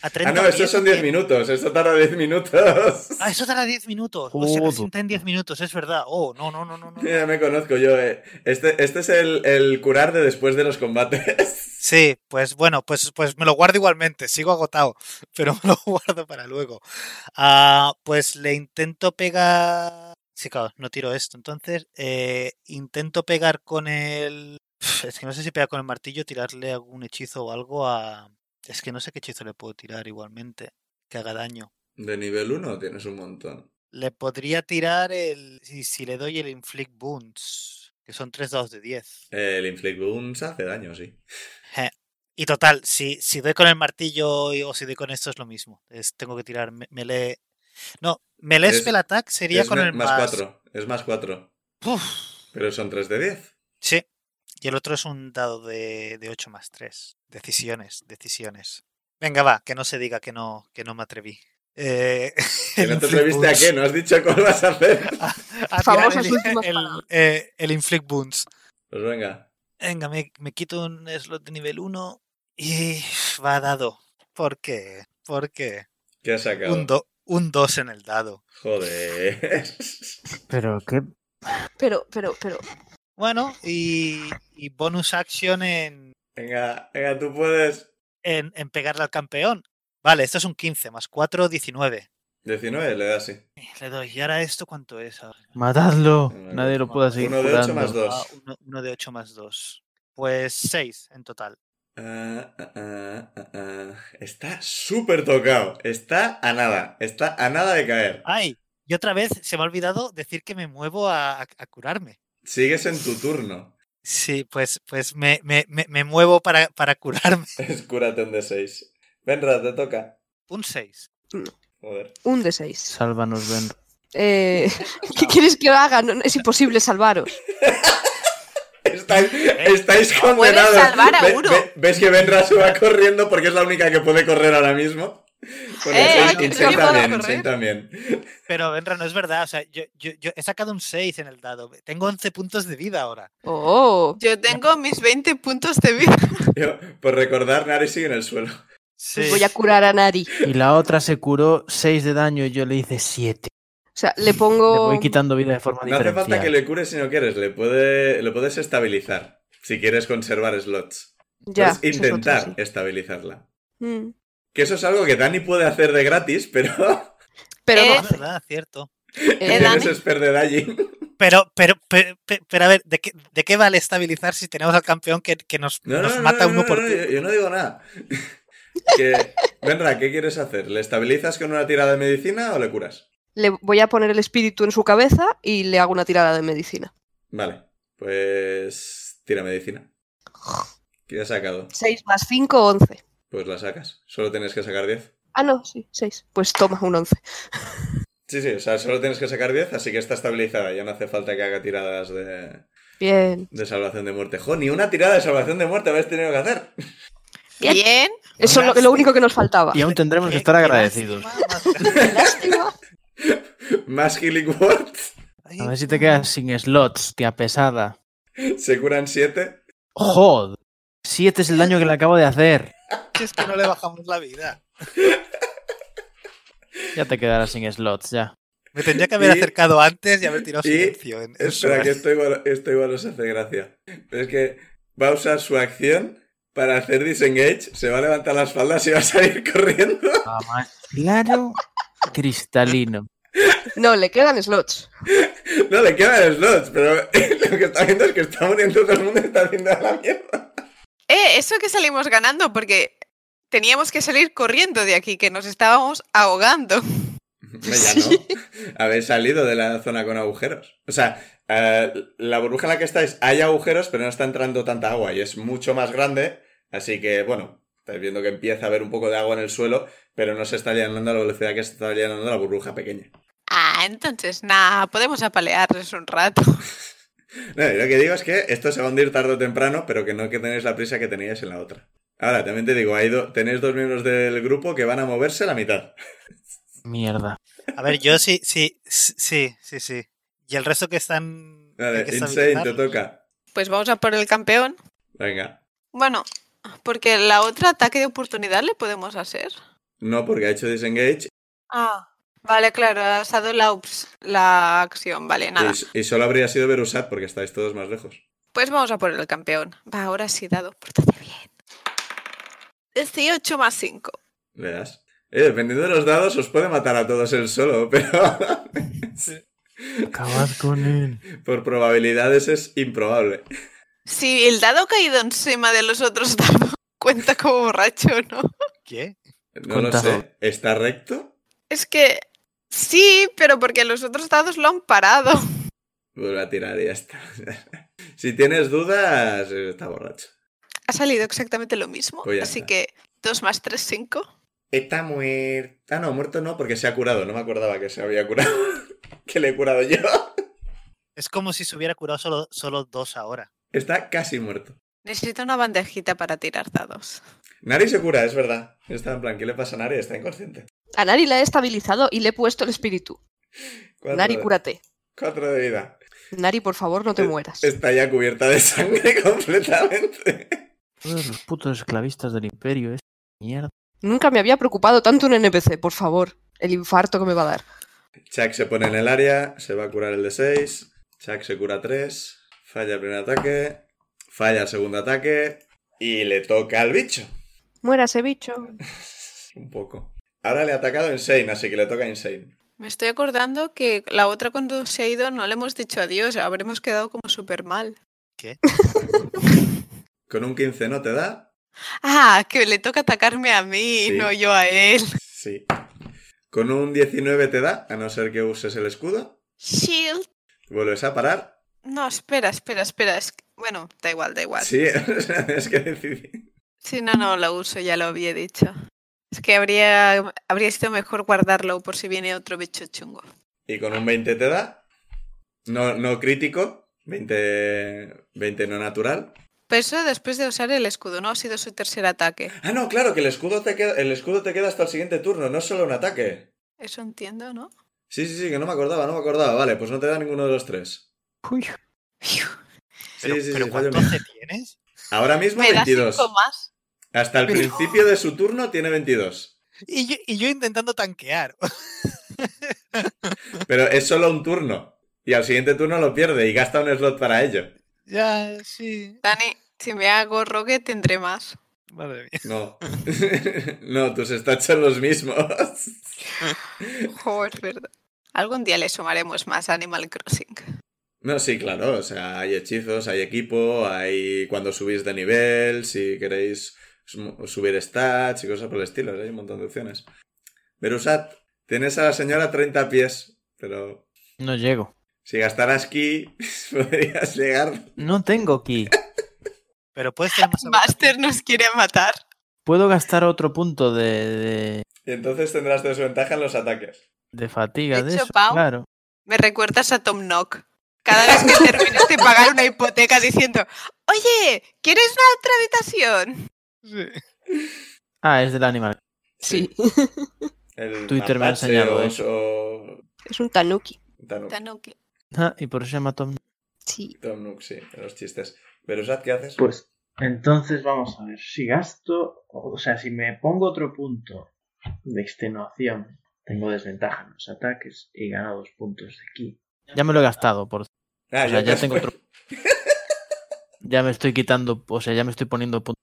A: Ah,
B: 30
A: no, estos son 10
B: pies.
A: minutos. Esto tarda 10 minutos.
B: Ah, eso tarda 10 minutos. O sea,
E: Joder.
B: casi está en 10 minutos, es verdad. Oh, no, no, no, no. no.
A: Ya me conozco yo. eh. Este, este es el, el curar de después de los combates.
B: Sí, pues bueno, pues, pues me lo guardo igualmente, sigo agotado, pero me lo guardo para luego. Ah, pues le intento pegar... Sí, claro, no tiro esto, entonces eh, intento pegar con el... Es que no sé si pegar con el martillo, tirarle algún hechizo o algo a... Es que no sé qué hechizo le puedo tirar igualmente, que haga daño.
A: De nivel 1 tienes un montón.
B: Le podría tirar el... Si, si le doy el Inflict Wounds, que son tres dados de 10.
A: El Inflict Wounds hace daño, sí.
B: Je. Y total, si, si doy con el martillo y- o si doy con esto es lo mismo. Es- tengo que tirar me- melee. No, melee
A: Es-
B: spell attack sería
A: es
B: con
A: me-
B: el
A: más
B: más.
A: 4. Es más 4.
B: Uf,
A: Pero son 3 de 10.
B: sí. Y el otro es un dado de, de 8 más 3. Decisiones, decisiones. Venga, va, que no se diga que no, que no me atreví. Eh,
A: Que
B: el
A: no te
B: inflict
A: atreviste a
B: wounds.
A: qué, no has dicho cuál vas a hacer.
B: A- a tirar
H: Famosas
B: el-
H: últimas
B: el-
H: palabras.
B: eh, el inflict wounds.
A: Pues venga.
B: Venga, me, me quito un slot de nivel 1 y va dado. ¿Por qué? ¿Por qué?
A: ¿Qué has sacado?
B: Un, do- un 2 en el dado.
A: Joder.
E: Pero qué.
H: Pero, pero, pero.
B: Bueno, y, y bonus action en,
A: venga, venga, tú puedes.
B: en, en pegarle al campeón. Vale, esto es un 15, más 4, 19.
A: 19 le da sí.
B: Le doy. ¿Y ahora esto cuánto es? A ver.
E: Matadlo.
A: Uno de-
E: Nadie lo pueda seguir
A: uno de ocho
E: curando.
A: más dos.
B: Ah, uno, uno de 8 más 2. Pues 6 en total.
A: Ah, ah, ah, ah, ah. Está súper tocado. Está a nada. Está a nada de caer.
B: ¡Ay! Y otra vez se me ha olvidado decir que me muevo a, a- a curarme.
A: Sigues en tu turno.
B: Sí, pues, pues me, me- me- me muevo para, para curarme.
A: Es cúrate un de 6. Venra, te toca.
B: Un 6.
A: Joder.
H: Un de seis.
E: Sálvanos, Ben.
H: Eh, ¿Qué quieres que haga? No, no, es imposible salvaros.
A: Estáis,
B: Eh,
A: estáis
B: no
A: condenados.
G: puedes salvar a
A: Ve-
G: uno.
A: ve- ¿Ves que Venra se va corriendo porque es la única que puede correr ahora mismo? Bueno,
G: Eh,
A: Insane-
G: yo- yo
A: Insane
G: puedo
A: también,
G: correr.
A: Insane también.
B: Pero, Benra, no es verdad. O sea, yo, yo- yo he sacado un 6 en el dado. Tengo 11 puntos de vida ahora.
H: Oh,
G: Yo tengo mis 20 puntos de vida.
A: Yo, por recordar, Nari sigue en el suelo.
B: Sí.
H: pues voy a curar a Nari.
E: Y la otra se curó 6 de daño y yo le hice 7.
H: O sea, le
E: Le
H: pongo.
E: voy quitando vida de forma
A: No hace falta que
E: diferencial.
A: le cures si no quieres. Le, puede, le puedes estabilizar si quieres conservar slots.
H: Ya,
A: puedes
H: eso es otro,
A: intentar
H: sí.
A: estabilizarla.
H: Mm.
A: Que eso es algo que Dani puede hacer de gratis, pero
H: Pero
G: Eh,
H: no,
B: Es verdad, cierto.
H: eh,
A: tienes
G: Dani?
A: esper de Dani.
B: Pero, pero, pero, pero, pero, a ver, ¿de qué, de qué vale estabilizar si tenemos al campeón que, que nos,
A: No, no,
B: nos
A: no,
B: mata
A: no,
B: uno
A: no,
B: por
A: no,
B: ti?
A: yo, yo no digo nada. que, Benra, ¿qué quieres hacer? ¿Le estabilizas con una tirada de medicina o le curas?
H: le voy a poner el espíritu en su cabeza y le hago una tirada de medicina.
A: Vale, pues tira medicina. ¿Qué has sacado?
H: 6 más 5, 11.
A: Pues la sacas. Solo tienes que sacar 10.
H: Ah, no, sí, 6. Pues toma un 11.
A: Sí, sí, o sea, solo tienes que sacar 10, así que está estabilizada. Ya no hace falta que haga tiradas de,
H: Bien.
A: de salvación de muerte. ¡Jo, ni una tirada de salvación de muerte habéis tenido que hacer!
H: Bien.
G: Bien.
H: Eso es lo, lo único que nos faltaba.
E: Y aún tendremos que
B: Qué-
E: estar
B: qué
E: agradecidos.
B: lástima, más-
H: Lástima.
A: Más Healing Word.
B: Ay,
E: A ver si te quedas sin slots, tía pesada.
A: Se curan 7.
E: ¡Jod! 7 es el daño que le acabo de hacer.
B: si es que no le bajamos la vida.
E: Ya te quedarás sin slots, ya.
B: Me tendría que haber
A: Y-
B: acercado antes y haber tirado
A: y-
B: silencio. en- ¿eh? en
A: Espera,
B: su-
A: que esto igual, esto igual os hace gracia. Pero es que va a usar su acción para hacer disengage, se va a levantar las faldas y va a salir corriendo.
F: Ah,
E: Claro. Cristalino.
H: No, le quedan slots.
A: No le quedan slots, pero lo que está viendo es que está muriendo todo el mundo y está haciendo a la mierda.
G: Eh, eso que salimos ganando porque teníamos que salir corriendo de aquí, que nos estábamos ahogando.
A: Hombre, ya no. Habéis salido de la zona con agujeros. O sea, eh, la burbuja en la que estáis hay agujeros, pero no está entrando tanta agua y es mucho más grande. Así que, bueno, estáis viendo que empieza a haber un poco de agua en el suelo, pero no se está llenando a la velocidad que se está llenando la burbuja pequeña.
G: Ah, entonces, nada, podemos apalearles un rato.
A: No, yo lo que digo es que esto se va a hundir tarde o temprano, pero que no que tenéis la prisa que teníais en la otra. Ahora, también te digo, hay do- tenéis dos miembros del grupo que van a moverse la mitad.
E: Mierda.
B: A ver, yo sí, sí, sí, sí, sí, sí. Y el resto que están. hay
A: Vale,
B: que
A: Insane, te
B: estabilizarlos.
A: toca.
G: Pues vamos a por el campeón.
A: Venga.
G: Bueno, porque la otra ataque de oportunidad le podemos hacer.
A: No, porque ha hecho disengage
G: Ah, vale, claro, ha usado la, ups- la acción, vale, nada.
A: y, y solo habría sido Verusat porque estáis todos más lejos.
G: Pues vamos a por el campeón. Va, ahora sí, dado, pórtate bien. 18 más 5.
A: Le das. Eh, dependiendo de los dados, os puede matar a todos el solo, pero
E: Acabad con él.
A: por probabilidades es improbable.
G: Si el dado ha caído encima de los otros dados, cuenta como borracho, ¿no?
B: ¿Qué?
A: No
E: Contado.
A: lo sé. ¿Está recto?
G: Es que sí, pero porque los otros dados lo han parado.
A: Vuelve a tirar y ya está. si tienes dudas, está borracho.
G: Ha salido exactamente lo mismo.
A: Pues ya
G: así
A: está.
G: que 2 más 3, 5.
A: Está muerto. Ah, no, muerto no, porque se ha curado. No me acordaba que se había curado. que le he curado yo.
B: Es como si se hubiera curado solo, solo dos ahora.
A: Está casi muerto.
G: Necesito una bandejita para tirar dados.
A: Nari se cura, es verdad. Está en plan, ¿qué le pasa a Nari? Está inconsciente.
H: A Nari la he estabilizado y le he puesto el espíritu.
A: Cuatro
H: Nari,
A: de-
H: cúrate.
A: Cuatro de vida.
H: Nari, por favor, no te
A: Eh,
H: mueras.
A: Está ya cubierta de sangre completamente.
E: Todos los putos esclavistas del imperio, es mierda.
H: Nunca me había preocupado tanto un NPC, por favor. El infarto que me va a dar.
A: Chuck se pone en el área, se va a curar el de 6. Chuck se cura 3. Falla el primer ataque. Falla el segundo ataque. Y le toca al bicho.
H: Muérase, bicho.
A: Un poco. Ahora le ha atacado Insane, así que le toca Insane.
G: Me estoy acordando que la otra cuando se ha ido no le hemos dicho adiós, habremos quedado como súper mal.
B: ¿Qué?
A: Con un 15 no te da.
G: Ah, que le toca atacarme a mí,
A: Sí.
G: no yo a él.
A: Sí. Con un 19 te da, a no ser que uses el escudo.
G: Shield.
A: Vuelves a parar.
G: No, espera, espera, espera. es que- Bueno, da igual, da igual.
A: Sí, o sea, es que decidí.
G: Sí, no, no, lo uso, ya lo había dicho. Es que habría, habría sido mejor guardarlo por si viene otro bicho chungo.
A: Y con un 20 te da. No, no crítico. 20, 20 no natural.
G: Pero eso después de usar el escudo, ¿no? Ha sido su tercer ataque.
A: Ah, no, claro, que el escudo te queda, el escudo te queda hasta el siguiente turno, no es solo un ataque.
G: Eso entiendo, ¿no?
A: Sí, sí, sí, que no me acordaba, no me acordaba. Vale, pues no te da ninguno de los tres. Sí,
B: Pero,
A: sí, sí,
B: pero
A: fallo
B: ¿cuánto
A: mío.
B: te tienes?
A: Ahora mismo
G: Me da
A: 22.
G: cinco más.
A: Hasta el principio de su turno tiene 22.
B: Y yo, y yo intentando tanquear.
A: Pero es solo un turno. Y al siguiente turno lo pierde y gasta un slot para ello.
B: ya, sí.
G: Dani, si me hago rogue tendré más.
B: Madre mía.
A: No. no, tus stats son los mismos.
G: Joder, verdad. Algún día le sumaremos más a Animal Crossing.
A: No, sí, claro, o sea, hay hechizos, hay equipo, hay cuando subís de nivel, si queréis sum- subir stats y cosas por el estilo, hay un montón de opciones. Verusat, tienes a la señora 30 pies, pero
E: No llego.
A: si gastaras ki, podrías llegar.
E: No tengo ki.
B: Pero puedes tener más
G: Master nos quiere matar.
E: Puedo gastar otro punto de, de,
A: Y entonces tendrás desventaja en los ataques.
E: de fatiga de
G: Hecho,
E: eso.
G: Pau.
E: Claro.
G: Me recuerdas a Tom Nock. Cada vez que terminas de pagar una hipoteca diciendo, oye, ¿quieres una otra habitación?
E: Ah, es del animal.
C: Sí,
A: El
E: Twitter me ha
A: mapache
E: enseñado
A: o-
E: eso.
A: o-
C: es un tanuki.
A: Tanu-
G: Tanuki.
E: Ah, y por eso se llama Tom.
C: Sí.
A: Tom Nook, sí, de los chistes. Verusat, ¿qué haces?
F: Pues entonces vamos a ver, si gasto, o sea, si me pongo otro punto de extenuación, tengo desventaja en los ataques y gano dos puntos de aquí.
E: Ya me lo he gastado. Por... O
A: Ah,
E: sea,
A: te
E: ya
A: has
E: tengo otro. Ya me estoy quitando. O sea, ya me estoy poniendo puntos.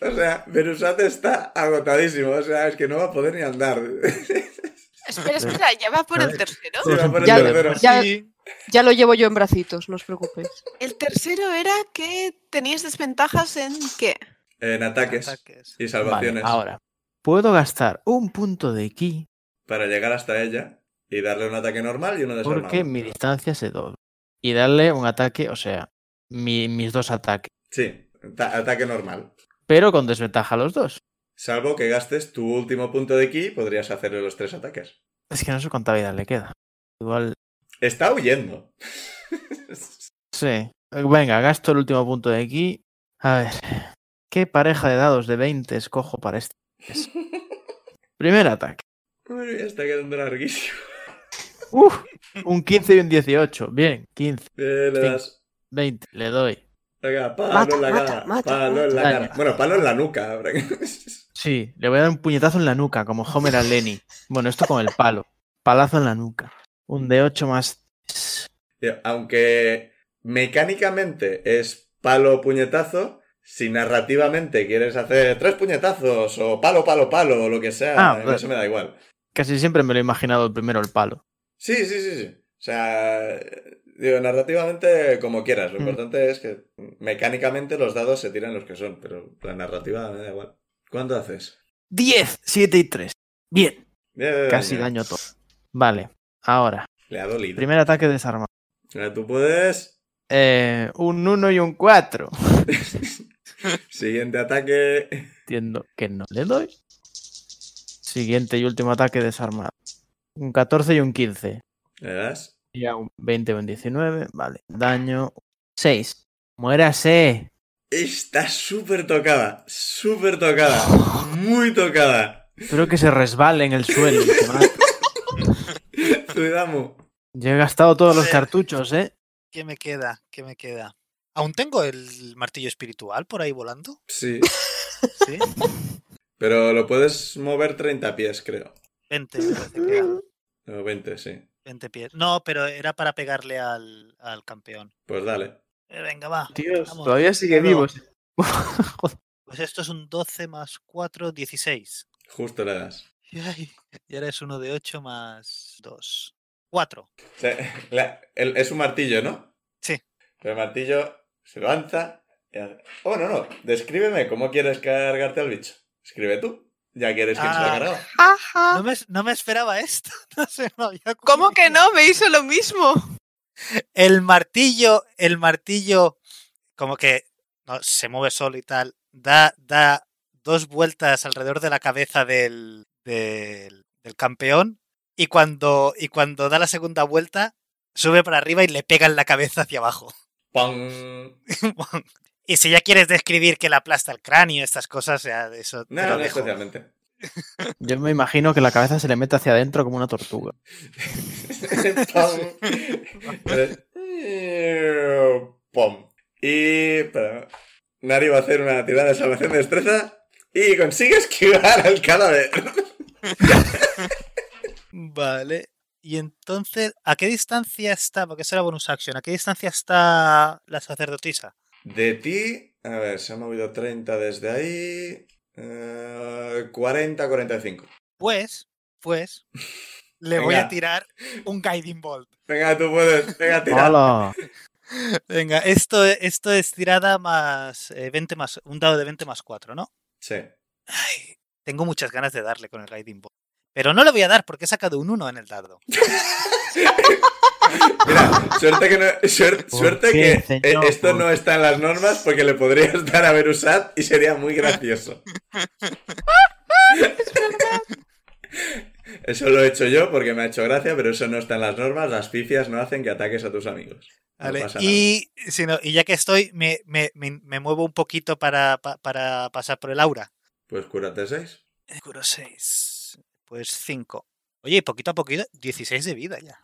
A: O sea, Verusat está agotadísimo. O sea, es que no va a poder ni andar.
G: Espera, espera, ya va por el tercero.
E: Pues
A: Se va a poner
C: Ya-
A: tercero.
C: Ya-
B: Sí.
C: Ya lo llevo yo en bracitos, no os preocupéis.
G: El tercero era que tenías desventajas en qué.
A: En ataques
B: Ataques.
A: y
E: Vale,
A: salvaciones.
E: ahora. Puedo gastar un punto de ki
A: Para llegar hasta ella y darle un ataque normal y uno desarmado.
E: porque mi distancia se dobla. Y darle un ataque, o sea, mi- mis dos ataques.
A: Sí, ta- ataque normal.
E: Pero con desventaja los dos.
A: Salvo que gastes tu último punto de ki, podrías hacerle los tres ataques.
E: Es que no sé cuánta vida le queda. Igual.
A: Está huyendo.
E: Sí. Venga, gasto el último punto de aquí. A ver. ¿Qué pareja de dados de 20 escojo para este? test? Primer ataque.
A: Bueno, ya está quedando larguísimo.
E: Uf, un 15 y un 18. Bien, 15,
A: Bien, Eh, le
E: Sí.
A: das.
E: 20. Le doy.
A: Venga, palo
C: Mata,
A: en la
C: mata,
A: cara.
C: mata,
A: palo en la
E: mata.
A: cara. Bueno, palo en la nuca. habrá que-
E: Sí, le voy a dar un puñetazo en la nuca, como Homer a Lenny. Bueno, esto con el palo. Palazo en la nuca. Un de 8 más. tres.
A: Tío, Aunque mecánicamente es palo puñetazo, si narrativamente quieres hacer tres puñetazos o palo, palo, palo o lo que sea,
E: Ah,
A: a mí
E: vale.
A: eso me da igual.
E: Casi siempre me lo he imaginado el primero el palo.
A: Sí, sí, sí, sí. O sea, digo, narrativamente como quieras. Lo
E: Mm.
A: importante es que mecánicamente los dados se tiran los que son, pero la narrativa me da igual. ¿Cuánto haces?
E: 10, 7 y 3. Bien.
A: Bien,
E: Casi
A: bien.
E: daño a todo. Vale, ahora.
A: Le ha dolido.
E: Primer ataque desarmado.
A: Ahora tú puedes.
E: Eh, un 1 y un 4.
A: Siguiente ataque.
E: Entiendo que no le doy. Siguiente y último ataque desarmado. Un 14 y un 15.
A: Le das.
E: Y a un 20 y un 19. Vale. Daño 6. Muérase.
A: Está súper tocada. Súper tocada. Muy tocada.
E: Espero que se resbale en el suelo. y se mate.
A: Zuidamu.
E: Yo he gastado todos los cartuchos, ¿eh?
B: ¿Qué me queda? ¿Qué me queda? ¿Aún tengo el martillo espiritual por ahí volando?
A: Sí.
B: Sí.
A: Pero lo puedes mover 30 pies, creo.
B: 20, me parece que era.
A: O 20, sí.
B: 20 pies. No, pero era para pegarle al, al campeón.
A: Pues dale.
B: Eh, venga, va.
E: Dios,
B: vamos.
E: todavía sigue
B: Hasta luego.
E: vivo. Joder,
B: Pues esto es un 12 más 4, 16.
A: Justo le das.
B: Y, ay, y ahora es uno de 8 más 2. 4.
A: O sea, la- el- es un martillo, ¿no?
B: Sí.
A: Pero el martillo se lanza. y hace- Oh, no, no. Descríbeme cómo quieres cargarte al bicho. Escribe tú. Ya que eres quien se lo ha
B: Ah.
A: cargado.
G: Ajá.
B: No me, no me esperaba esto. No se me había ocurrido.
G: ¿Cómo que no? Me hizo lo mismo.
B: El martillo, el martillo, como que no, se mueve solo y tal, da, da dos vueltas alrededor de la cabeza del, del, del campeón y cuando, y cuando da la segunda vuelta, sube para arriba y le pega en la cabeza hacia abajo.
A: ¡Pam!
B: y si ya quieres describir que le aplasta el cráneo, estas cosas, o sea, eso te
A: No,
B: lo
A: no,
B: dejo.
A: especialmente.
E: Yo me imagino que la cabeza se le mete hacia adentro como una tortuga.
A: ¡Pam! Eres- ¡Pum! Y. espera, Nari va a hacer una tirada de salvación de destreza. Y consigue esquivar al cadáver.
B: Vale. Y entonces, ¿a qué distancia está? Porque eso era bonus action. ¿A qué distancia está la sacerdotisa?
A: De ti, a ver, se ha movido 30 desde ahí. eh, 40, 45.
B: Pues, pues, le voy
A: Venga.
B: a tirar un Guiding Bolt.
A: Venga, tú puedes. Venga, tira.
E: ¡Hala!
B: Venga, esto, e- esto es tirada más, eh, 20 más. Un dado de 20 más 4, ¿no?
A: Sí.
B: Ay, tengo muchas ganas de darle con el Guiding Bolt. Pero no le voy a dar porque he sacado un 1 en el dardo.
A: Mira, suerte que, no, suer-
E: ¿Por
A: suerte
E: qué,
A: que
E: señor?
A: eh, esto
E: ¿Por
A: no está en las normas porque le podrías dar a Berusat y sería muy gracioso. Eso lo he hecho yo porque me ha hecho gracia, pero eso no está en las normas. Las pifias no hacen que ataques a tus amigos. No
B: Vale,
A: pasa nada.
B: y, si no- y ya que estoy, me, me- me- me muevo un poquito para, pa- para pasar por el aura.
A: Pues cúrate 6.
B: Me curo 6. Pues 5. Oye, y poquito a poquito, 16 de vida ya.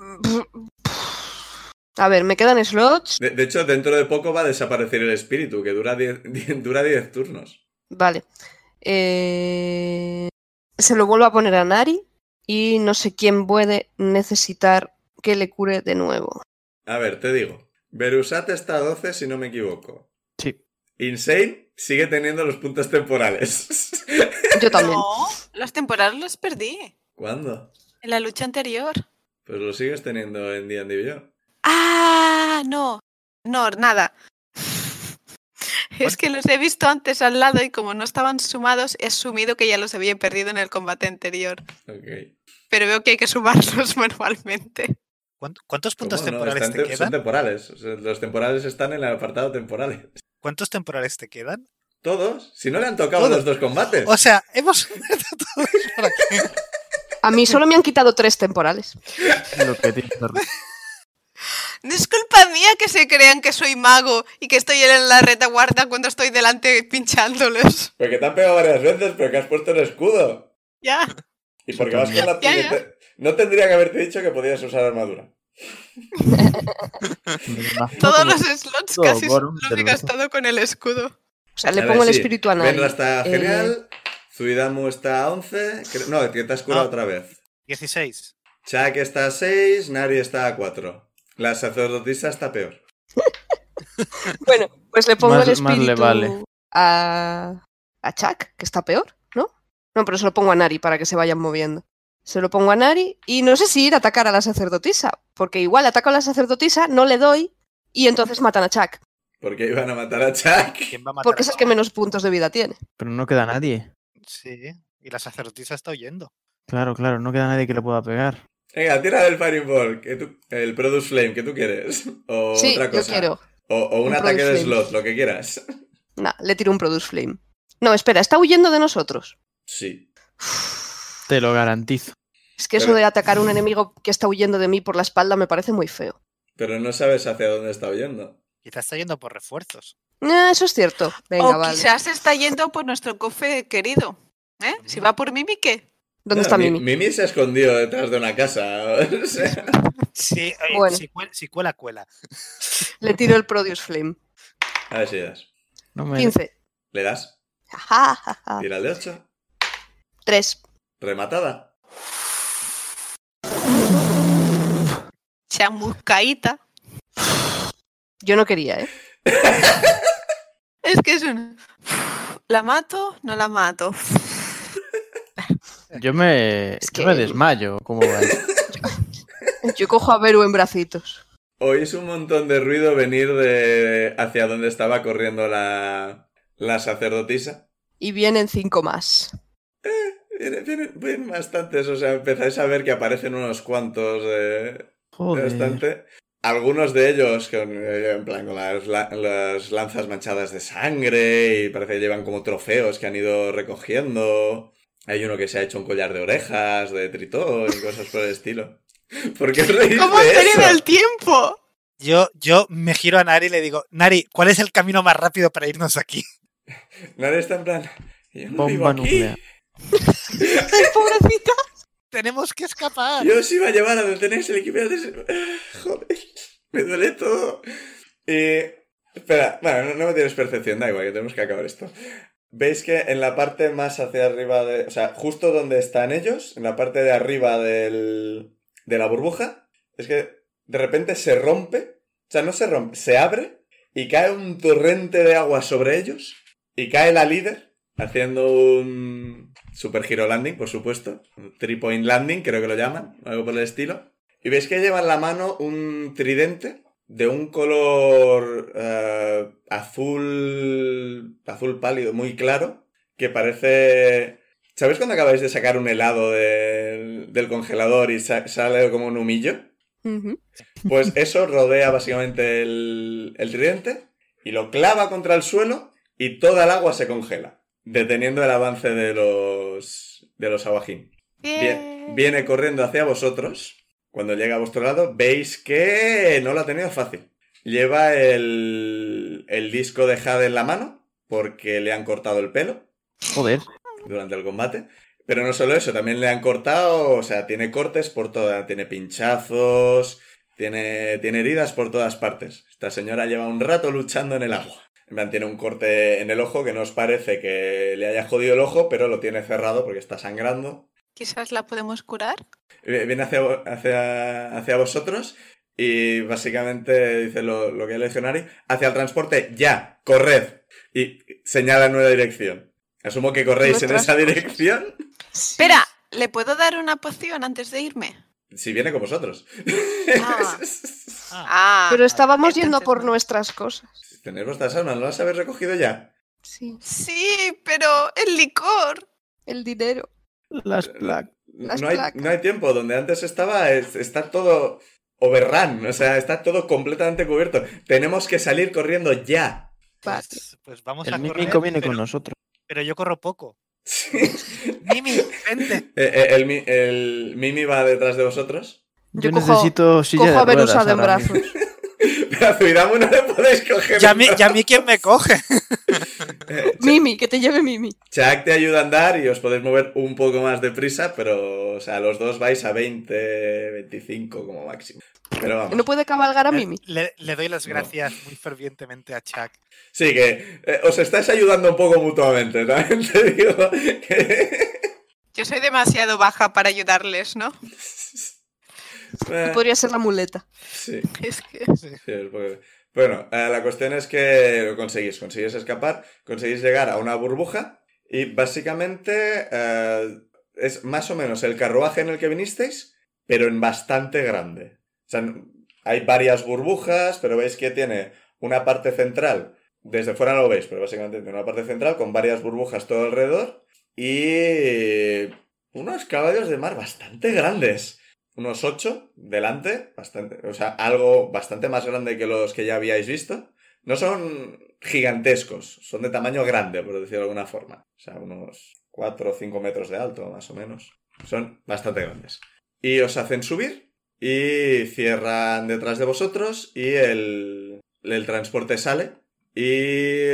H: A ver, me quedan slots.
A: De, de hecho, dentro de poco va a desaparecer el espíritu, que dura 10 dura 10 turnos.
H: Vale. Eh, Se lo vuelvo a poner a Nari y no sé quién puede necesitar que le cure de nuevo.
A: A ver, te digo. Berusat está a 12, si no me equivoco.
E: Sí.
A: Insane sigue teniendo los puntos temporales.
H: Yo también.
G: No, los temporales los perdí.
A: ¿Cuándo?
G: En la lucha anterior.
A: Pues lo sigues teniendo en D&D Beyond.
G: Ah, no. No, nada. Es que los he visto antes al lado y como no estaban sumados, he asumido que ya los había perdido en el combate anterior.
A: Ok.
G: Pero veo que hay que sumarlos manualmente.
B: ¿Cuánt- ¿Cuántos puntos
A: ¿Cómo no?
B: temporales
A: Están
B: te
A: te- Son
B: quedan?
A: temporales. O sea, los temporales están en el apartado temporales.
B: ¿Cuántos temporales te quedan?
A: Todos. Si no le han tocado
B: Todos.
A: los dos combates.
B: O sea, hemos muerto todos por aquí.
H: A mí solo me han quitado tres temporales.
E: Lo que tiene que hacer.
G: No es culpa mía que se crean que soy mago y que estoy en la retaguardia cuando estoy delante pinchándolos.
A: Porque te han pegado varias veces, pero que has puesto el escudo.
G: Ya.
A: Y porque vas con la
G: Ya, ya.
A: puñete- No tendría que haberte dicho que podías usar armadura.
E: Me imagino
G: Todos
E: como-
G: los slots
E: todo
G: casi
E: Gorum
G: los he
E: del brazo.
G: gastado con el escudo.
H: O sea, le
A: A ver,
H: pongo el
A: sí.
H: espíritu a Nari.
A: Benra está
H: Eh,
A: genial. Zuidamu está a 11. Cre- No, que te has curado
B: Ah.
A: otra vez.
B: 16.
A: Chak está a 6. Nari está a 4. La sacerdotisa está peor.
H: Bueno, pues le pongo
E: Más-
H: el
E: más
H: espíritu
E: le vale.
H: a, a Chuck, que está peor, ¿no? No, pero se lo pongo a Nari para que se vayan moviendo. Se lo pongo a Nari y no sé si ir a atacar a la sacerdotisa, porque igual ataco a la sacerdotisa, no le doy y entonces matan a Chuck,
A: Porque iban a matar a Chak.
B: ¿Quién va a matar?
H: porque es
B: a
H: el que menos puntos de vida tiene.
E: Pero no queda nadie.
B: Gorum? Sí, y la sacerdotisa está huyendo.
E: Claro, claro, no queda nadie que le pueda pegar.
A: Venga, tira del Fireball. Que tú... El Produce Flame, que tú quieres. O
H: sí,
A: otra
H: yo
A: cosa.
H: quiero.
A: O, o un,
H: Un
A: ataque
H: Produce
A: de
H: Flame.
A: slot, lo que quieras.
H: Nah, le tiro un Produce Flame. No, espera, está huyendo de nosotros.
A: Sí.
E: Te lo garantizo.
H: Es que eso
A: Pero-
H: de atacar a un enemigo que está huyendo de mí por la espalda me parece muy feo.
A: Pero no sabes hacia dónde está huyendo.
B: Quizás está yendo por refuerzos.
H: Ah, eso es cierto. Venga,
G: o
H: vale.
G: quizás está yendo por nuestro cofre querido. ¿eh? Si va por Mimi, ¿qué?
H: ¿Dónde
A: No,
H: está
A: Mi-
H: Mimi?
A: Mimi se ha escondido detrás de una casa. o sea,
B: Sí, oye,
H: Bueno.
B: si, cuela, si cuela, cuela.
H: Le tiro el Produce Flame.
A: a ver si le das.
E: No me...
H: 15.
A: Le das.
H: Ajá, ajá, ajá.
A: Tira de 8.
H: Tres.
A: Rematada.
G: Chamuscaíta.
H: Yo no quería, ¿eh?
G: Es que es un... ¿La mato? No la mato.
E: Yo me,
H: Es
E: yo
H: que-
E: me desmayo. ¿Cómo va?
H: Yo cojo a Beru en bracitos.
A: Oís un montón de ruido venir de hacia donde estaba corriendo la, la sacerdotisa.
H: Y vienen cinco más.
A: Vienen, vienen- vienen bastantes, o sea, empezáis a ver que aparecen unos cuantos eh,
E: Joder.
A: bastante. Algunos de ellos, con, eh, en plan, con las, la- las lanzas manchadas de sangre y parece que llevan como trofeos que han ido recogiendo. Hay uno que se ha hecho un collar de orejas, de tritón y cosas por el estilo. ¿Por qué os reís
G: ¿Cómo
A: de
G: has tenido
A: eso?
G: el tiempo?
B: Yo, yo me giro a Nari y le digo, Nari, ¿cuál es el camino más rápido para irnos de aquí?
A: Nadie está en plan. Yo no vivo
E: Bomba
A: aquí.
E: nuclear.
G: Pobrecita.
B: Tenemos que escapar.
A: Yo os iba a llevar a detenerse el equipo de... Joder, me duele todo. Y... Espera, bueno, no, no me tienes percepción, da igual, que tenemos que acabar esto. Veis que en la parte más hacia arriba de... O sea, justo donde están ellos, en la parte de arriba del, de la burbuja, es que de repente se rompe, o sea, no se rompe, se abre y cae un torrente de agua sobre ellos y cae la líder haciendo un super giro landing, por supuesto, un three point landing, creo que lo llaman, algo por el estilo. Y veis que lleva en la mano un tridente de un color eh, azul azul pálido muy claro que parece ¿Sabéis cuando acabáis de sacar un helado del, del congelador y sa- sale como un humillo?
H: Ujú.
A: Pues eso rodea básicamente el, el tridente y lo clava contra el suelo y toda el agua se congela, deteniendo el avance de los de los aguajín.
G: Eh.
A: Vie- Viene corriendo hacia vosotros. Cuando llega a vuestro lado, veis que no lo ha tenido fácil. Lleva el, el disco de Jade en la mano porque le han cortado el pelo
E: Joder.
A: durante el combate. Pero no solo eso, también le han cortado, o sea, tiene cortes por toda, tiene pinchazos, tiene, tiene heridas por todas partes. Esta señora lleva un rato luchando en el agua. En plan, tiene un corte en el ojo que no os parece que le haya jodido el ojo, pero lo tiene cerrado porque está sangrando.
G: Quizás la podemos curar.
A: Eh, Viene hacia, vo- hacia, hacia vosotros y básicamente dice lo, lo que el legionario, hacia el transporte, ya, corred. Y señala nueva dirección. Asumo que corréis en
H: Nuestras
A: esa
H: cosas.
A: dirección.
G: Espera, ¿le puedo dar una poción antes de irme?
A: Si viene con vosotros.
G: Ah.
B: Ah,
G: Ah,
H: Pero estábamos
G: entonces
H: yendo a por
G: no.
H: nuestras cosas.
A: Tener vuestras armas, ¿no las habéis recogido ya?
H: Sí,
G: Sí, pero el licor.
H: el dinero.
E: Las placas.
H: Las
A: no, hay,
H: placas.
A: no hay tiempo. Donde antes estaba, es- está todo overrun. O sea, está todo completamente cubierto. Tenemos que salir corriendo ya.
H: Vale.
B: pues, pues vamos a
E: El
B: correr.
E: mímico viene
B: pero,
E: con nosotros.
B: pero yo corro poco.
A: Sí.
B: Mimi, vente.
A: Eh, eh, el, mi- el Mimi va detrás de vosotros.
E: Yo,
H: Yo cojo-
E: necesito silla
H: Cojo
E: de
H: a Beru
E: ruedas
H: usado en
E: ahora
H: brazos.
E: mismo.
A: Pero Zuidamu no le podéis coger.
B: ¿Y a, mí, y a mí quién me coge?
A: Eh,
H: Mimi, que te lleve Mimi.
A: Chuck te ayuda a andar y os podéis mover un poco más deprisa, pero, o sea, los dos vais a 20, 25 como máximo. Pero vamos.
H: No puede cabalgar
B: Eh,
H: a Mimi.
B: Le, le doy las
A: No.
B: gracias muy fervientemente a Chuck.
A: Sí, que eh, os estáis ayudando un poco mutuamente, también te digo. que-
G: Yo soy demasiado baja para ayudarles, ¿no?
A: Eh,
H: Podría ser la muleta.
A: sí,
G: Es que...
A: sí, es porque- Bueno, eh, la cuestión es que lo conseguís, conseguís escapar, conseguís llegar a una burbuja y básicamente eh, es más o menos el carruaje en el que vinisteis, pero en bastante grande. O sea, n- hay varias burbujas, pero veis que tiene una parte central. Desde fuera no lo veis, pero básicamente tiene una parte central con varias burbujas todo alrededor y unos caballos de mar bastante grandes. Unos ocho delante, bastante, o sea, algo bastante más grande que los que ya habíais visto. No son gigantescos, son de tamaño grande, por decirlo de alguna forma. O sea, unos 4 o 5 metros de alto, más o menos. Son bastante grandes. Y os hacen subir y cierran detrás de vosotros y el, el transporte sale y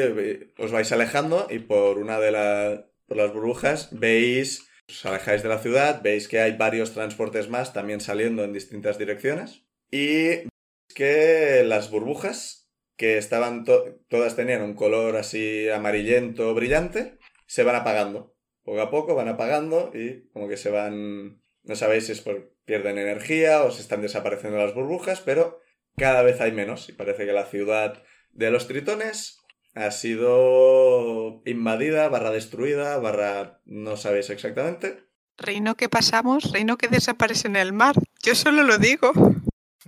A: os vais alejando y por una de la- por las burbujas veis, os alejáis de la ciudad, veis que hay varios transportes más también saliendo en distintas direcciones y veis que las burbujas que estaban to- todas tenían un color así amarillento brillante, se van apagando. Poco a poco van apagando y como que se van, no sabéis si es por pierden energía o se están desapareciendo las burbujas, pero cada vez hay menos y parece que la ciudad de los tritones ha sido invadida, barra destruida, barra no sabéis exactamente,
G: Reino que pasamos, reino que desaparece en el mar. Yo solo lo digo.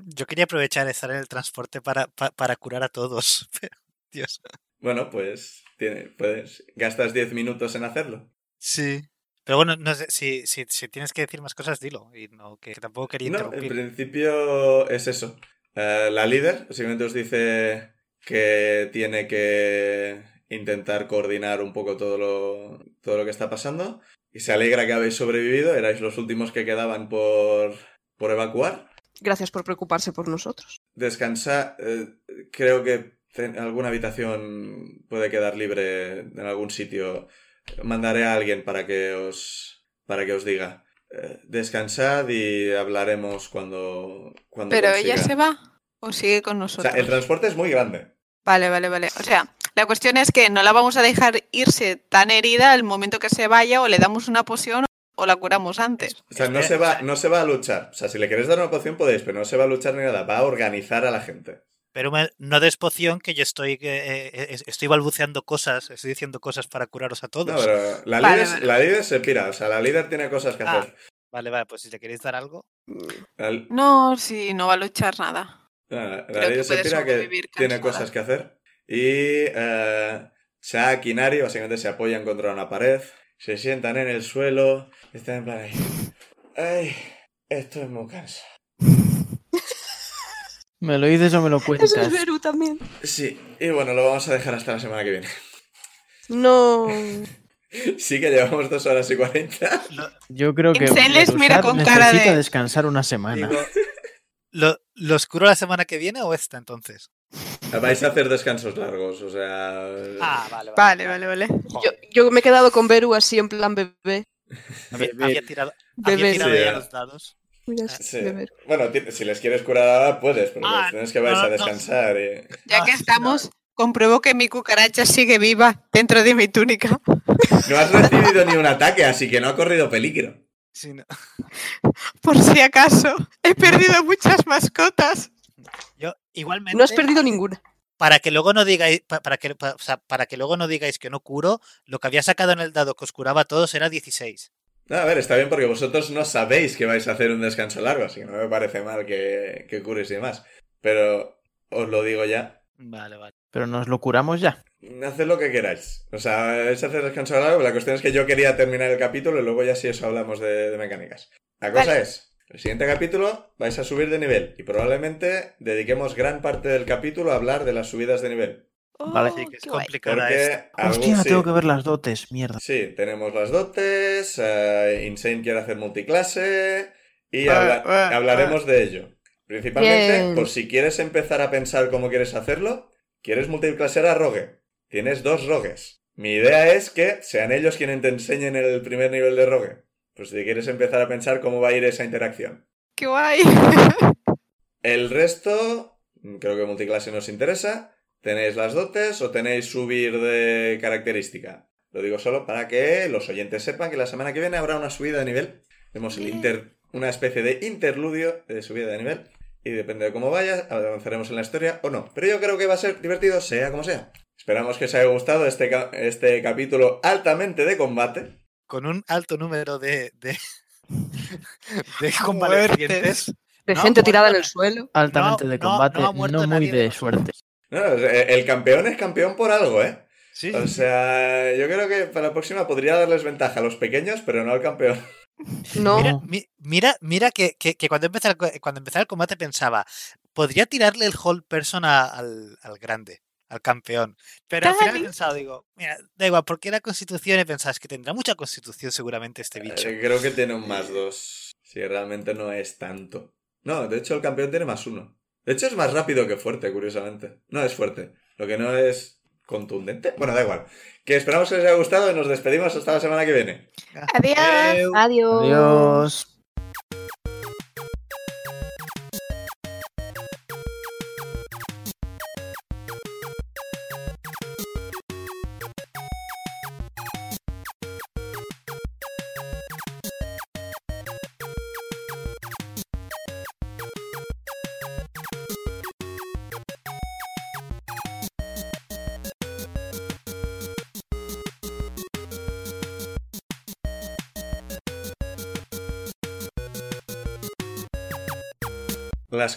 B: Yo quería aprovechar de estar en el transporte para, pa- para curar a todos. pero, Dios.
A: Bueno, pues tiene, puedes, gastas 10 minutos en hacerlo.
B: Sí. Pero bueno, no sé, si, si, si tienes que decir más cosas, dilo. Y no, que, que tampoco quería
A: No, en
B: interrumpir.
A: principio es eso. Eh, la líder simplemente os dice que tiene que intentar coordinar un poco todo lo, todo lo que está pasando y se alegra que habéis sobrevivido, erais los últimos que quedaban por, por evacuar.
H: Gracias por preocuparse por nosotros.
A: Descansa, eh, creo que ten- alguna habitación puede quedar libre en algún sitio. Mandaré a alguien para que os, para que os diga. Eh, descansad y hablaremos cuando... cuando
G: Pero ella
A: consiga.
G: se va o sigue con
A: O
G: nosotros.
A: sea, el transporte es muy grande.
G: Vale, vale, vale. O sea, la cuestión es que no la vamos a dejar irse tan herida al momento que se vaya o le damos una poción o la curamos antes.
A: O sea, no se, va, no se va a luchar. O sea, si le queréis dar una poción podéis, pero no se va a luchar ni nada. Va a organizar a la gente.
B: Pero me- no des poción, que yo estoy, eh, eh, es- estoy balbuceando cosas, estoy diciendo cosas para curaros a todos.
A: No, pero la,
G: Vale,
A: líder,
G: vale.
A: la líder se pira. O sea, la líder tiene cosas que
B: Ah.
A: hacer.
B: Vale, vale, pues si le queréis dar algo.
A: La, la-
G: No, sí, no va a luchar nada.
A: la
G: Creo
A: líder
G: que
A: Ah, se
G: puede
A: pira que
G: sobrevivir
A: tiene
G: cansada.
A: cosas que hacer. Y eh, Shaq y Nari básicamente se apoyan contra una pared. Se sientan en el suelo. Están en plan ahí. Ay, esto es muy cansado.
E: ¿Me lo dices o me lo cuentas?
H: Eso es Beru también.
A: Sí, y bueno, lo vamos a dejar hasta la semana que viene.
H: No.
A: Sí que llevamos dos horas y cuarenta.
E: Yo creo que
G: Excel les mira
E: Berusat
G: con cara de-
E: necesita descansar una semana.
B: Digo, ¿lo- ¿Los curo la semana que viene o esta entonces?
A: Vais a hacer descansos largos, o sea.
B: Ah, vale, vale.
G: Vale, vale, vale.
H: Yo, yo me he quedado con Beru así en plan bebé.
B: Había,
E: Bebé.
B: había tirado, había
H: Bebé.
B: tirado
A: Sí,
B: ya
A: eh.
B: los dados.
H: Mira,
A: Sí.
H: de Beru.
A: Bueno, ti- si les quieres curar ahora, puedes, pero
B: Ah,
A: tienes que vais
B: no,
A: a
B: no.
A: descansar. y-
G: Ya
B: Ah,
G: que
B: sí,
G: estamos, compruebo que mi cucaracha sigue viva dentro de mi túnica.
A: No has recibido ni un ataque, así que no ha corrido peligro.
B: Sí, no.
G: Por si acaso, he perdido muchas mascotas.
B: Yo, igualmente,
H: No has perdido ninguna.
B: para que luego no digáis, pa- para que, pa- o sea, para que luego no digáis que no curo, lo que había sacado en el dado que os curaba a todos era 16.
A: No, a ver, está bien porque vosotros no sabéis que vais a hacer un descanso largo, así que no me parece mal que, que curéis y demás. Pero os lo digo ya.
B: Vale, vale.
E: Pero nos lo curamos ya.
A: Haced lo que queráis. O sea, vais a hacer descanso largo. La cuestión es que yo quería terminar el capítulo y luego ya si eso hablamos de, de mecánicas. La cosa
G: Vale.
A: es, el siguiente capítulo vais a subir de nivel y probablemente dediquemos gran parte del capítulo a hablar de las subidas de nivel.
E: Vale.
B: Sí, que es
G: Oh, qué guay.
B: complicada esta.
A: Porque algún-
E: Hostia,
A: sí.
E: tengo que ver las dotes, mierda.
A: Sí, tenemos las dotes, eh, Insane quiere hacer multiclase y
G: Ah,
A: habla-
G: ah,
A: hablaremos de ello. Principalmente
H: Bien.
A: por si quieres empezar a pensar cómo quieres hacerlo, quieres multiclasear a Rogue. Tienes dos Rogues. Mi idea es que sean ellos quienes te enseñen el primer nivel de Rogue. Pues si quieres empezar a pensar cómo va a ir esa interacción.
G: Qué guay.
A: El resto, creo que multiclase nos interesa. Tenéis las dotes o tenéis subir de característica. Lo digo solo para que los oyentes sepan que la semana que viene habrá una subida de nivel. Tenemos el
G: Bien.
A: inter- una especie de interludio de subida de nivel. Y depende de cómo vaya, avanzaremos en la historia o no. Pero yo creo que va a ser divertido, sea como sea. Esperamos que os haya gustado este, ca- este capítulo altamente de combate.
B: Con un alto número de, de, de convalecientes.
H: De
B: No,
H: gente
B: bueno,
H: tirada en
B: no.
H: el suelo.
E: Altamente
B: No,
E: de
B: no, no
E: combate,
B: ha
E: no,
B: muerto
E: muy
B: nadie de
E: de
B: nosotros.
E: suerte.
A: No, no, el campeón es campeón por algo, ¿eh?
B: Sí,
A: O
B: sí, sí.
A: sea, yo creo que para la próxima podría darles ventaja a los pequeños, pero no al campeón.
H: No.
B: Mira, mi- mira, mira que, que- que cuando, empezara, el co- cuando empezara el combate pensaba, podría tirarle el whole person a- al, al grande, al campeón. Pero al final he
G: Dale.
B: pensado, digo, mira, da igual, porque era constitución y pensabas que tendrá mucha constitución seguramente este bicho.
A: Eh, creo que tiene un más dos. Si realmente no es tanto. No, de hecho el campeón tiene más uno. De hecho es más rápido que fuerte, curiosamente. No es fuerte. Lo que no es contundente. Bueno, da igual. Que esperamos que les haya gustado y nos despedimos hasta la semana que viene.
G: Adiós.
B: Eh,
H: Adiós.
E: Adiós.
A: Las